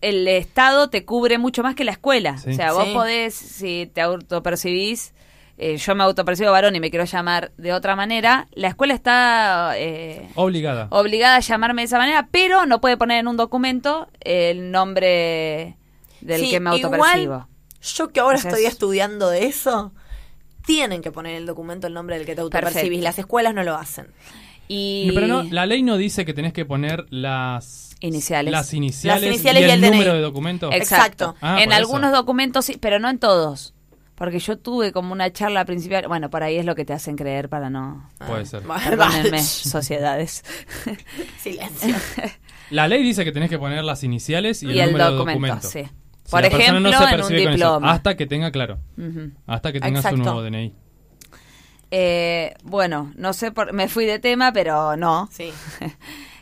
S4: el Estado te cubre mucho más que la escuela.
S3: Sí.
S4: O sea, vos
S6: Sí.
S4: podés, si te autopercibís, eh, yo me autopercibo varón y me quiero llamar de otra manera, la escuela está... eh,
S3: Obligada.
S4: obligada a llamarme de esa manera, pero no puede poner en un documento el nombre del
S6: Sí,
S4: que me
S6: igual,
S4: autopercibo.
S6: Yo que ahora
S4: O sea,
S6: estoy
S4: es-
S6: estudiando de eso, tienen que poner en el documento el nombre del que te autopercibís.
S4: Perfecto.
S6: Las escuelas no lo hacen.
S4: Y
S3: Pero no, la ley no dice que tenés que poner las
S4: Iniciales.
S3: Las iniciales,
S6: Las iniciales
S3: y,
S6: y
S3: el
S6: el DNI.
S3: número de documento.
S4: exacto.
S6: Exacto.
S3: Ah,
S4: en
S3: por eso.
S4: algunos documentos sí, pero no en todos. Porque yo tuve como una charla principal, bueno, por ahí es lo que te hacen creer para no
S3: Puede ser.
S4: perdónenme, sociedades.
S6: Silencio.
S3: La ley dice que tenés que poner las iniciales y,
S4: Y el
S3: número
S4: documento,
S3: de documento.
S4: sí.
S3: Si
S4: Por
S3: la persona no se
S4: ejemplo, en un
S3: percibe con eso,
S4: diploma.
S3: hasta que tenga claro.
S4: Ujú.
S3: Hasta que tenga
S6: Exacto.
S3: su nuevo DNI.
S4: Eh, bueno, no sé por, me fui de tema, pero no.
S6: Sí.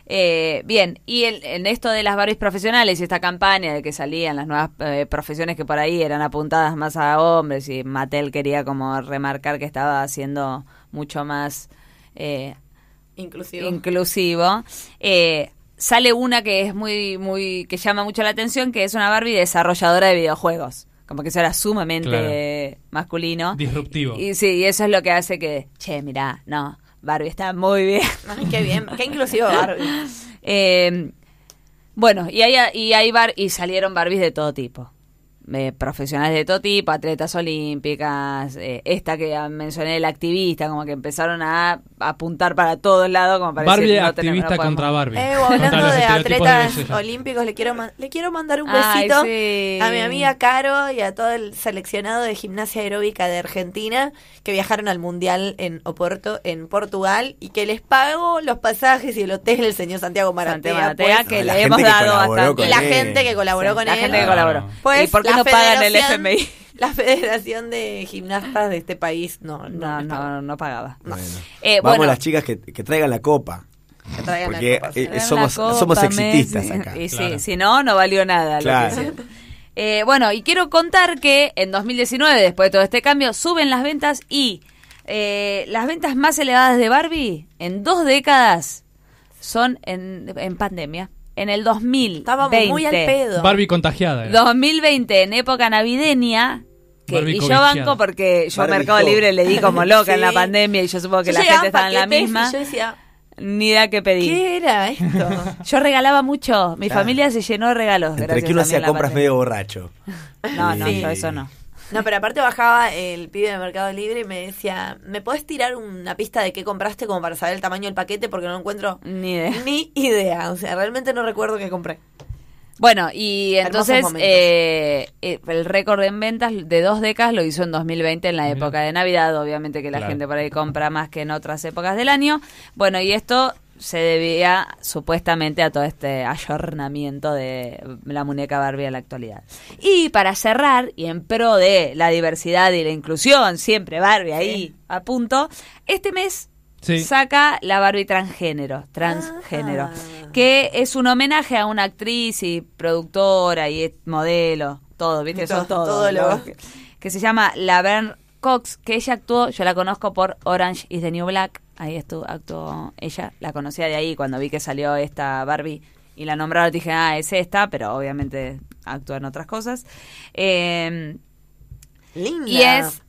S4: Eh, bien, y el- en esto de las Barbies profesionales y esta campaña de que salían las nuevas eh, profesiones que por ahí eran apuntadas más a hombres y Mattel quería como remarcar que estaba haciendo mucho más eh,
S6: Inclusivo.
S4: inclusivo, eh, sale una que es muy, muy, que llama mucho la atención, que es una Barbie desarrolladora de videojuegos. Como que eso era sumamente
S3: Claro.
S4: masculino.
S3: Disruptivo.
S4: Y sí, y eso es lo que hace que, che, mirá, no, Barbie está muy bien.
S6: Ay, qué bien. Qué inclusivo, Barbie.
S4: Eh, bueno, y hay, y hay bar, y salieron Barbies de todo tipo. Eh, profesionales de todo tipo, atletas olímpicas, eh, esta que mencioné, la activista, como que empezaron a apuntar para todos lados, como para
S3: Barbie
S4: decir, no tenemos-
S3: activista
S4: no podemos.
S3: contra Barbie.
S6: Eh,
S3: Contra
S6: hablando
S3: los
S6: de
S3: estereotipos
S6: atletas
S3: belleza.
S6: olímpicos, le quiero, man- le quiero mandar un
S4: Ay,
S6: besito
S4: sí.
S6: a mi amiga Caro y a todo el seleccionado de gimnasia aeróbica de Argentina que viajaron al Mundial en Oporto, en Portugal, y que les pagó los pasajes y el hotel el señor Santiago Maratea.
S4: Santiago Maratea,
S6: pues,
S4: que
S5: la
S4: le
S5: gente
S4: hemos
S5: que
S4: dado
S5: colaboró
S4: bastante.
S6: y
S5: con
S6: la
S5: él.
S6: gente que colaboró
S4: Sí,
S6: con
S4: la
S6: él.
S4: gente que colaboró.
S6: Pues,
S4: ¿Y por qué
S6: la
S4: no pagan el
S6: federación-
S4: FMI?
S6: La Federación de Gimnastas de este país no, no,
S4: No,
S6: les pagó.
S4: no, no pagaba.
S5: Bueno.
S4: Eh,
S5: Vamos
S4: bueno.
S5: las chicas que, que traigan la copa.
S6: Que traigan la
S5: Porque
S6: copa,
S5: eh,
S4: Era
S5: somos,
S4: la copa,
S5: somos exitistas
S4: Messi.
S5: acá.
S4: Y sí,
S3: Claro.
S4: si no, no valió nada. lo que
S5: Claro.
S4: hicieron. Eh, bueno, y quiero contar que en 2019, después de todo este cambio, suben las ventas y eh, las ventas más elevadas de Barbie en dos décadas son en, en pandemia. En el 2000.
S6: Estábamos muy al pedo.
S3: Barbie contagiada. era.
S4: 2020, en época navideña. que-
S3: Barbie
S4: y yo
S3: covicheada.
S4: banco porque yo
S5: Barbie
S4: Mercado
S5: co.
S4: Libre le di como loca en la
S6: Sí.
S4: pandemia y yo supongo que
S6: Yo
S4: la
S6: llegaba
S4: gente estaba en la
S6: paquetes y
S4: misma.
S6: Yo decía,
S4: Ni idea que pedí.
S6: ¿qué era esto?
S4: Yo regalaba mucho. Mi familia se llenó de regalos.
S5: Entre
S4: gracias
S5: que uno
S4: a mí
S5: hacía
S4: en la
S5: compras
S4: pandemia.
S5: medio borracho.
S4: No, no,
S5: Sí.
S4: yo eso no.
S6: No, pero aparte bajaba el pibe de Mercado Libre y me decía, ¿me podés tirar una pista de qué compraste como para saber el tamaño del paquete? Porque no encuentro
S4: Ni idea.
S6: ni idea. O sea, realmente no recuerdo qué compré.
S4: Bueno, y
S6: Hermosos
S4: entonces
S6: momentos.
S4: eh, eh, el récord en ventas de dos décadas lo hizo en 2020, en la
S3: Mira.
S4: época de Navidad. Obviamente que la
S3: Claro.
S4: gente por ahí compra más que en otras épocas del año. Bueno, y esto se debía supuestamente a todo este ayornamiento de la muñeca Barbie en la actualidad. Y para cerrar, y en pro de la diversidad y la inclusión, siempre Barbie ahí a punto, este mes
S3: Sí.
S4: saca la Barbie transgénero, transgénero, que es un homenaje a una actriz y productora y es modelo, todo, ¿viste? Eso es todo.
S6: Todo lo-
S4: Que, que se llama Laverne Cox, que ella actuó, yo la conozco por Orange is the New Black, ahí estuvo, actuó ella, la conocía de ahí cuando vi que salió esta Barbie y la nombraron, dije, ah, es esta, pero obviamente actúa en otras cosas. Eh,
S6: Linda.
S4: y es,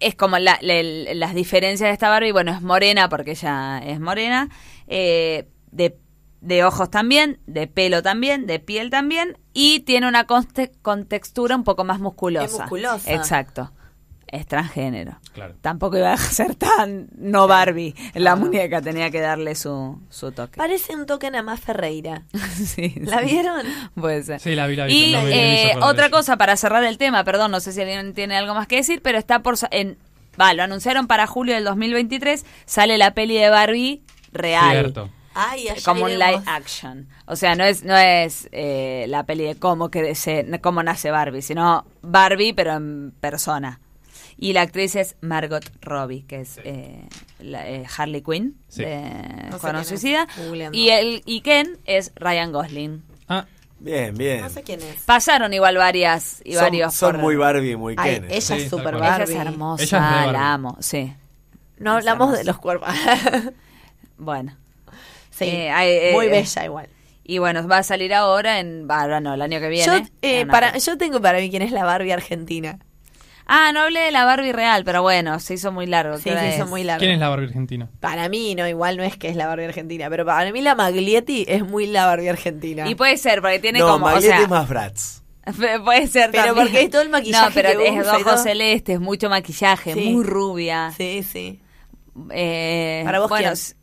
S4: es como la- la- el- las diferencias de esta Barbie. Bueno, es morena porque ella es morena. eh, de, de ojos también, de pelo también, de piel también. Y tiene una conte- contextura un poco más musculosa.
S6: Es musculosa.
S4: Exacto. Es transgénero.
S3: Claro.
S4: Tampoco iba a ser tan no Barbie. La muñeca tenía que darle su, su toque.
S6: Parece un toque nada más Ferreira.
S4: Sí,
S6: ¿La
S4: sí.
S6: vieron?
S4: Puede ser.
S3: Sí, la vi, la vi,
S4: Y
S3: no me- no me hizo
S4: eh,
S3: acordar
S4: otra
S3: eso.
S4: cosa para cerrar el tema, perdón, no sé si alguien tiene algo más que decir, pero está por. sa- en Va, lo anunciaron para julio del 2023. Sale la peli de Barbie real.
S3: Cierto.
S6: Ay, ayer
S4: Como un live
S6: iremos.
S4: action. O sea, no es, no es eh, la peli de cómo, crece, cómo nace Barbie, sino Barbie, pero en persona. Y la actriz es Margot Robbie, que es eh, la- eh, Harley Quinn,
S3: Sí.
S4: de
S6: No sé
S4: Escuadrón
S6: quién es.
S4: Suicida.
S6: Googleando.
S4: Y, el, y Ken es Ryan Gosling.
S3: Ah,
S5: Bien, bien.
S6: No sé quién es.
S4: Pasaron igual varias y
S5: Son,
S4: varios.
S5: son
S4: por-
S5: muy Barbie, y muy
S6: Ay,
S5: Ken.
S6: ella
S3: Sí, tal
S6: es
S3: cual.
S6: super
S4: Ella es
S6: Barbie.
S4: hermosa,
S3: Ella es de Barbie.
S4: la amo, sí.
S6: No hablamos de los cuerpos.
S4: Bueno.
S6: sí,
S4: Eh, ay, eh,
S6: muy
S4: eh.
S6: bella igual.
S4: Y bueno, va a salir ahora en. va, Ahora no, el año que viene.
S6: Yo, eh,
S4: En una-
S6: para, yo tengo para mí quién es la Barbie argentina.
S4: Ah, no hablé de la Barbie real, pero bueno, se hizo muy largo.
S6: Sí,
S4: ¿qué hora
S6: sí, son
S4: es?
S6: muy largas.
S3: ¿quién es la Barbie argentina?
S6: Para mí, no, igual no es que es la Barbie argentina, pero para mí la Maglietti es muy la Barbie argentina.
S4: Y puede ser, porque tiene
S5: no,
S4: como. O
S5: Maglietti
S4: sea,
S5: es más Bratz.
S4: Puede ser
S6: Pero
S4: también.
S6: porque es todo el maquillaje
S4: No, pero
S6: que
S4: es
S6: usa y
S4: ojos
S6: todo.
S4: celestes, mucho maquillaje,
S6: Sí.
S4: muy rubia.
S6: Sí, sí.
S4: Eh,
S6: ¿Para vos
S4: bueno,
S6: quién?
S4: s-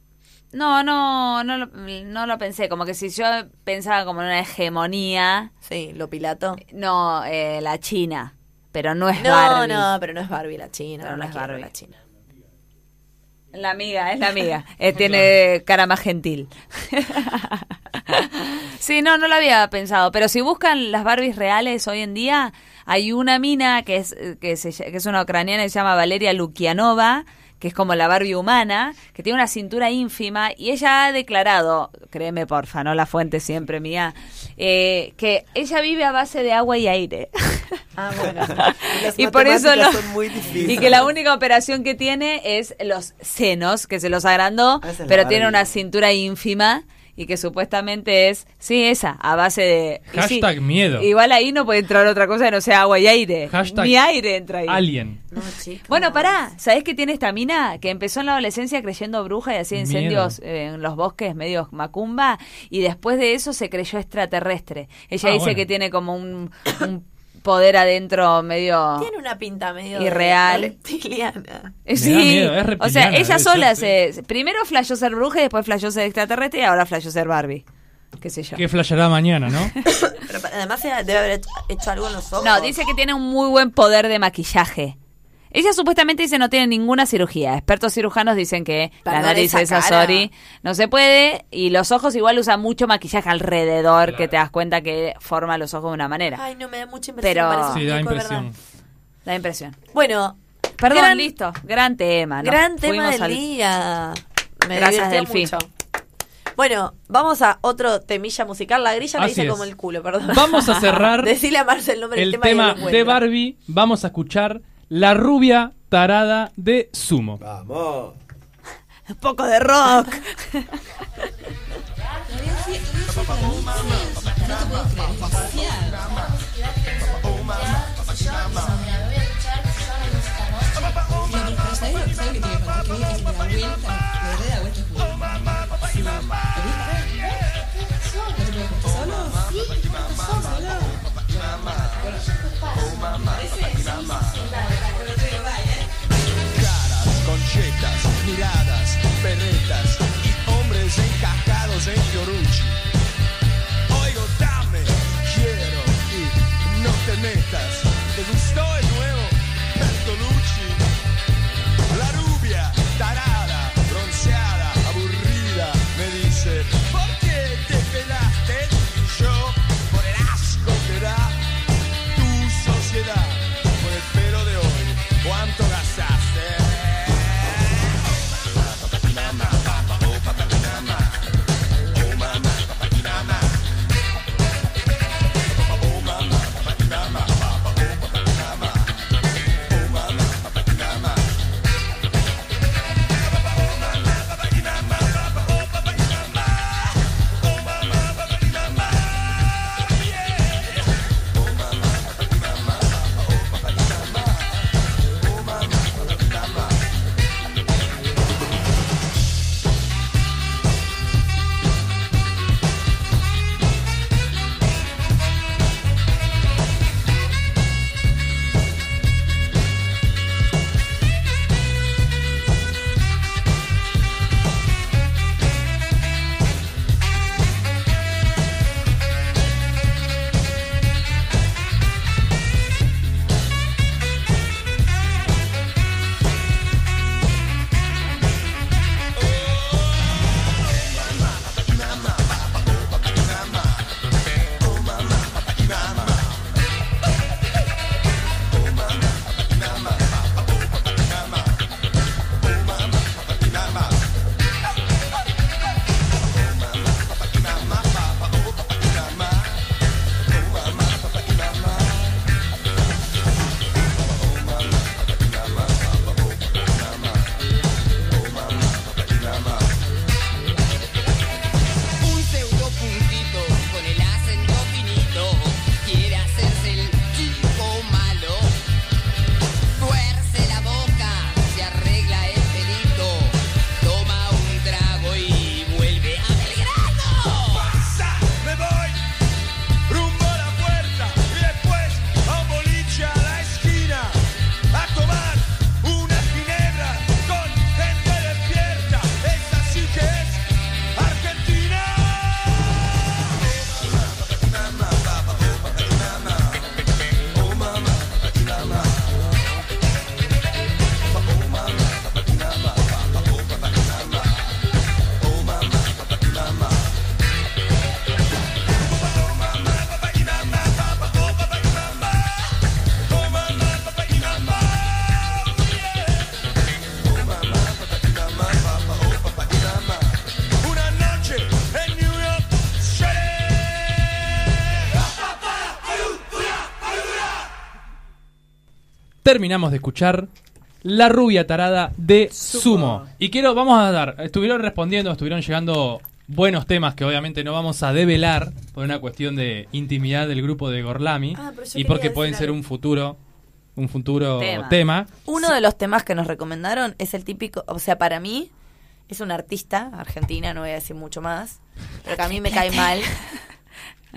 S4: No, no, no lo, no lo pensé. Como que si yo pensaba como en una hegemonía,
S6: Sí, lo pilato.
S4: no, eh, la China. Pero no es
S6: No,
S4: Barbie.
S6: no, pero no es Barbie la china.
S4: Pero
S6: no
S4: no
S6: la
S4: es
S6: quiero,
S4: Barbie.
S6: la china.
S4: La amiga, es la amiga. Eh, tiene cara más gentil. sí, no, no lo había pensado. Pero si buscan las Barbies reales hoy en día, hay una mina que es, eh, que se ll- que es una ucraniana que se llama Valeria Lukianova, que es como la Barbie humana, que tiene una cintura ínfima. Y ella ha declarado, créeme porfa, no la fuente siempre mía, eh, que ella vive a base de agua y aire.
S6: Ah, bueno. Las
S4: y por eso lo-
S5: matemáticas son muy difíciles.
S4: y que la única operación que tiene es los senos que se los agrandó
S5: Ah, Esa es la
S4: pero tiene
S5: Barbie.
S4: una cintura ínfima y que supuestamente es sí esa a base de y sí,
S3: Hashtag miedo.
S4: igual ahí no puede entrar otra cosa que no sea agua y aire
S3: Hashtag
S4: ni aire entra ahí
S3: Alien.
S6: No, chicos.
S4: bueno, pará, ¿sabés qué tiene esta mina? Que empezó en la adolescencia creyendo bruja y hacía
S3: Miedo.
S4: incendios eh, en los bosques medio macumba y después de eso se creyó extraterrestre. Ella
S3: Ah,
S4: dice
S3: bueno.
S4: que tiene como un, un poder adentro medio...
S6: Tiene una pinta medio de-
S4: Irreal.
S6: de reptiliana.
S4: Eh,
S3: Me da miedo, es
S4: o sea,
S3: reptiliana,
S4: ella
S3: debe
S4: sola
S3: ser,
S4: se. Primero flashó ser bruja y después flashó ser extraterrestre y ahora flashó ser Barbie. ¿Qué sé yo?
S3: Que flashará mañana, ¿no?
S6: Pero pa- además ella debe haber hecho, hecho algo en los ojos.
S4: No, dice que tiene un muy buen poder de maquillaje. Ella supuestamente dice no tiene ninguna cirugía. Expertos cirujanos dicen que
S6: Perdón,
S4: la nariz
S6: esa
S4: esa,
S6: cara.
S4: sorry, no se puede y los ojos igual usa mucho maquillaje alrededor que te das cuenta que forma los ojos de una manera.
S6: Ay, no, me da mucha
S4: Pero-
S6: impresión. parece un
S3: Ah. Sí, da
S6: muñeco, es
S3: impresión.
S6: verdad.
S4: La impresión.
S6: Bueno,
S4: Perdón,
S6: gran-
S4: listo. Gran tema. ¿no?
S6: Gran tema
S4: Fuimos
S6: del
S4: al-
S6: día. Me
S4: Gracias,
S6: divirtió
S4: Delfi.
S6: mucho. Bueno, vamos a otro temilla musical. La grilla me
S3: Así
S6: dice
S3: es.
S6: como el culo, perdón.
S3: Vamos a cerrar
S6: Decile a Marce el nombre del
S3: el
S6: tema. y
S3: tema
S6: lo encuentro.
S3: de Barbie. Vamos a escuchar La rubia tarada de Sumo.
S5: Vamos.
S4: Un poco de rock.
S7: caras, conchetas, miradas, perretas y hombres encajados en Fiorucci. Oigo, dame, quiero y no te metas. ¿Te gustó el nuevo Bertolucci? La rubia, tarada, bronceada, aburrida, me dice, ¿por qué te pelaste? Y yo, por el asco que da tu sociedad por el pelo de hoy. ¿Cuánto gastaste? Mamá,
S3: terminamos de escuchar La rubia tarada de Sumo. Y quiero, vamos a dar, estuvieron respondiendo, estuvieron llegando buenos temas que obviamente no vamos a develar por una cuestión de intimidad del grupo de Gorlami
S6: Ah, pero
S3: y
S6: yo quería
S3: porque
S6: decir
S3: pueden ser
S6: algo.
S3: un futuro un futuro
S4: Tema.
S3: tema.
S6: Uno de los temas que nos recomendaron es el típico, o sea, para mí es una artista argentina, no voy a decir mucho más, pero que a mí me cae mal.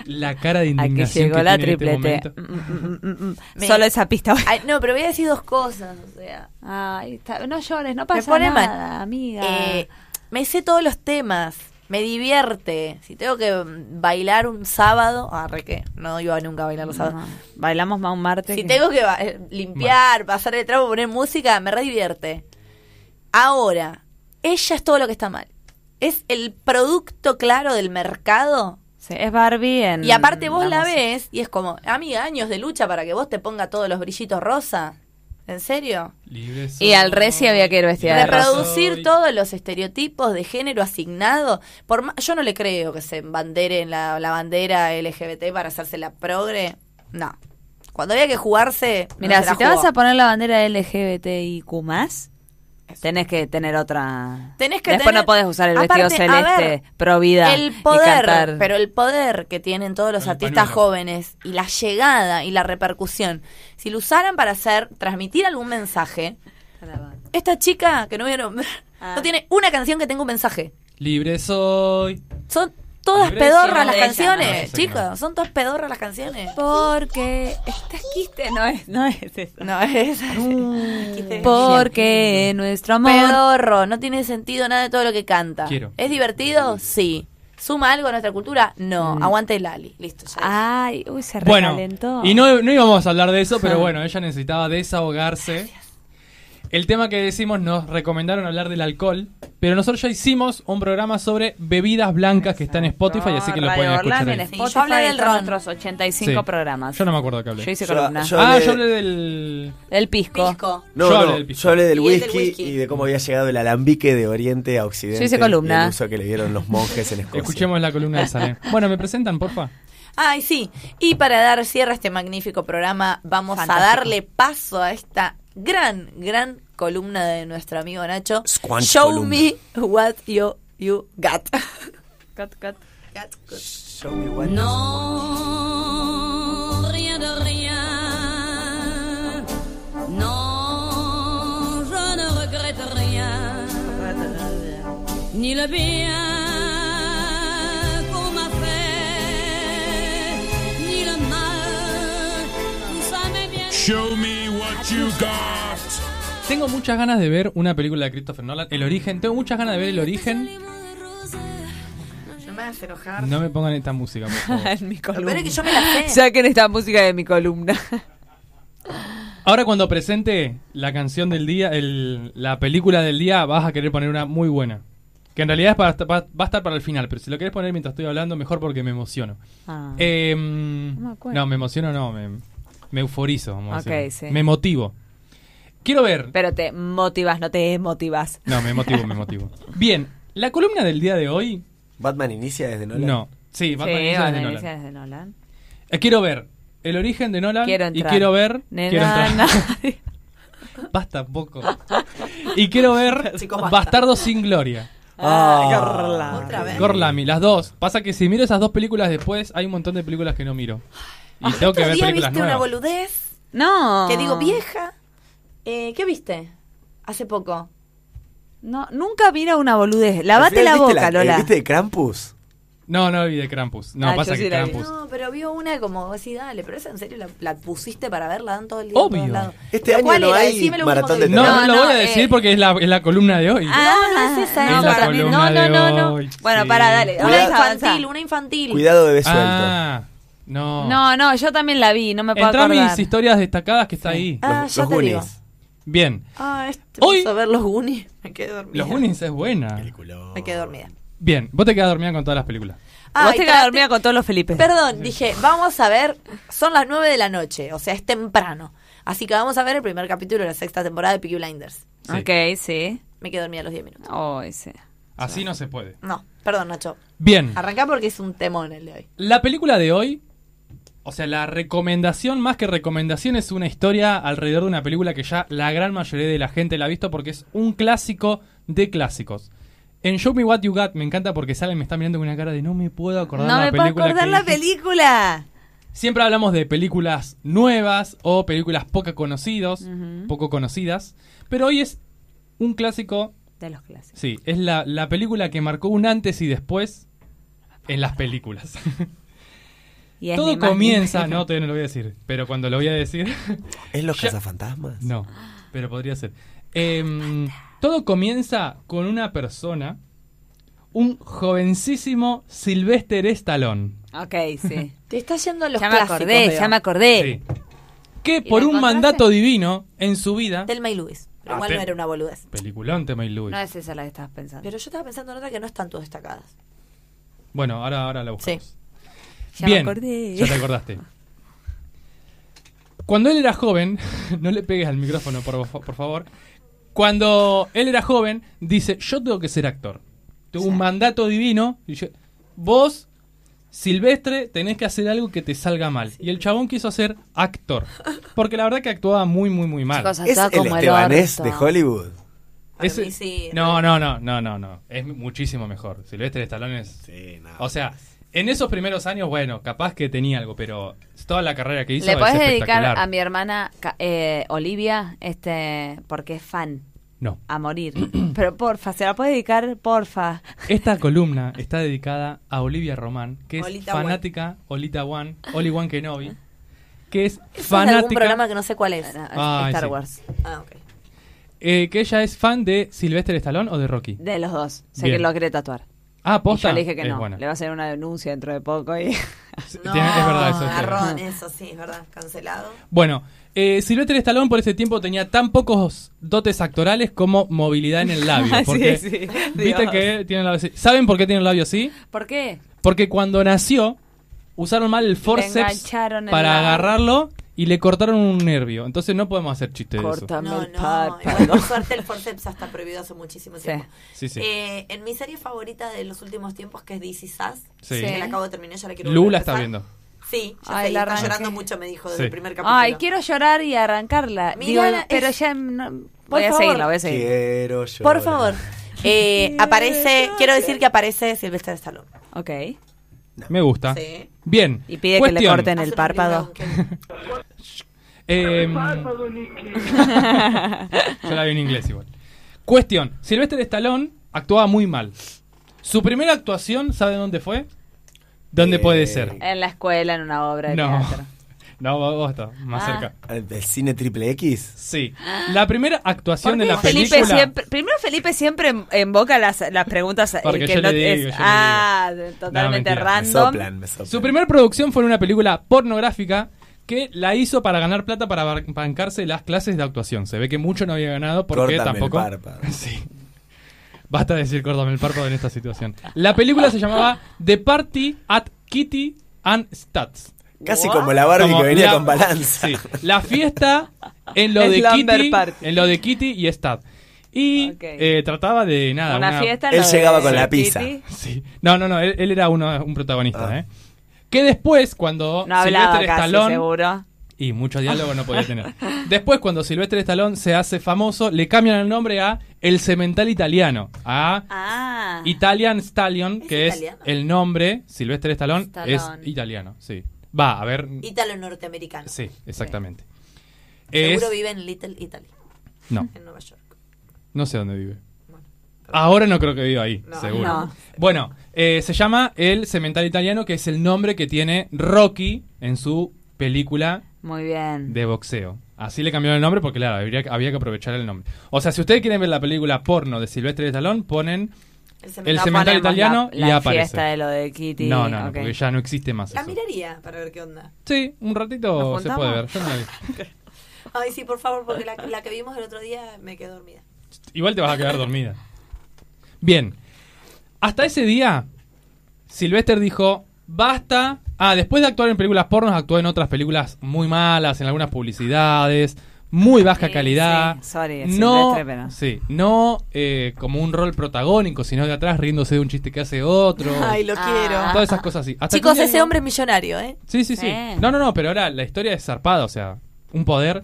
S3: La cara de
S4: Aquí
S3: indignación
S4: llegó
S3: que
S4: la
S3: tiene en
S4: triple
S3: este momento.
S4: T. Mm, mm, mm, mm, mm.
S6: Me-
S4: Solo esa pista. hoy.
S6: Ay, no, pero voy a decir dos cosas, o sea,
S4: Ay, está- no llores, no
S6: me
S4: pasa
S6: pone
S4: nada,
S6: mal.
S4: amiga.
S6: Eh, me sé todos los temas, me divierte. Si tengo que mm, bailar un sábado, ah, re que no iba nunca a bailar los sábados.
S4: No, bailamos más un martes.
S6: Si
S4: que-
S6: tengo que ba- eh, limpiar, pasar el trapo, poner música, me re divierte. Ahora, ella es todo lo que está mal. Es el producto claro del mercado.
S4: Sí, es Barbie en...
S6: Y aparte vos la
S4: vamos.
S6: ves y es como, amiga, años de lucha para que vos te ponga todos los brillitos rosa. ¿En serio?
S3: Libre
S4: Y al
S3: soy,
S4: Reci había que ir vestida de
S3: libre
S4: rosa.
S6: Reproducir
S3: soy.
S6: todos los estereotipos de género asignado. Por ma- yo no le creo que se bandere en la, la bandera LGBT para hacerse la progre. No. Cuando había que jugarse. no
S4: Mira,
S6: se la
S4: si te
S6: jugó.
S4: vas a poner la bandera LGBTIQ+, tenés que tener otra...
S6: Tenés que
S4: Después
S6: tener-
S4: no podés usar el vestido
S6: Aparte, a ver,
S4: celeste, pro vida
S6: El
S4: y
S6: poder,
S4: cantar.
S6: pero el poder que tienen todos los
S3: Con el
S6: artistas
S3: pañuelo.
S6: jóvenes y la llegada y la repercusión, si lo usaran para hacer, transmitir algún mensaje, esta chica que no voy a nombrar,
S4: Ah.
S6: no tiene una canción que tenga un mensaje.
S3: Libre soy.
S6: Son todas
S3: Libre
S6: pedorras
S4: soy de
S6: las
S3: ¿no? No
S4: ella,
S6: canciones,
S3: sé, no.
S6: chicos, son todas pedorras las canciones.
S4: Porque... Este quiste no es, no es eso.
S6: No, es Mm.
S4: Porque nuestro amor...
S6: pedorro, no tiene sentido nada de todo lo que canta.
S3: Quiero. Mm.
S6: ¿Es divertido? Sí. ¿Suma algo a nuestra cultura? No. Aguante el Lali. Listo, ya.
S4: Ay, uy, se
S3: Bueno,
S4: recalentó.
S3: y no, no íbamos a hablar de eso, pero bueno, ella necesitaba desahogarse. El tema que decimos nos recomendaron hablar del alcohol, pero nosotros ya hicimos un programa sobre bebidas blancas que está en Spotify, así que lo
S4: Ah, Radio
S3: pueden escuchar. ahí.
S4: Orlando en
S6: Sí,
S4: Spotify
S6: yo hablé del
S4: están
S6: ron.
S4: nuestros 85
S3: Sí.
S4: programas.
S3: Yo no me acuerdo qué hablé.
S4: Yo hice
S5: Yo-
S4: columna.
S5: yo-
S3: ah,
S5: hablé-
S3: yo hablé del...
S4: El pisco.
S6: Pisco.
S5: No,
S3: Yo
S5: no,
S3: hablé del pisco.
S5: yo hablé del
S6: Y el del
S5: whisky,
S6: whisky.
S5: y de cómo había llegado el alambique de Oriente a Occidente.
S4: Yo hice
S5: y
S4: columna.
S5: el uso que le dieron los monjes en Escocia.
S3: Escuchemos la columna de Salem. Bueno, ¿me presentan, porfa?
S6: Ay, sí. Y para dar cierre a este magnífico programa, vamos a
S4: Fantástico.
S6: darle paso a esta gran, gran columna de nuestro amigo Nacho.
S5: Squanch
S6: Show
S5: columna.
S6: me what you, you got.
S4: Cut, cut.
S5: Show me what-
S2: No, rien de rien. Non, je ne regrette rien. Ni le bien qu'on m'a fait, ni le mal. Tout ça m'est bien.
S8: Show me what you got.
S3: Tengo muchas ganas de ver una película de Christopher Nolan, El Origen. Tengo muchas ganas de ver El Origen.
S6: No me hagas enojar.
S3: No me pongan esta música, por favor.
S4: en mi
S6: Lo
S4: columna.
S6: peor es que yo me la sé.
S4: Saquen esta música de mi columna.
S3: Ahora cuando presente la canción del día, el- la película del día, vas a querer poner una muy buena. Que en realidad es para- va va a estar para el final, pero si lo querés poner mientras estoy hablando, mejor porque me emociono. Eh, mm,
S4: Ah. me acuerdo.
S3: no, me emociono no, me, me euforizo. Vamos a
S4: Ok,
S3: decirlo.
S4: sí.
S3: Me motivo. Quiero ver...
S4: Pero te motivas, no te motivas.
S3: No, me motivo, me motivo. Bien, la columna del día de hoy...
S5: Batman inicia desde Nolan.
S3: No. Sí, va a
S4: sí,
S3: desde
S4: Vanessa
S3: Nolan.
S4: desde Nolan.
S3: Eh, Quiero ver el origen de Nolan
S4: Quiero
S3: y
S4: entrar.
S3: quiero ver...
S4: Nena,
S3: quiero entrar.
S4: nadie-
S3: Basta un poco. Y quiero ver Bastardo sin Gloria.
S5: Ah,
S6: Otra vez.
S3: Gorlami, las dos. Pasa que si miro esas dos películas después, hay un montón de películas que no miro. Y tengo que
S6: Otro
S3: ver
S6: día
S3: películas
S6: viste una
S3: nuevas.
S6: boludez
S4: No.
S6: que digo, vieja. Eh, ¿Qué viste? Hace poco.
S4: No, nunca mira una boludez.
S5: Al
S4: Lavate
S5: final,
S4: la
S5: ¿viste
S4: boca,
S5: eh,
S4: Lola.
S5: ¿Viste Krampus?
S3: No, no vi de Krampus. No,
S4: Ah,
S3: pasa
S4: yo sí
S3: que
S4: la vi.
S3: Krampus.
S6: No, pero vio una como así, dale, pero esa en serio la, la pusiste para verla, dan todo el día.
S3: Obvio.
S6: En todos lados.
S5: Este
S6: ¿Pero
S5: año
S6: cuál
S5: no
S6: era?
S5: hay
S6: Decime lo
S5: maratón
S6: último que
S5: de
S3: No, no,
S4: No,
S6: viste.
S3: lo voy
S4: no,
S3: a decir
S4: eh.
S3: porque es la, es la columna de hoy.
S4: Ah,
S6: no es esa,
S3: es
S4: no,
S3: la
S4: para mí-
S3: columna
S4: no,
S3: de
S4: no, no, no.
S3: hoy,
S4: Bueno,
S3: sí.
S4: para, dale.
S6: Una
S4: avanza,
S6: infantil,
S4: avanza.
S6: una infantil.
S5: Cuidado bebé suelto.
S3: Ah, no.
S4: No, no, yo también la vi, no me puedo
S3: Entra a
S4: acordar.
S3: mis historias destacadas que está ahí.
S6: Ah,
S5: los
S6: ya
S5: los
S6: te digo.
S5: Goonies.
S3: Bien.
S6: Ah, este,
S3: Hoy-
S6: vamos a ver los Goonies. Me quedé dormida.
S3: Los Goonies es buena.
S6: Me quedé dormida.
S3: Bien, vos te quedas dormida con todas las películas.
S6: Ah,
S4: Vos
S6: y
S4: te quedas
S6: traté-
S4: dormida con todos los Felipe.
S6: Perdón, dije, vamos a ver, son las 9 de la noche, o sea, es temprano. Así que vamos a ver el primer capítulo de la sexta temporada de Peaky Blinders.
S3: Sí.
S4: Ok, sí.
S6: Me quedé dormida a los 10 minutos.
S4: Oh, sí.
S3: Así no se puede.
S6: No, perdón, Nacho.
S3: Bien.
S6: Arrancá porque es un temón el de hoy.
S3: La película de hoy O sea, la recomendación, más que recomendación, es una historia alrededor de una película que ya la gran mayoría de la gente la ha visto porque es un clásico de clásicos. En Show Me What You Got me encanta porque Salen me está mirando con una cara de no me puedo acordar
S6: No
S3: la
S6: me puedo
S3: película.
S6: acordar
S3: que
S6: la
S3: dije".
S6: película.
S3: Siempre hablamos de películas nuevas o películas poco conocidos, poco conocidas, pero hoy es un clásico,
S4: De los clásicos.
S3: sí, es la, la película que marcó un antes y después en las películas.
S4: Y es ni
S3: Todo
S4: más ni
S3: comienza,
S4: menos.
S3: no, todavía no lo voy a decir, pero cuando lo voy a decir,
S5: ¿Es los
S3: Ya-
S5: cazafantasmas?
S3: no, pero podría ser. Em, todo comienza con una persona, un jovencísimo Sylvester Stallone.
S4: Ok, sí.
S6: Te está yendo a los
S4: ya me
S6: clásicos,
S4: acordé,
S6: veo.
S4: Eh, ya me acordé.
S3: Sí. Que
S4: la
S3: por un
S4: encontraste?
S3: mandato divino en su vida.
S6: Telma y Luis. Lo
S3: Ah,
S6: cual
S3: te-
S6: no era una boludez.
S3: Peliculón, tema y Lewis.
S4: No es esa la que estabas pensando.
S6: Pero yo estaba pensando en otra que no están todas destacadas.
S3: Bueno, ahora, ahora la buscamos.
S6: Sí.
S4: ya
S3: Bien,
S4: me acordé.
S3: ya te acordaste. Cuando él era joven, no le pegues al micrófono, por, fa- por favor. Cuando él era joven, dice, yo tengo que ser actor. Tuvo un mandato divino. Y yo- vos, Silvestre, tenés que hacer algo que te salga mal. Y el chabón quiso ser actor. Porque la verdad que actuaba muy, muy, muy mal.
S4: Chicos,
S5: ¿Es
S4: actuaba
S5: el
S4: como
S5: estebanés de
S4: orto.
S5: Hollywood?
S6: Para
S3: Ese-
S6: mí sí.
S3: No, no, no, no, no, no. Es muchísimo mejor. Silvestre Stallone es...
S5: Sí, no.
S3: O sea, en esos primeros años, bueno, capaz que tenía algo, pero toda la carrera que hizo
S4: ¿Le
S3: es
S4: podés dedicar
S3: espectacular.
S4: a mi hermana ca- eh, Olivia? este Porque es fan.
S3: No.
S4: A morir. Pero porfa, ¿se la puede dedicar? Porfa.
S3: Esta columna está dedicada a Olivia Román, que es
S6: Olita
S3: fanática, Olita One, Oli One Kenobi, que es
S6: Es de algún programa
S3: fanática,
S6: que no sé cuál es.
S3: Ay,
S4: Star
S3: sí.
S4: Wars.
S6: Ah, ok.
S3: eh, que ella es fan de Sylvester Stallone o de Rocky.
S4: De los dos. Sé
S3: Bien.
S4: que lo quiere tatuar.
S3: Ah,
S4: Y
S3: posta.
S4: Yo le dije que
S3: es
S4: no.
S3: buena.
S4: Le va a hacer una denuncia dentro de poco. Y...
S3: Sí, tiene- es verdad eso. es verdad.
S6: Garrón, eso sí, es verdad. Cancelado.
S3: Bueno, eh, Sylvester Stallone por ese tiempo tenía tan pocos dotes actorales como movilidad en el labio. Porque
S4: Ah, Sí, sí.
S3: viste
S4: Dios.
S3: que tiene el labio así. ¿Saben por qué tiene el labio así?
S4: ¿Por qué?
S3: Porque cuando nació, usaron mal el forceps
S4: engancharon el
S3: para
S4: labio.
S3: agarrarlo y le cortaron un nervio. Entonces no podemos hacer chistes de eso.
S4: Cortame
S6: No,
S4: el
S6: no.
S4: párpado.
S6: igual por suerte el forceps está prohibido hace muchísimo
S4: Sí.
S6: tiempo.
S3: Sí, sí.
S6: Eh, en mi serie favorita de los últimos tiempos, que es DC Sass,
S3: Sí.
S6: que la acabo de terminar, ya la quiero
S3: Lu
S6: volver
S3: la
S6: a
S3: está
S6: empezar.
S3: viendo.
S6: Sí, ya
S4: Ay,
S6: sé,
S4: la
S6: está
S4: arranqué.
S6: llorando mucho, me dijo
S3: Sí.
S6: desde el primer capítulo.
S4: Ay, quiero llorar y arrancarla.
S6: Mirá,
S4: Digo,
S6: es-
S4: pero ya em- no-
S6: Por
S4: voy a
S6: favor.
S4: seguirla, voy a seguir.
S5: Quiero yo.
S6: Por favor. Eh, aparece, quiero decir que aparece Silvestre Stallone.
S4: Ok.
S3: Me gusta.
S6: Sí.
S3: Bien.
S4: Y pide que le
S3: Cuestión.
S4: corten el
S6: Hace
S4: párpado.
S6: un Lin Down,
S3: Eh, Yo la vi en inglés igual. Cuestión. Sylvester Stallone actuaba muy mal. Su primera actuación, ¿sabe dónde fue? ¿Dónde
S5: Eh,
S3: puede ser?
S4: En la escuela, en una obra de
S3: No.
S4: teatro.
S3: No, vos- vos está más
S4: Ah.
S3: cerca.
S5: ¿El el cine triple X?
S3: Sí. La primera actuación de la
S4: Felipe
S3: película.
S4: siempre, primero Felipe siempre en- invoca las, las preguntas eh,
S3: Porque
S4: que
S3: yo
S4: no
S3: le
S4: es
S3: digo, yo le
S4: ah, totalmente
S3: No, mentira.
S5: Me
S4: random.
S5: soplan, me soplan.
S3: Su primera producción fue una película pornográfica que la hizo para ganar plata para bar- bancarse las clases de actuación. Se ve que mucho no había ganado porque
S5: Córtame el
S3: tampoco.
S5: párpado.
S3: Sí. Basta de decir córdame el párpado en esta situación. La película se llamaba The Party at Kitty and Stats.
S5: Casi como la Barbie
S3: Como
S5: que venía
S3: la-
S5: con balanza.
S3: Sí, la fiesta en lo
S4: Es
S3: de
S4: Lumber
S3: Kitty,
S4: Party.
S3: en lo de Kitty y Stat. Y
S4: Ok.
S3: eh, trataba de nada,
S4: una,
S3: una-
S4: fiesta.
S5: Él
S4: lo
S5: llegaba
S4: de
S5: con la
S4: Kitty.
S5: pizza.
S3: Sí. No, no, no, él, él era uno, un protagonista,
S5: Ah.
S3: ¿eh? Que después, cuando
S4: No hablaba
S3: Sylvester
S4: casi,
S3: Stallone-
S4: seguro.
S3: Y mucho diálogo no podía tener. Después, cuando Silvestre Stallone se hace famoso, le cambian el nombre a El Cemental Italiano. A
S4: Ah.
S3: Italian Stallion,
S6: ¿Es
S3: que
S6: italiano?
S3: es el nombre. Silvestre Stallone,
S4: Stallone.
S3: es italiano, sí. Va, a ver.
S6: Ítalo norteamericano.
S3: Sí, exactamente. Es-
S6: Seguro vive en Little Italy,
S3: no,
S6: en Nueva York.
S3: no sé dónde vive. Ahora no creo que viva ahí,
S6: No.
S3: seguro.
S4: No.
S3: Bueno, eh, se llama El Cemental Italiano, que es el nombre que tiene Rocky en su película
S4: Muy bien.
S3: de boxeo. Así le cambiaron el nombre porque, claro, habría- había que aprovechar el nombre. O sea, si ustedes quieren ver la película porno de Silvestre Stallone, ponen... El
S4: No
S3: cemental
S4: ponemos
S3: italiano
S4: la,
S3: y
S4: la
S3: aparece.
S4: fiesta de lo de Kitty.
S3: No, no, no,
S4: ok.
S3: porque ya no existe más
S6: La
S3: eso.
S6: miraría para ver qué onda.
S3: Sí, un ratito
S4: ¿Nos
S3: se
S4: juntamos?
S3: puede ver. Yo no la vi.
S6: Ay, sí, por favor, porque la, la que vimos el otro día me quedé dormida.
S3: Igual te vas a quedar dormida. Bien. Hasta ese día, Sylvester dijo, basta. Ah, después de actuar en películas pornos, actuó en otras películas muy malas, en algunas publicidades, muy baja
S4: Sí,
S3: calidad.
S4: sí, sorry, es
S3: no,
S4: Silvestre, pero-
S3: sí, no eh, como un rol protagónico, sino de atrás riéndose de un chiste que hace otro.
S6: Ay, lo
S4: Ah.
S6: quiero.
S3: Todas esas cosas así. Hasta
S6: Chicos,
S3: que un día
S6: ese
S3: digo-
S6: hombre es millonario, ¿eh?
S3: Sí, sí, sí.
S4: Sí.
S3: No, no, no, pero ahora la historia es zarpada, o sea, un poder.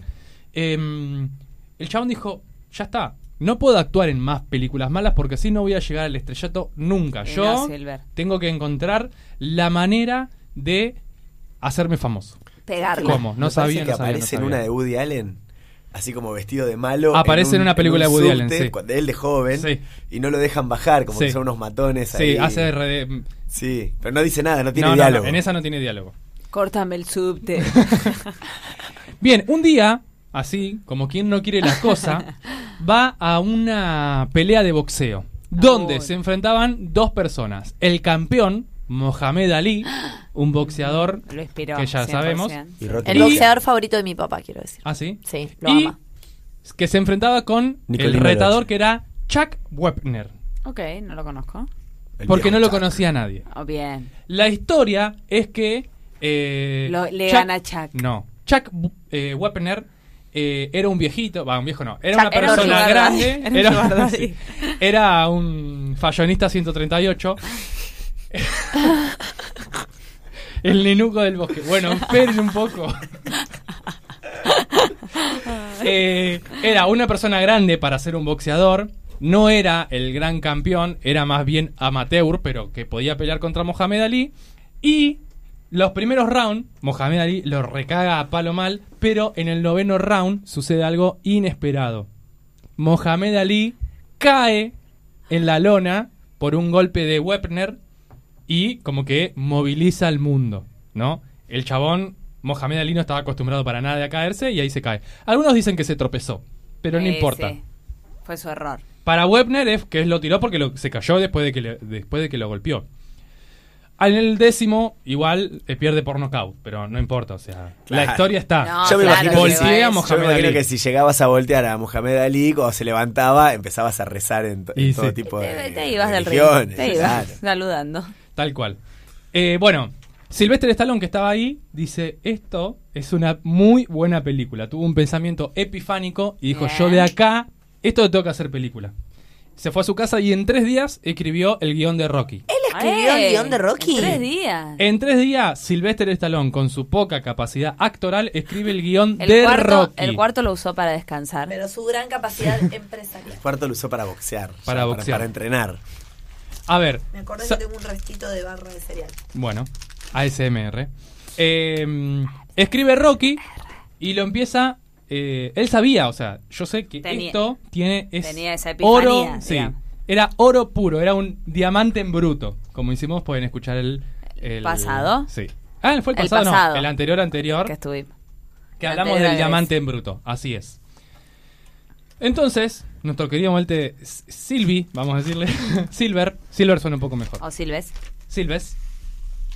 S3: Em, el chabón dijo, ya está, no puedo actuar en más películas malas porque así no voy a llegar al estrellato nunca.
S4: Y
S3: Yo
S4: no, Silver.
S3: tengo que encontrar la manera de hacerme famoso.
S4: Pegarla.
S3: ¿Cómo? No
S5: Me
S3: sabía,
S5: parece que
S3: no sabía, no
S5: aparece en
S3: sabía.
S5: una de Woody Allen, así como vestido de malo.
S3: Aparece en una película de Woody Allen, sí.
S5: cuando él de joven,
S3: Sí.
S5: y no lo dejan bajar, como
S3: Sí.
S5: que son unos matones ahí.
S3: Sí, hace... re-
S5: Sí, pero no dice nada, no tiene
S3: No, no,
S5: diálogo.
S3: no, en esa no tiene diálogo.
S4: Córtame el subte.
S3: Bien, un día, así, como quien no quiere la cosa, va a una pelea de boxeo, donde
S4: Uy.
S3: se enfrentaban dos personas. El campeón, Mohamed Ali, un boxeador
S4: Lo inspiró.
S3: que ya
S4: 100%.
S3: sabemos.
S5: Y Rocky
S6: El
S3: Y-
S6: boxeador favorito de mi papá, quiero decir.
S3: Ah, sí.
S6: Sí, lo
S3: y
S6: ama.
S3: que se enfrentaba con el
S5: Nicolás
S3: retador
S5: Lodge.
S3: que era Chuck Wepner,
S4: Ok, no lo conozco.
S5: El
S3: porque
S5: viejo
S3: no lo
S5: Chuck.
S3: conocía nadie.
S4: Oh, bien.
S3: La historia es que. eh,
S4: Lo- le gana Chuck.
S3: No. Chuck eh, Wepner eh, era un viejito. Va, un viejo no. Era
S4: Chuck
S3: una
S4: era un
S3: persona
S4: sugar daddy,
S3: grande.
S4: era un sugar daddy.
S3: sí. Era un fallonista 138. El nenuco del bosque. Bueno, esperen un poco. Eh, era una persona grande para ser un boxeador. No era el gran campeón, era más bien amateur, pero que podía pelear contra Mohamed Ali. Y los primeros rounds, Mohamed Ali lo recaga a palo mal, pero en el noveno round sucede algo inesperado. Mohamed Ali cae en la lona por un golpe de Wepner y como que moviliza al mundo, ¿no? El chabón, Mohamed Ali, no estaba acostumbrado para nada a caerse y ahí se cae. Algunos dicen que se tropezó, pero no
S4: Eh,
S3: importa.
S4: sí. Fue su error.
S3: Para Webner es que lo tiró porque lo- se cayó después de que, le- después de que lo golpeó. En el décimo, igual eh, pierde por nocaut, pero no importa, o sea, la
S5: Claro.
S3: historia está.
S4: No,
S5: Yo me imagino,
S4: claro,
S5: que
S4: llegó a
S3: Voltea
S5: si,
S3: a
S4: eso.
S5: yo me
S3: Mohamed
S5: imagino
S3: Ali.
S5: que si llegabas a voltear a Mohamed Ali, cuando se levantaba, empezabas a rezar en, to- en
S3: Y
S5: todo
S3: sí.
S5: tipo de
S4: te, te ibas del río.
S5: Eh, religiones,
S4: Te ibas
S5: claro.
S4: saludando.
S3: Tal cual. Eh, bueno, Sylvester Stallone, que estaba ahí, dice: Esto es una muy buena película. Tuvo un pensamiento epifánico y dijo:
S4: Bien.
S3: Yo de acá, esto tengo que hacer película. Se fue a su casa y en tres días escribió el guión de Rocky.
S6: Él escribió
S4: ¡Ey!
S6: el guión de Rocky.
S4: En tres días.
S3: En tres días, Sylvester Stallone, con su poca capacidad actoral, escribe el guión
S4: El
S3: de
S4: cuarto,
S3: Rocky.
S4: el cuarto lo usó para descansar.
S6: Pero su gran capacidad empresarial.
S5: Cuarto lo usó para boxear. o sea,
S3: Para boxear.
S5: Para, entrenar.
S3: A ver.
S6: Me acordé
S3: sa-
S6: que tengo un restito de barra de cereal.
S3: Bueno, ASMR. Eh, escribe Rocky y lo empieza. eh, él sabía, o sea, yo sé que
S4: Tenía-
S3: esto tiene es
S4: tenía esa epifanía,
S3: oro, sí,
S4: digamos.
S3: era oro puro, era un diamante en bruto, como hicimos pueden escuchar el, el-
S4: ¿Pasado?
S3: sí, ah, fue el
S4: El
S3: pasado,
S4: pasado.
S3: no, el anterior anterior,
S4: Que estuvimos.
S3: que hablamos
S4: anterior
S3: del
S4: es.
S3: diamante en bruto, así es. Entonces, nuestro querido Malte S- Silvi, vamos a decirle, Silver, Silver suena un poco mejor.
S4: O Silves.
S3: Silves,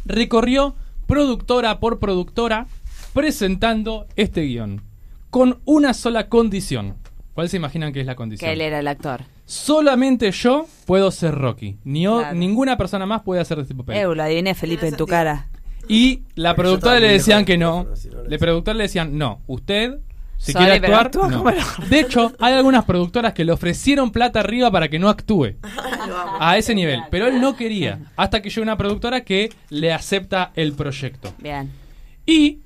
S3: recorrió productora por productora presentando este guión, con una sola condición. ¿Cuál se imaginan que es la condición?
S4: Que él era el actor.
S3: Solamente yo puedo ser Rocky. Ni o-
S4: Claro.
S3: Ninguna persona más puede hacer este papel.
S4: Eu, Eh, lo adiviné, Felipe, en tu
S6: sentido.
S4: cara.
S3: Y la
S5: Porque yo
S3: productora
S5: estaba
S3: le
S5: muy
S3: decían
S5: lejos
S3: que
S5: del
S3: no.
S5: micrófono, si no lo
S3: Le
S5: decía.
S3: productora le decían, no, usted, si
S4: Sorry,
S3: quiere
S4: pero
S3: actuar,
S4: actúa
S3: no".
S4: como el-
S3: De hecho, hay algunas productoras que le ofrecieron plata arriba para que no actúe. A ese nivel. Pero él no quería. Hasta que llega una productora que le acepta el proyecto.
S4: Bien.
S3: Y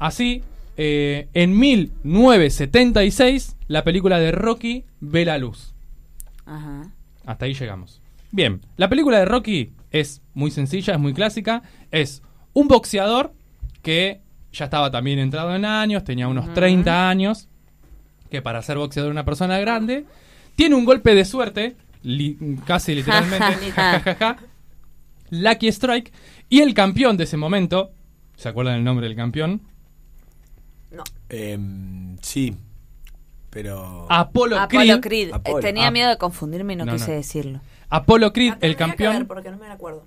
S3: así, eh, en 1976, la película de Rocky ve la luz.
S4: Ajá.
S3: Hasta ahí llegamos. Bien, la película de Rocky es muy sencilla, es muy clásica. Es un boxeador que ya estaba también entrado en años, tenía unos 30 años, que para ser boxeador una persona grande, tiene un golpe de suerte, li- casi literalmente, ja, ja, ja, Lucky Strike, y el campeón de ese momento, ¿se acuerdan el nombre del campeón?
S5: Em, sí, pero...
S3: Apolo,
S4: Apolo
S3: Creed.
S4: Creed. Eh,
S5: Apolo.
S4: Tenía
S3: Ah.
S4: miedo de confundirme y no,
S3: No,
S4: quise
S3: no.
S4: decirlo.
S3: Apolo Creed,
S6: Ah,
S3: el
S6: tendría que ver
S3: campeón.
S6: porque no me la acuerdo.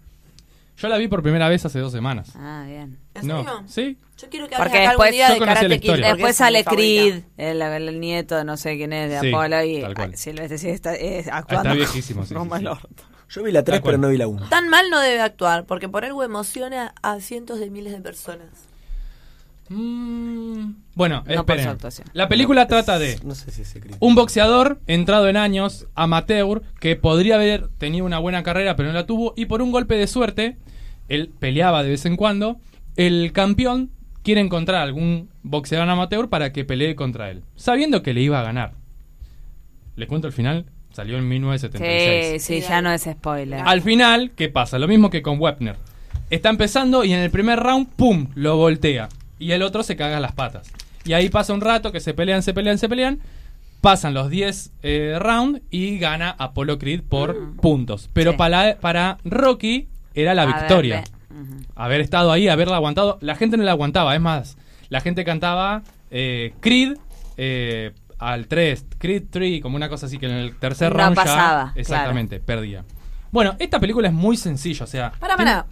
S3: Yo la vi por primera vez hace dos semanas.
S4: Ah, bien.
S6: ¿En serio?
S3: No, ¿sí?
S6: Yo quiero que
S4: Porque
S6: hables acá algún
S4: después-
S6: día
S4: Yo
S6: de
S3: conocía la
S6: Karate Kid.
S3: historia.
S6: porque
S4: Después
S6: esa es mi
S4: sale Creed,
S6: favorita.
S4: el, el nieto, no sé quién es, de
S3: Sí,
S4: Apolo. Y
S3: tal cual.
S4: ah, Silvestre sí está eh,
S3: Ah,
S4: actuando.
S3: está viejísimo, sí.
S4: como
S3: sí, sí.
S4: el orto.
S5: Yo vi la 3,
S3: Tal cual.
S5: pero no vi la 1.
S6: Tan mal no debe actuar, porque por algo emociona a cientos de miles de personas.
S3: Mm, bueno,
S4: No por su
S3: esperen.
S4: actuación.
S3: La película trata de
S5: No sé si se critica.
S3: un boxeador entrado en años, amateur, que podría haber tenido una buena carrera pero no la tuvo, y por un golpe de suerte, él peleaba de vez en cuando, el campeón quiere encontrar algún boxeador amateur para que pelee contra él, sabiendo que le iba a ganar. Les cuento el final, salió en
S4: Sí,
S3: 1976.
S4: sí, ya no es spoiler.
S3: Al final, ¿qué pasa? Lo mismo que con Webner. Está empezando y en el primer round, ¡pum!, lo voltea. Y el otro se caga las patas. Y ahí pasa un rato que se pelean, se pelean, se pelean. Pasan los 10 rounds y gana Apollo Creed por puntos. Pero
S4: Mm. Sí.
S3: para, para Rocky era la
S4: A ver,
S3: victoria.
S4: ve- Ujú.
S3: Haber estado ahí, haberla aguantado. La gente no la aguantaba, es más. La gente cantaba eh, Creed eh, al 3, Creed 3, como una cosa así que en el tercer
S4: No
S3: round ya-
S4: pasaba,
S3: exactamente, perdía. Bueno, esta película es muy sencilla, o sea.
S6: Para, para.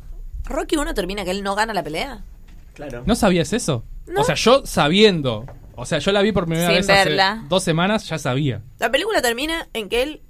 S6: ¿Rocky 1 termina que él no gana la pelea?
S5: Claro.
S3: ¿No sabías eso? O sea, yo sabiendo. O sea, yo la vi por primera
S4: Sin
S3: vez hace
S4: verla.
S3: dos semanas, ya sabía.
S6: La película termina en que él.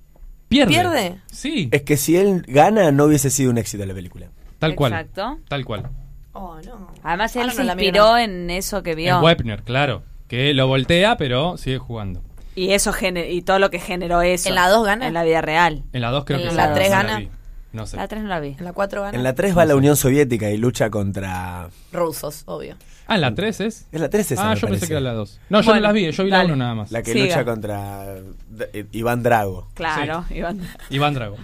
S3: Pierde.
S6: ¿Pierde?
S3: Sí,
S5: Es que si él gana, no hubiese sido un éxito la película.
S3: tal cual.
S4: Exacto.
S3: Tal cual.
S6: Oh, no.
S4: Además, él
S6: Ahora no
S4: se
S6: la miro,
S4: inspiró
S6: no.
S4: en eso que
S3: En
S4: vio.
S3: Webner, claro. Que lo voltea, pero sigue jugando.
S4: Y eso gene- y todo lo que generó eso.
S6: ¿En la dos gana?
S4: En la vida real.
S3: En la 2 creo
S4: En
S3: que
S4: la
S3: sí,
S4: dos.
S3: no
S4: tres
S6: gana.
S3: vi. No sé.
S4: La 3 no la vi.
S6: En la 4 gana.
S5: En la 3 va la Unión Soviética y lucha contra.
S6: Rusos, obvio.
S3: Ah, en la 3 es.
S5: Es la 3 esa.
S3: ah,
S5: me
S3: yo
S5: parece.
S3: pensé que era la 2. No, yo
S4: Bueno,
S3: no las vi, yo vi
S4: dale.
S3: la 1 nada más.
S5: La que
S4: Siga.
S5: lucha contra eh, Iván Drago.
S4: Claro, Iván.
S3: Iván Drago.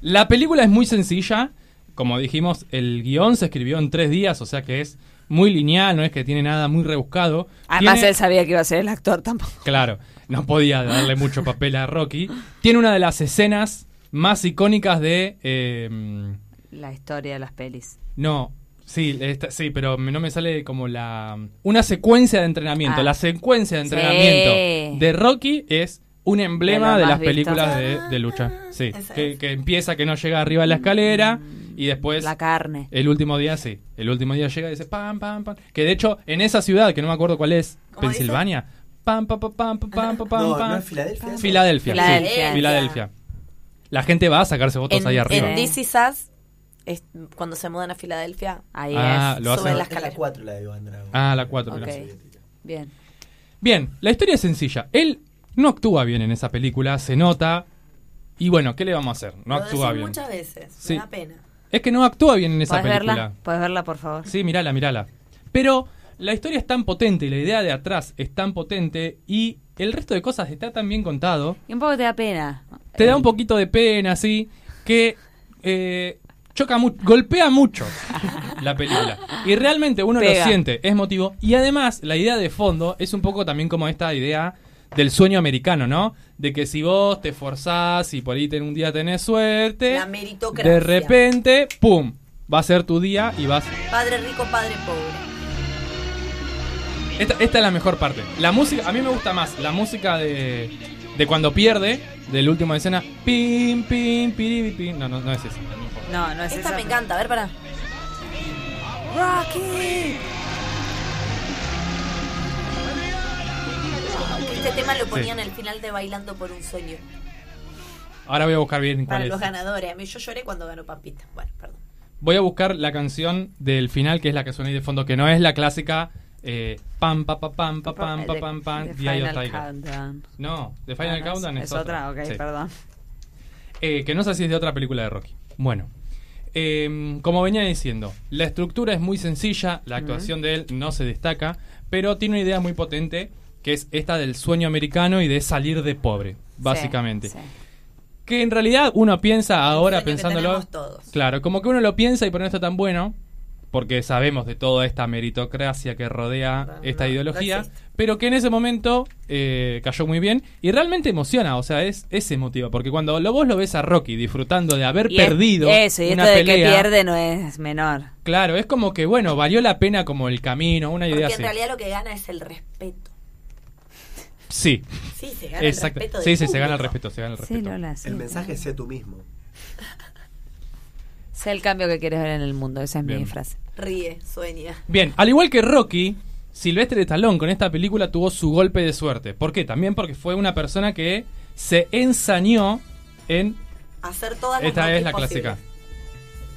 S3: La película es muy sencilla. Como dijimos, el guión se escribió en tres días, o sea que es muy lineal, no es que tiene nada muy rebuscado.
S4: Además,
S3: Tiene-
S4: él sabía que iba a ser el actor tampoco.
S3: Claro, no podía darle mucho papel a Rocky. Tiene una de las escenas más icónicas de... eh,
S4: La historia de las pelis.
S3: no, sí, esta- sí, pero me- no me sale como la... Una secuencia de entrenamiento.
S4: Ah.
S3: La secuencia de
S4: Sí.
S3: entrenamiento de Rocky es un emblema
S4: De
S3: de,
S4: lo más
S3: las
S4: visto.
S3: películas de, de lucha. Sí, que, que empieza que no llega arriba de la escalera y después...
S4: La carne.
S3: El último día sí. El último día llega y dice pam, pam, pam. Que de hecho, en esa ciudad, que no me acuerdo cuál es,
S6: ¿Cómo dice?
S3: Pensilvania. Pam, pam, pam, pam, pam, pam, pam,
S5: No,
S3: pam.
S5: ¿no es Filadelfia?
S3: Filadelfia. sí,
S4: Filadelfia.
S3: Filadelfia. La gente va a sacarse fotos
S6: En,
S3: ahí arriba.
S6: en This Is Us, es- cuando se mudan a Filadelfia,
S4: Ahí
S3: Ah,
S4: es.
S3: lo
S6: suben
S3: hacen-
S6: las escalera.
S5: 4 la de Iván Drago.
S3: Ah, la 4.
S4: Ok. Bien.
S3: Bien, la historia es sencilla. Él no actúa bien en esa película, se nota. Y bueno, ¿qué le vamos a hacer? No
S6: Lo
S3: actúa
S6: decís
S3: bien.
S6: muchas veces.
S3: Sí.
S6: Me da pena.
S3: Es que no actúa bien en esa
S4: ¿Puedes
S3: película.
S4: verla? ¿Puedes verla, por favor?
S3: Sí, mirala, mirala. Pero la historia es tan potente y la idea de atrás es tan potente y el resto de cosas está tan bien contado
S4: Y un poco te da pena. Eh,
S3: te da un poquito de pena, sí, que eh, choca mucho, golpea mucho la película. Y realmente uno
S4: Pega.
S3: lo siente, es motivo. Y además, la idea de fondo es un poco también como esta idea del sueño americano, ¿no? De que si vos te esforzás y por ahí ten- un día tenés suerte,
S6: La meritocracia.
S3: Este de repente, ¡pum! Va a ser tu día y vas...
S6: Padre rico, padre pobre.
S3: Esta, esta es la mejor parte. La música, a mí me gusta más la música de, de cuando pierde, del último escena. Pim, pim, piribi, pim. No, no, no es esa. no importa.
S4: No, no es
S6: Esta
S4: esa.
S6: me encanta. A ver, para. Rocky. Este tema lo ponían al final de Bailando por un sueño.
S3: Ahora voy a buscar bien
S6: Para
S3: cuál
S6: los
S3: es.
S6: ganadores. A mí yo lloré cuando ganó Pampita. Bueno, perdón.
S3: Voy a buscar la canción del final, que es la que suena ahí de fondo, que no es la clásica eh, pam, pa, pa, pam, pa, pam, pa, pam, pam,
S4: The
S3: The Eye of
S4: eh, Final
S3: Tiger.
S4: Countdown.
S3: No, The
S4: Ah, no,
S3: Final
S4: es-
S3: Countdown es,
S4: Es otra, ok,
S3: Sí.
S4: perdón.
S3: Eh, que no sé si es de otra película de Rocky. Bueno, eh, como venía diciendo, la estructura es muy sencilla, la actuación de él no se destaca, pero tiene una idea muy potente, que es esta del sueño americano y de salir de pobre, básicamente.
S4: Sí, sí.
S3: Que en realidad uno piensa ahora
S6: sueño que
S3: pensándolo.
S6: tenemos todos.
S3: Claro, como que uno lo piensa y por no está tan bueno, porque sabemos de toda esta meritocracia que rodea
S6: No,
S3: esta
S6: no,
S3: ideología,
S6: no existe.
S3: pero que en ese momento eh, cayó muy bien y realmente emociona, o sea, es, es emotiva, porque cuando lo, vos lo ves a Rocky disfrutando de haber
S4: Y es-
S3: perdido
S4: Eso, y
S3: una
S4: esto de
S3: pelea,
S4: que pierde no es menor.
S3: claro, es como que bueno, valió la pena como el camino, una
S6: Porque
S3: idea
S6: en
S3: así.
S6: realidad lo que gana es el respeto.
S3: Sí,
S6: Sí, se gana
S3: exacto.
S6: el respeto.
S3: Sí,
S6: del
S3: sí, se gana el
S6: público.
S3: respeto, se gana el
S4: Sí,
S3: respeto.
S4: Lola, sí.
S5: mensaje sé tú mismo.
S4: Sé el cambio que quieres ver en el mundo, esa es mi
S3: Bien.
S4: frase.
S6: Ríe, sueña.
S3: Bien, al igual que Rocky, Silvestre de Talón con esta película tuvo su golpe de suerte. ¿Por qué? También porque fue una persona que se ensañó en...
S6: Hacer todas las
S3: Esta
S6: Rocky
S3: es la
S6: posibles.
S3: clásica.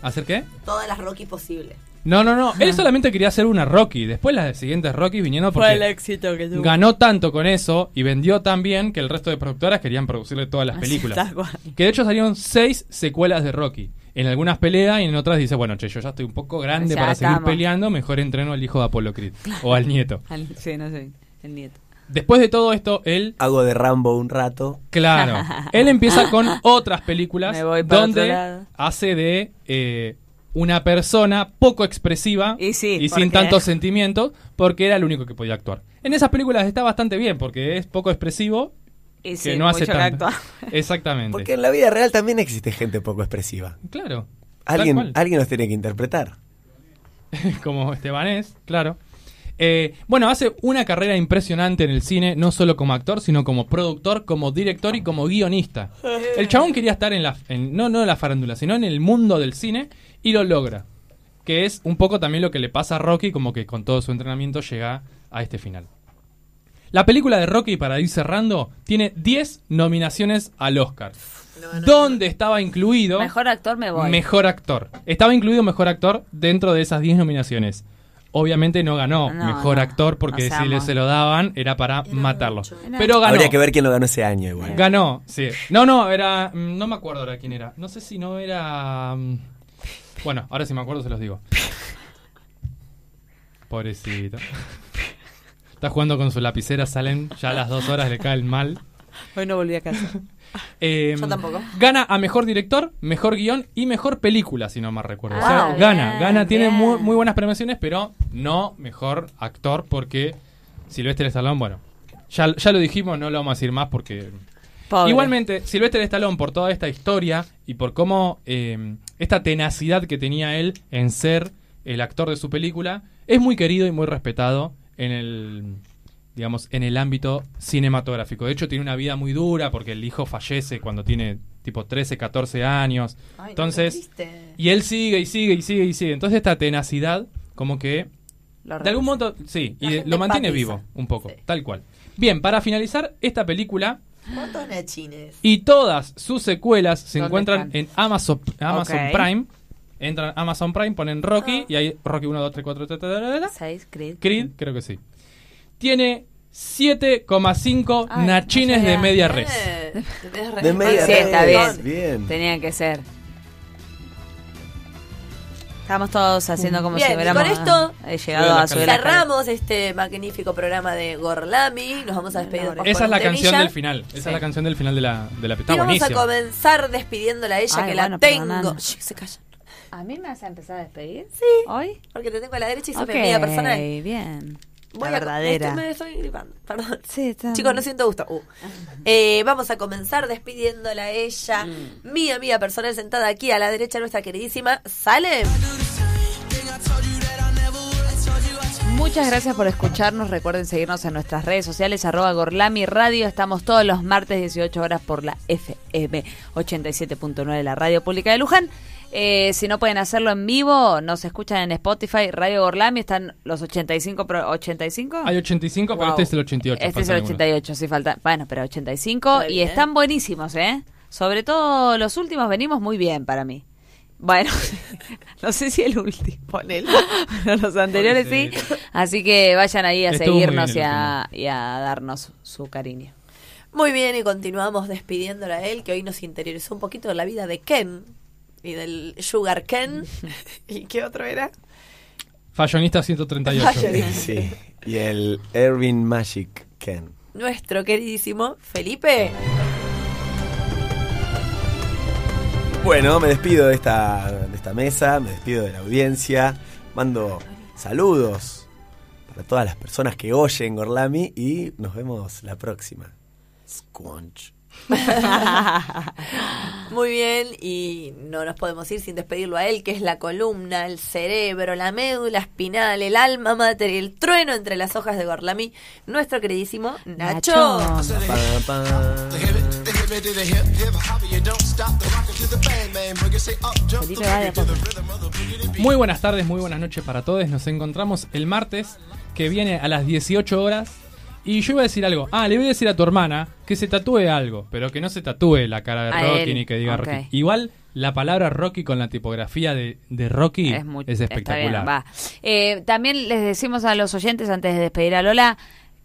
S3: ¿Hacer qué?
S6: Todas las Rocky posibles.
S3: No, no, no.
S4: Ah.
S3: Él solamente quería hacer una Rocky. Después las siguientes Rockies vinieron porque
S6: éxito que
S3: ganó tanto con eso y vendió tan bien que el resto de productoras querían producirle todas las películas. Que de hecho salieron seis secuelas de Rocky. En algunas pelea y en otras dice, bueno, che, yo ya estoy un poco grande
S4: Ya
S3: para seguir
S4: estamos.
S3: peleando, mejor entreno al hijo de Apolo Creed o al nieto.
S4: Al- sí, no sé, el nieto.
S3: Después de todo esto, él,
S5: Hago de Rambo un rato.
S3: claro, él empieza con otras películas
S4: Me voy para otro
S3: donde
S4: lado.
S3: hace de eh, una persona poco expresiva
S4: Y sí,
S3: sin
S4: porque-
S3: tantos sentimientos porque era el único que podía actuar. En esas películas está bastante bien porque es poco expresivo
S4: Y
S3: que
S4: sí,
S3: no hace
S4: mucho que
S3: tanto.
S4: actúa.
S3: Exactamente.
S5: Porque en la vida real también existe gente poco expresiva.
S3: Claro. tal
S5: Alguien,
S3: cual.
S5: alguien los tiene que interpretar.
S3: como Estebanés, claro. Eh, bueno, hace una carrera impresionante en el cine, no solo como actor, sino como productor, como director y como guionista. El chabón quería estar en la, en- no, no en la farándula, sino en el mundo del cine y lo logra. Que es un poco también lo que le pasa a Rocky, como que con todo su entrenamiento llega a este final. La película de Rocky, para ir cerrando, tiene 10 nominaciones al Oscar. donde estaba incluido...
S4: Mejor actor me voy.
S3: Mejor actor. Estaba incluido mejor actor dentro de esas 10 nominaciones. Obviamente no ganó
S4: No,
S3: mejor
S4: no.
S3: actor porque
S4: No
S3: si le,
S4: seamos.
S3: se lo daban era para matarlo. Pero ganó.
S5: Habría que ver quién lo ganó ese año igual.
S3: Ganó, sí. No, no, era. mm, No me acuerdo ahora quién era. No sé si no era. mm, Bueno, ahora si me acuerdo se los digo. Pobrecito. Está jugando con su lapicera, salen ya a las dos horas, le caen mal.
S4: Hoy no volví a casa.
S3: Eh,
S6: Yo tampoco.
S3: Gana a mejor director, mejor guión y mejor película, si no mal recuerdo. o sea,
S4: Wow.
S3: gana,
S4: Bien,
S3: gana, tiene
S4: bien.
S3: muy, muy buenas premiaciones, pero no mejor actor porque Silvestre Stallone, bueno, ya, ya lo dijimos, no lo vamos a decir más porque...
S4: Pobre.
S3: Igualmente, Silvestre Stallone, por toda esta historia y por cómo eh, esta tenacidad que tenía él en ser el actor de su película, es muy querido y muy respetado en el digamos, en el ámbito cinematográfico. De hecho, tiene una vida muy dura porque el hijo fallece cuando tiene tipo 13, 14 años. Entonces, y él sigue y sigue y sigue y sigue. Entonces, esta tenacidad, como que
S4: Lo
S3: de algún modo, sí,
S6: La
S3: y de-
S6: gente
S3: lo mantiene
S6: empatiza.
S3: vivo un poco,
S6: Sí.
S3: tal cual. Bien, para finalizar, esta película
S6: ¿Cuántos nachines?
S3: y todas sus secuelas se
S4: ¿Dónde
S3: encuentran
S4: están?
S3: en Amazon, Amazon
S4: Ok.
S3: Prime. Entran a Amazon Prime, ponen Rocky y ahí Rocky 1, 2, 3, 4, ta, ta, ta, ta, ta.
S4: ¿Sabéis, Creed?
S3: Creed, creo que sí. Tiene 7,5
S4: Ay,
S3: nachines
S4: no
S3: de
S4: sabía. Eh,
S3: media res.
S5: De media
S4: Sí, está
S5: red.
S4: bien.
S5: Bien.
S4: Tenía que ser. Estábamos todos haciendo como
S6: Bien,
S4: si
S6: y
S4: hubiéramos
S6: con esto
S4: eh,
S3: Sube
S4: llegado
S3: la
S4: a subir la escalera.
S6: Cerramos este magnífico programa de Gorlami. Nos vamos a despedir. después con
S3: Esa es
S6: un
S3: la canción
S6: temilla.
S3: del final. Esa es la canción del final de la, de la
S6: Y
S3: Está
S6: vamos a
S3: buenísima.
S6: comenzar despidiéndola a ella,
S4: Ay,
S6: que la
S4: bueno,
S6: tengo.
S4: perdonando.
S6: Shh, se callan.
S4: ¿A mí me vas a empezar a despedir?
S6: Sí.
S4: ¿Hoy?
S6: Porque te tengo a la derecha y soy
S4: Ok,
S6: mi amiga personal.
S4: bien.
S6: Voy
S4: la
S6: a-
S4: verdadera.
S6: Estoy, me estoy gripando, perdón.
S4: Sí, está-
S6: Chicos, no siento gusto. Uh. Eh, vamos a comenzar despidiéndola a ella, mi amiga personal sentada aquí a la derecha, nuestra queridísima Salem.
S4: Muchas gracias por escucharnos. Recuerden seguirnos en nuestras redes sociales, arroba Gorlami Radio. Estamos todos los martes 18 horas por la FM 87.9 de la Radio Pública de Luján. Eh, si no pueden hacerlo en vivo, nos escuchan en Spotify, Radio Gorlami. Están los 85... Pro, ¿85?
S3: Hay 85, pero
S4: Wow.
S3: este es el 88.
S4: Este es
S3: faltan
S4: el
S3: algunos.
S4: 88, sí falta. Bueno, pero 85
S6: Está
S4: y
S6: bien.
S4: están buenísimos, ¿eh? Sobre todo los últimos venimos muy bien para mí. Bueno, no sé si el último, ponele. pero los anteriores sí. Así que vayan ahí a
S3: Estuvo muy bien
S4: seguirnos
S3: el
S4: y a, y a darnos su cariño.
S6: Muy bien, y continuamos despidiéndola a él, que hoy nos interiorizó un poquito de la vida de Ken y del Sugar Ken. ¿Y qué otro era?
S3: Fallonista 138.
S6: Fallonista.
S5: Sí. Y el Erwin Magic Ken.
S6: Nuestro queridísimo Felipe.
S5: Bueno, me despido de esta, de esta mesa, me despido de la audiencia, mando saludos para todas las personas que oyen Gorlami y nos vemos la próxima. Squanch.
S6: Muy bien, y no nos podemos ir sin despedirlo a él, que es la columna, el cerebro, la médula espinal, el alma mater y el trueno entre las hojas de Gorlami, nuestro queridísimo Nacho.
S4: Felipe va de a poco.
S3: Muy buenas tardes, muy buenas noches para todos. Nos encontramos el martes que viene a las 18 horas. Y yo iba a decir algo. Ah, le voy a decir a tu hermana que se tatúe algo, pero que no se tatúe la cara de
S4: A
S3: Rocky
S4: él,
S3: ni que diga
S4: ok.
S3: Rocky. Igual la palabra Rocky con la tipografía de, de Rocky es,
S4: muy- está
S3: espectacular.
S4: bien, va. Eh, también les decimos a los oyentes antes de despedir a Lola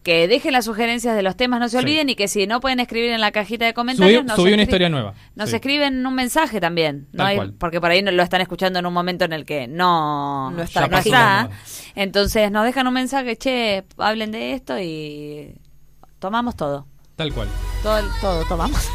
S4: que dejen las sugerencias de los temas, no se olviden y que si no pueden escribir en la cajita de comentarios,
S3: Subí,
S4: nos
S3: subí una
S4: escri-
S3: historia nueva.
S4: Nos
S3: Sí.
S4: escriben un mensaje también, no
S3: Tal
S4: hay-
S3: cual.
S4: porque por ahí no- lo están escuchando en un momento en el que no,
S6: No está la
S4: no
S3: página.
S4: Entonces nos dejan un mensaje, che, hablen de esto y tomamos todo.
S3: Tal cual.
S4: Todo, el- todo tomamos.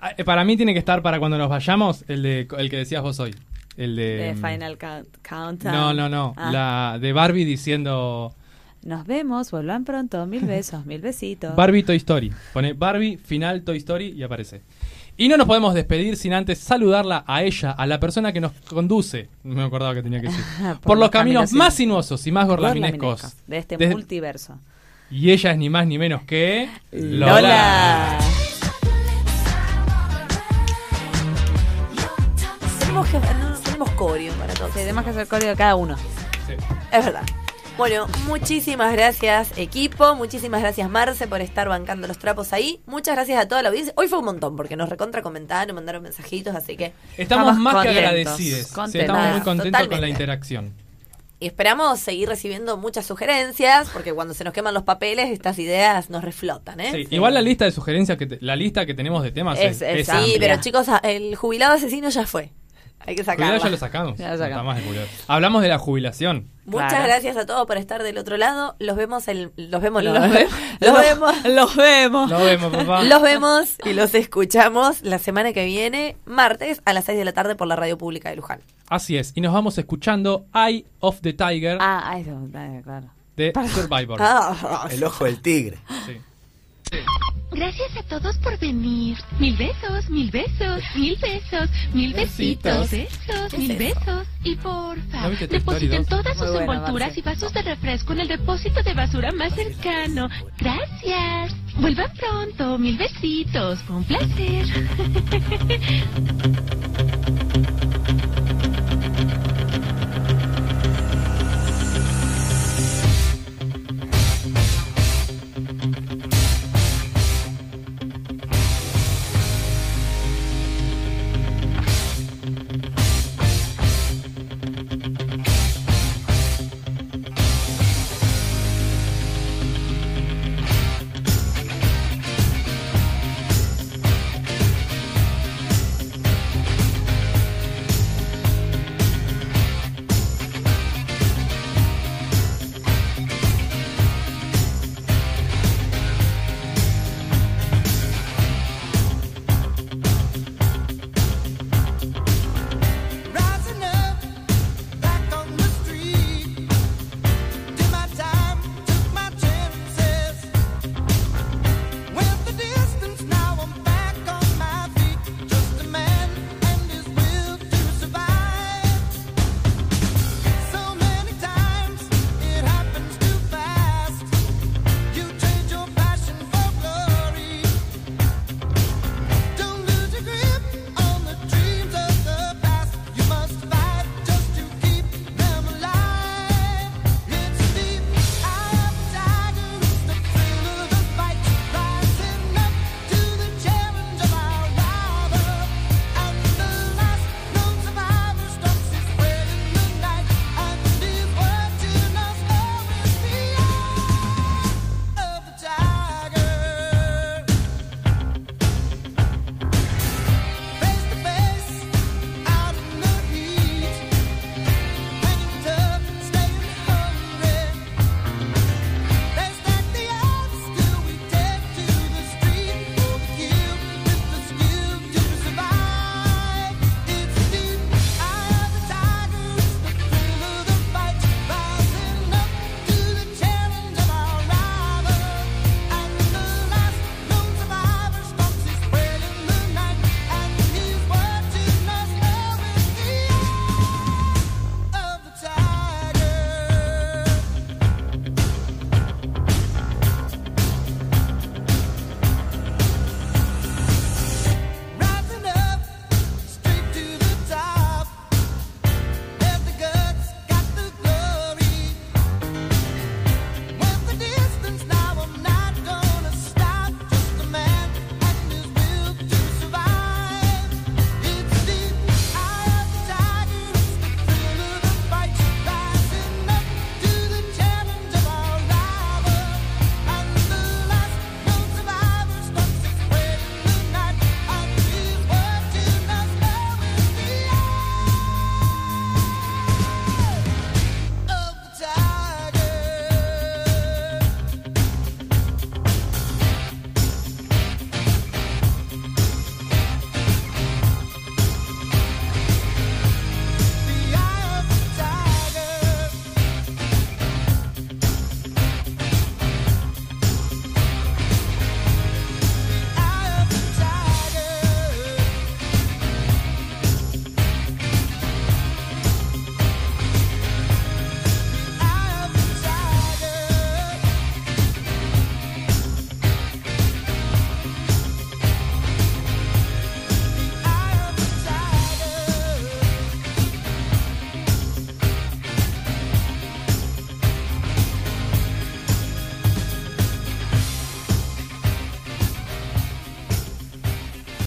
S3: Ah, eh, Para mí tiene que estar para cuando nos vayamos el de el que decías vos hoy. El de.
S4: De
S3: mm,
S4: Final Count- Countdown.
S3: No, no, no.
S4: Ah.
S3: La de Barbie diciendo
S4: Nos vemos, vuelvan pronto, mil besos, mil besitos.
S3: Barbie Toy Story. Pone Barbie final Toy Story y aparece. Y no nos podemos despedir sin antes saludarla a ella, a la persona que nos conduce. No me acordaba que tenía que decir. Por, los caminos más sinuosos y más gorlaminescos.
S4: De este
S3: Desde-
S4: multiverso.
S3: Y ella es ni más ni menos que.
S6: Tenemos, que, no, tenemos coreo para todos.
S4: Sí, tenemos que hacer código cada uno.
S3: Sí.
S6: Es verdad. Bueno, muchísimas gracias equipo, muchísimas gracias Marce por estar bancando los trapos ahí, muchas gracias a toda la audiencia. Hoy fue un montón porque nos recontra comentaron, mandaron mensajitos, así que
S3: Estamos,
S4: Estamos
S3: más que
S4: contentos,
S3: agradecidos. Sí, estamos
S4: contentas,
S3: muy contentos con la
S6: totalmente.
S3: interacción.
S6: y esperamos seguir recibiendo muchas sugerencias porque cuando se nos queman los papeles estas ideas nos reflotan, ¿eh?
S3: Sí, Igual la lista de sugerencias, que te- la lista que tenemos de temas es,
S4: Es- es
S3: es
S6: Sí,
S3: amplia.
S6: pero chicos, a- el jubilado asesino ya fue. Hay que
S3: Cuidado,
S6: sacarlo.
S3: ya lo sacamos.
S4: Ya lo
S3: No está
S4: sacamos.
S3: más de cuidado. Hablamos de la jubilación.
S6: Muchas
S4: Claro.
S6: gracias a todos por estar del otro lado. Los vemos el los vemos no,
S4: Los
S6: ¿eh? los vemos.
S4: Los vemos.
S3: Lo vemos, papá.
S6: Los vemos y los escuchamos la semana que viene, martes a las 6 de la tarde por la Radio Pública de Luján.
S3: Así es. Y nos vamos escuchando Eye of the Tiger
S4: Ah, ahí está, claro.
S3: de Survivor.
S6: Ah.
S5: El ojo del tigre.
S3: Sí.
S9: Gracias a todos por venir. Mil besos, mil besos, mil besos, mil
S3: Besitos.
S9: besitos, besos, mil besos. Y porfa,
S3: ¿No viste Toy Story
S9: depositen
S3: dos?
S9: todas sus
S4: Muy buena,
S9: envolturas
S4: Marce.
S9: y vasos de refresco en el depósito de basura más cercano. Gracias. Vuelvan pronto. Mil besitos. Fue un placer.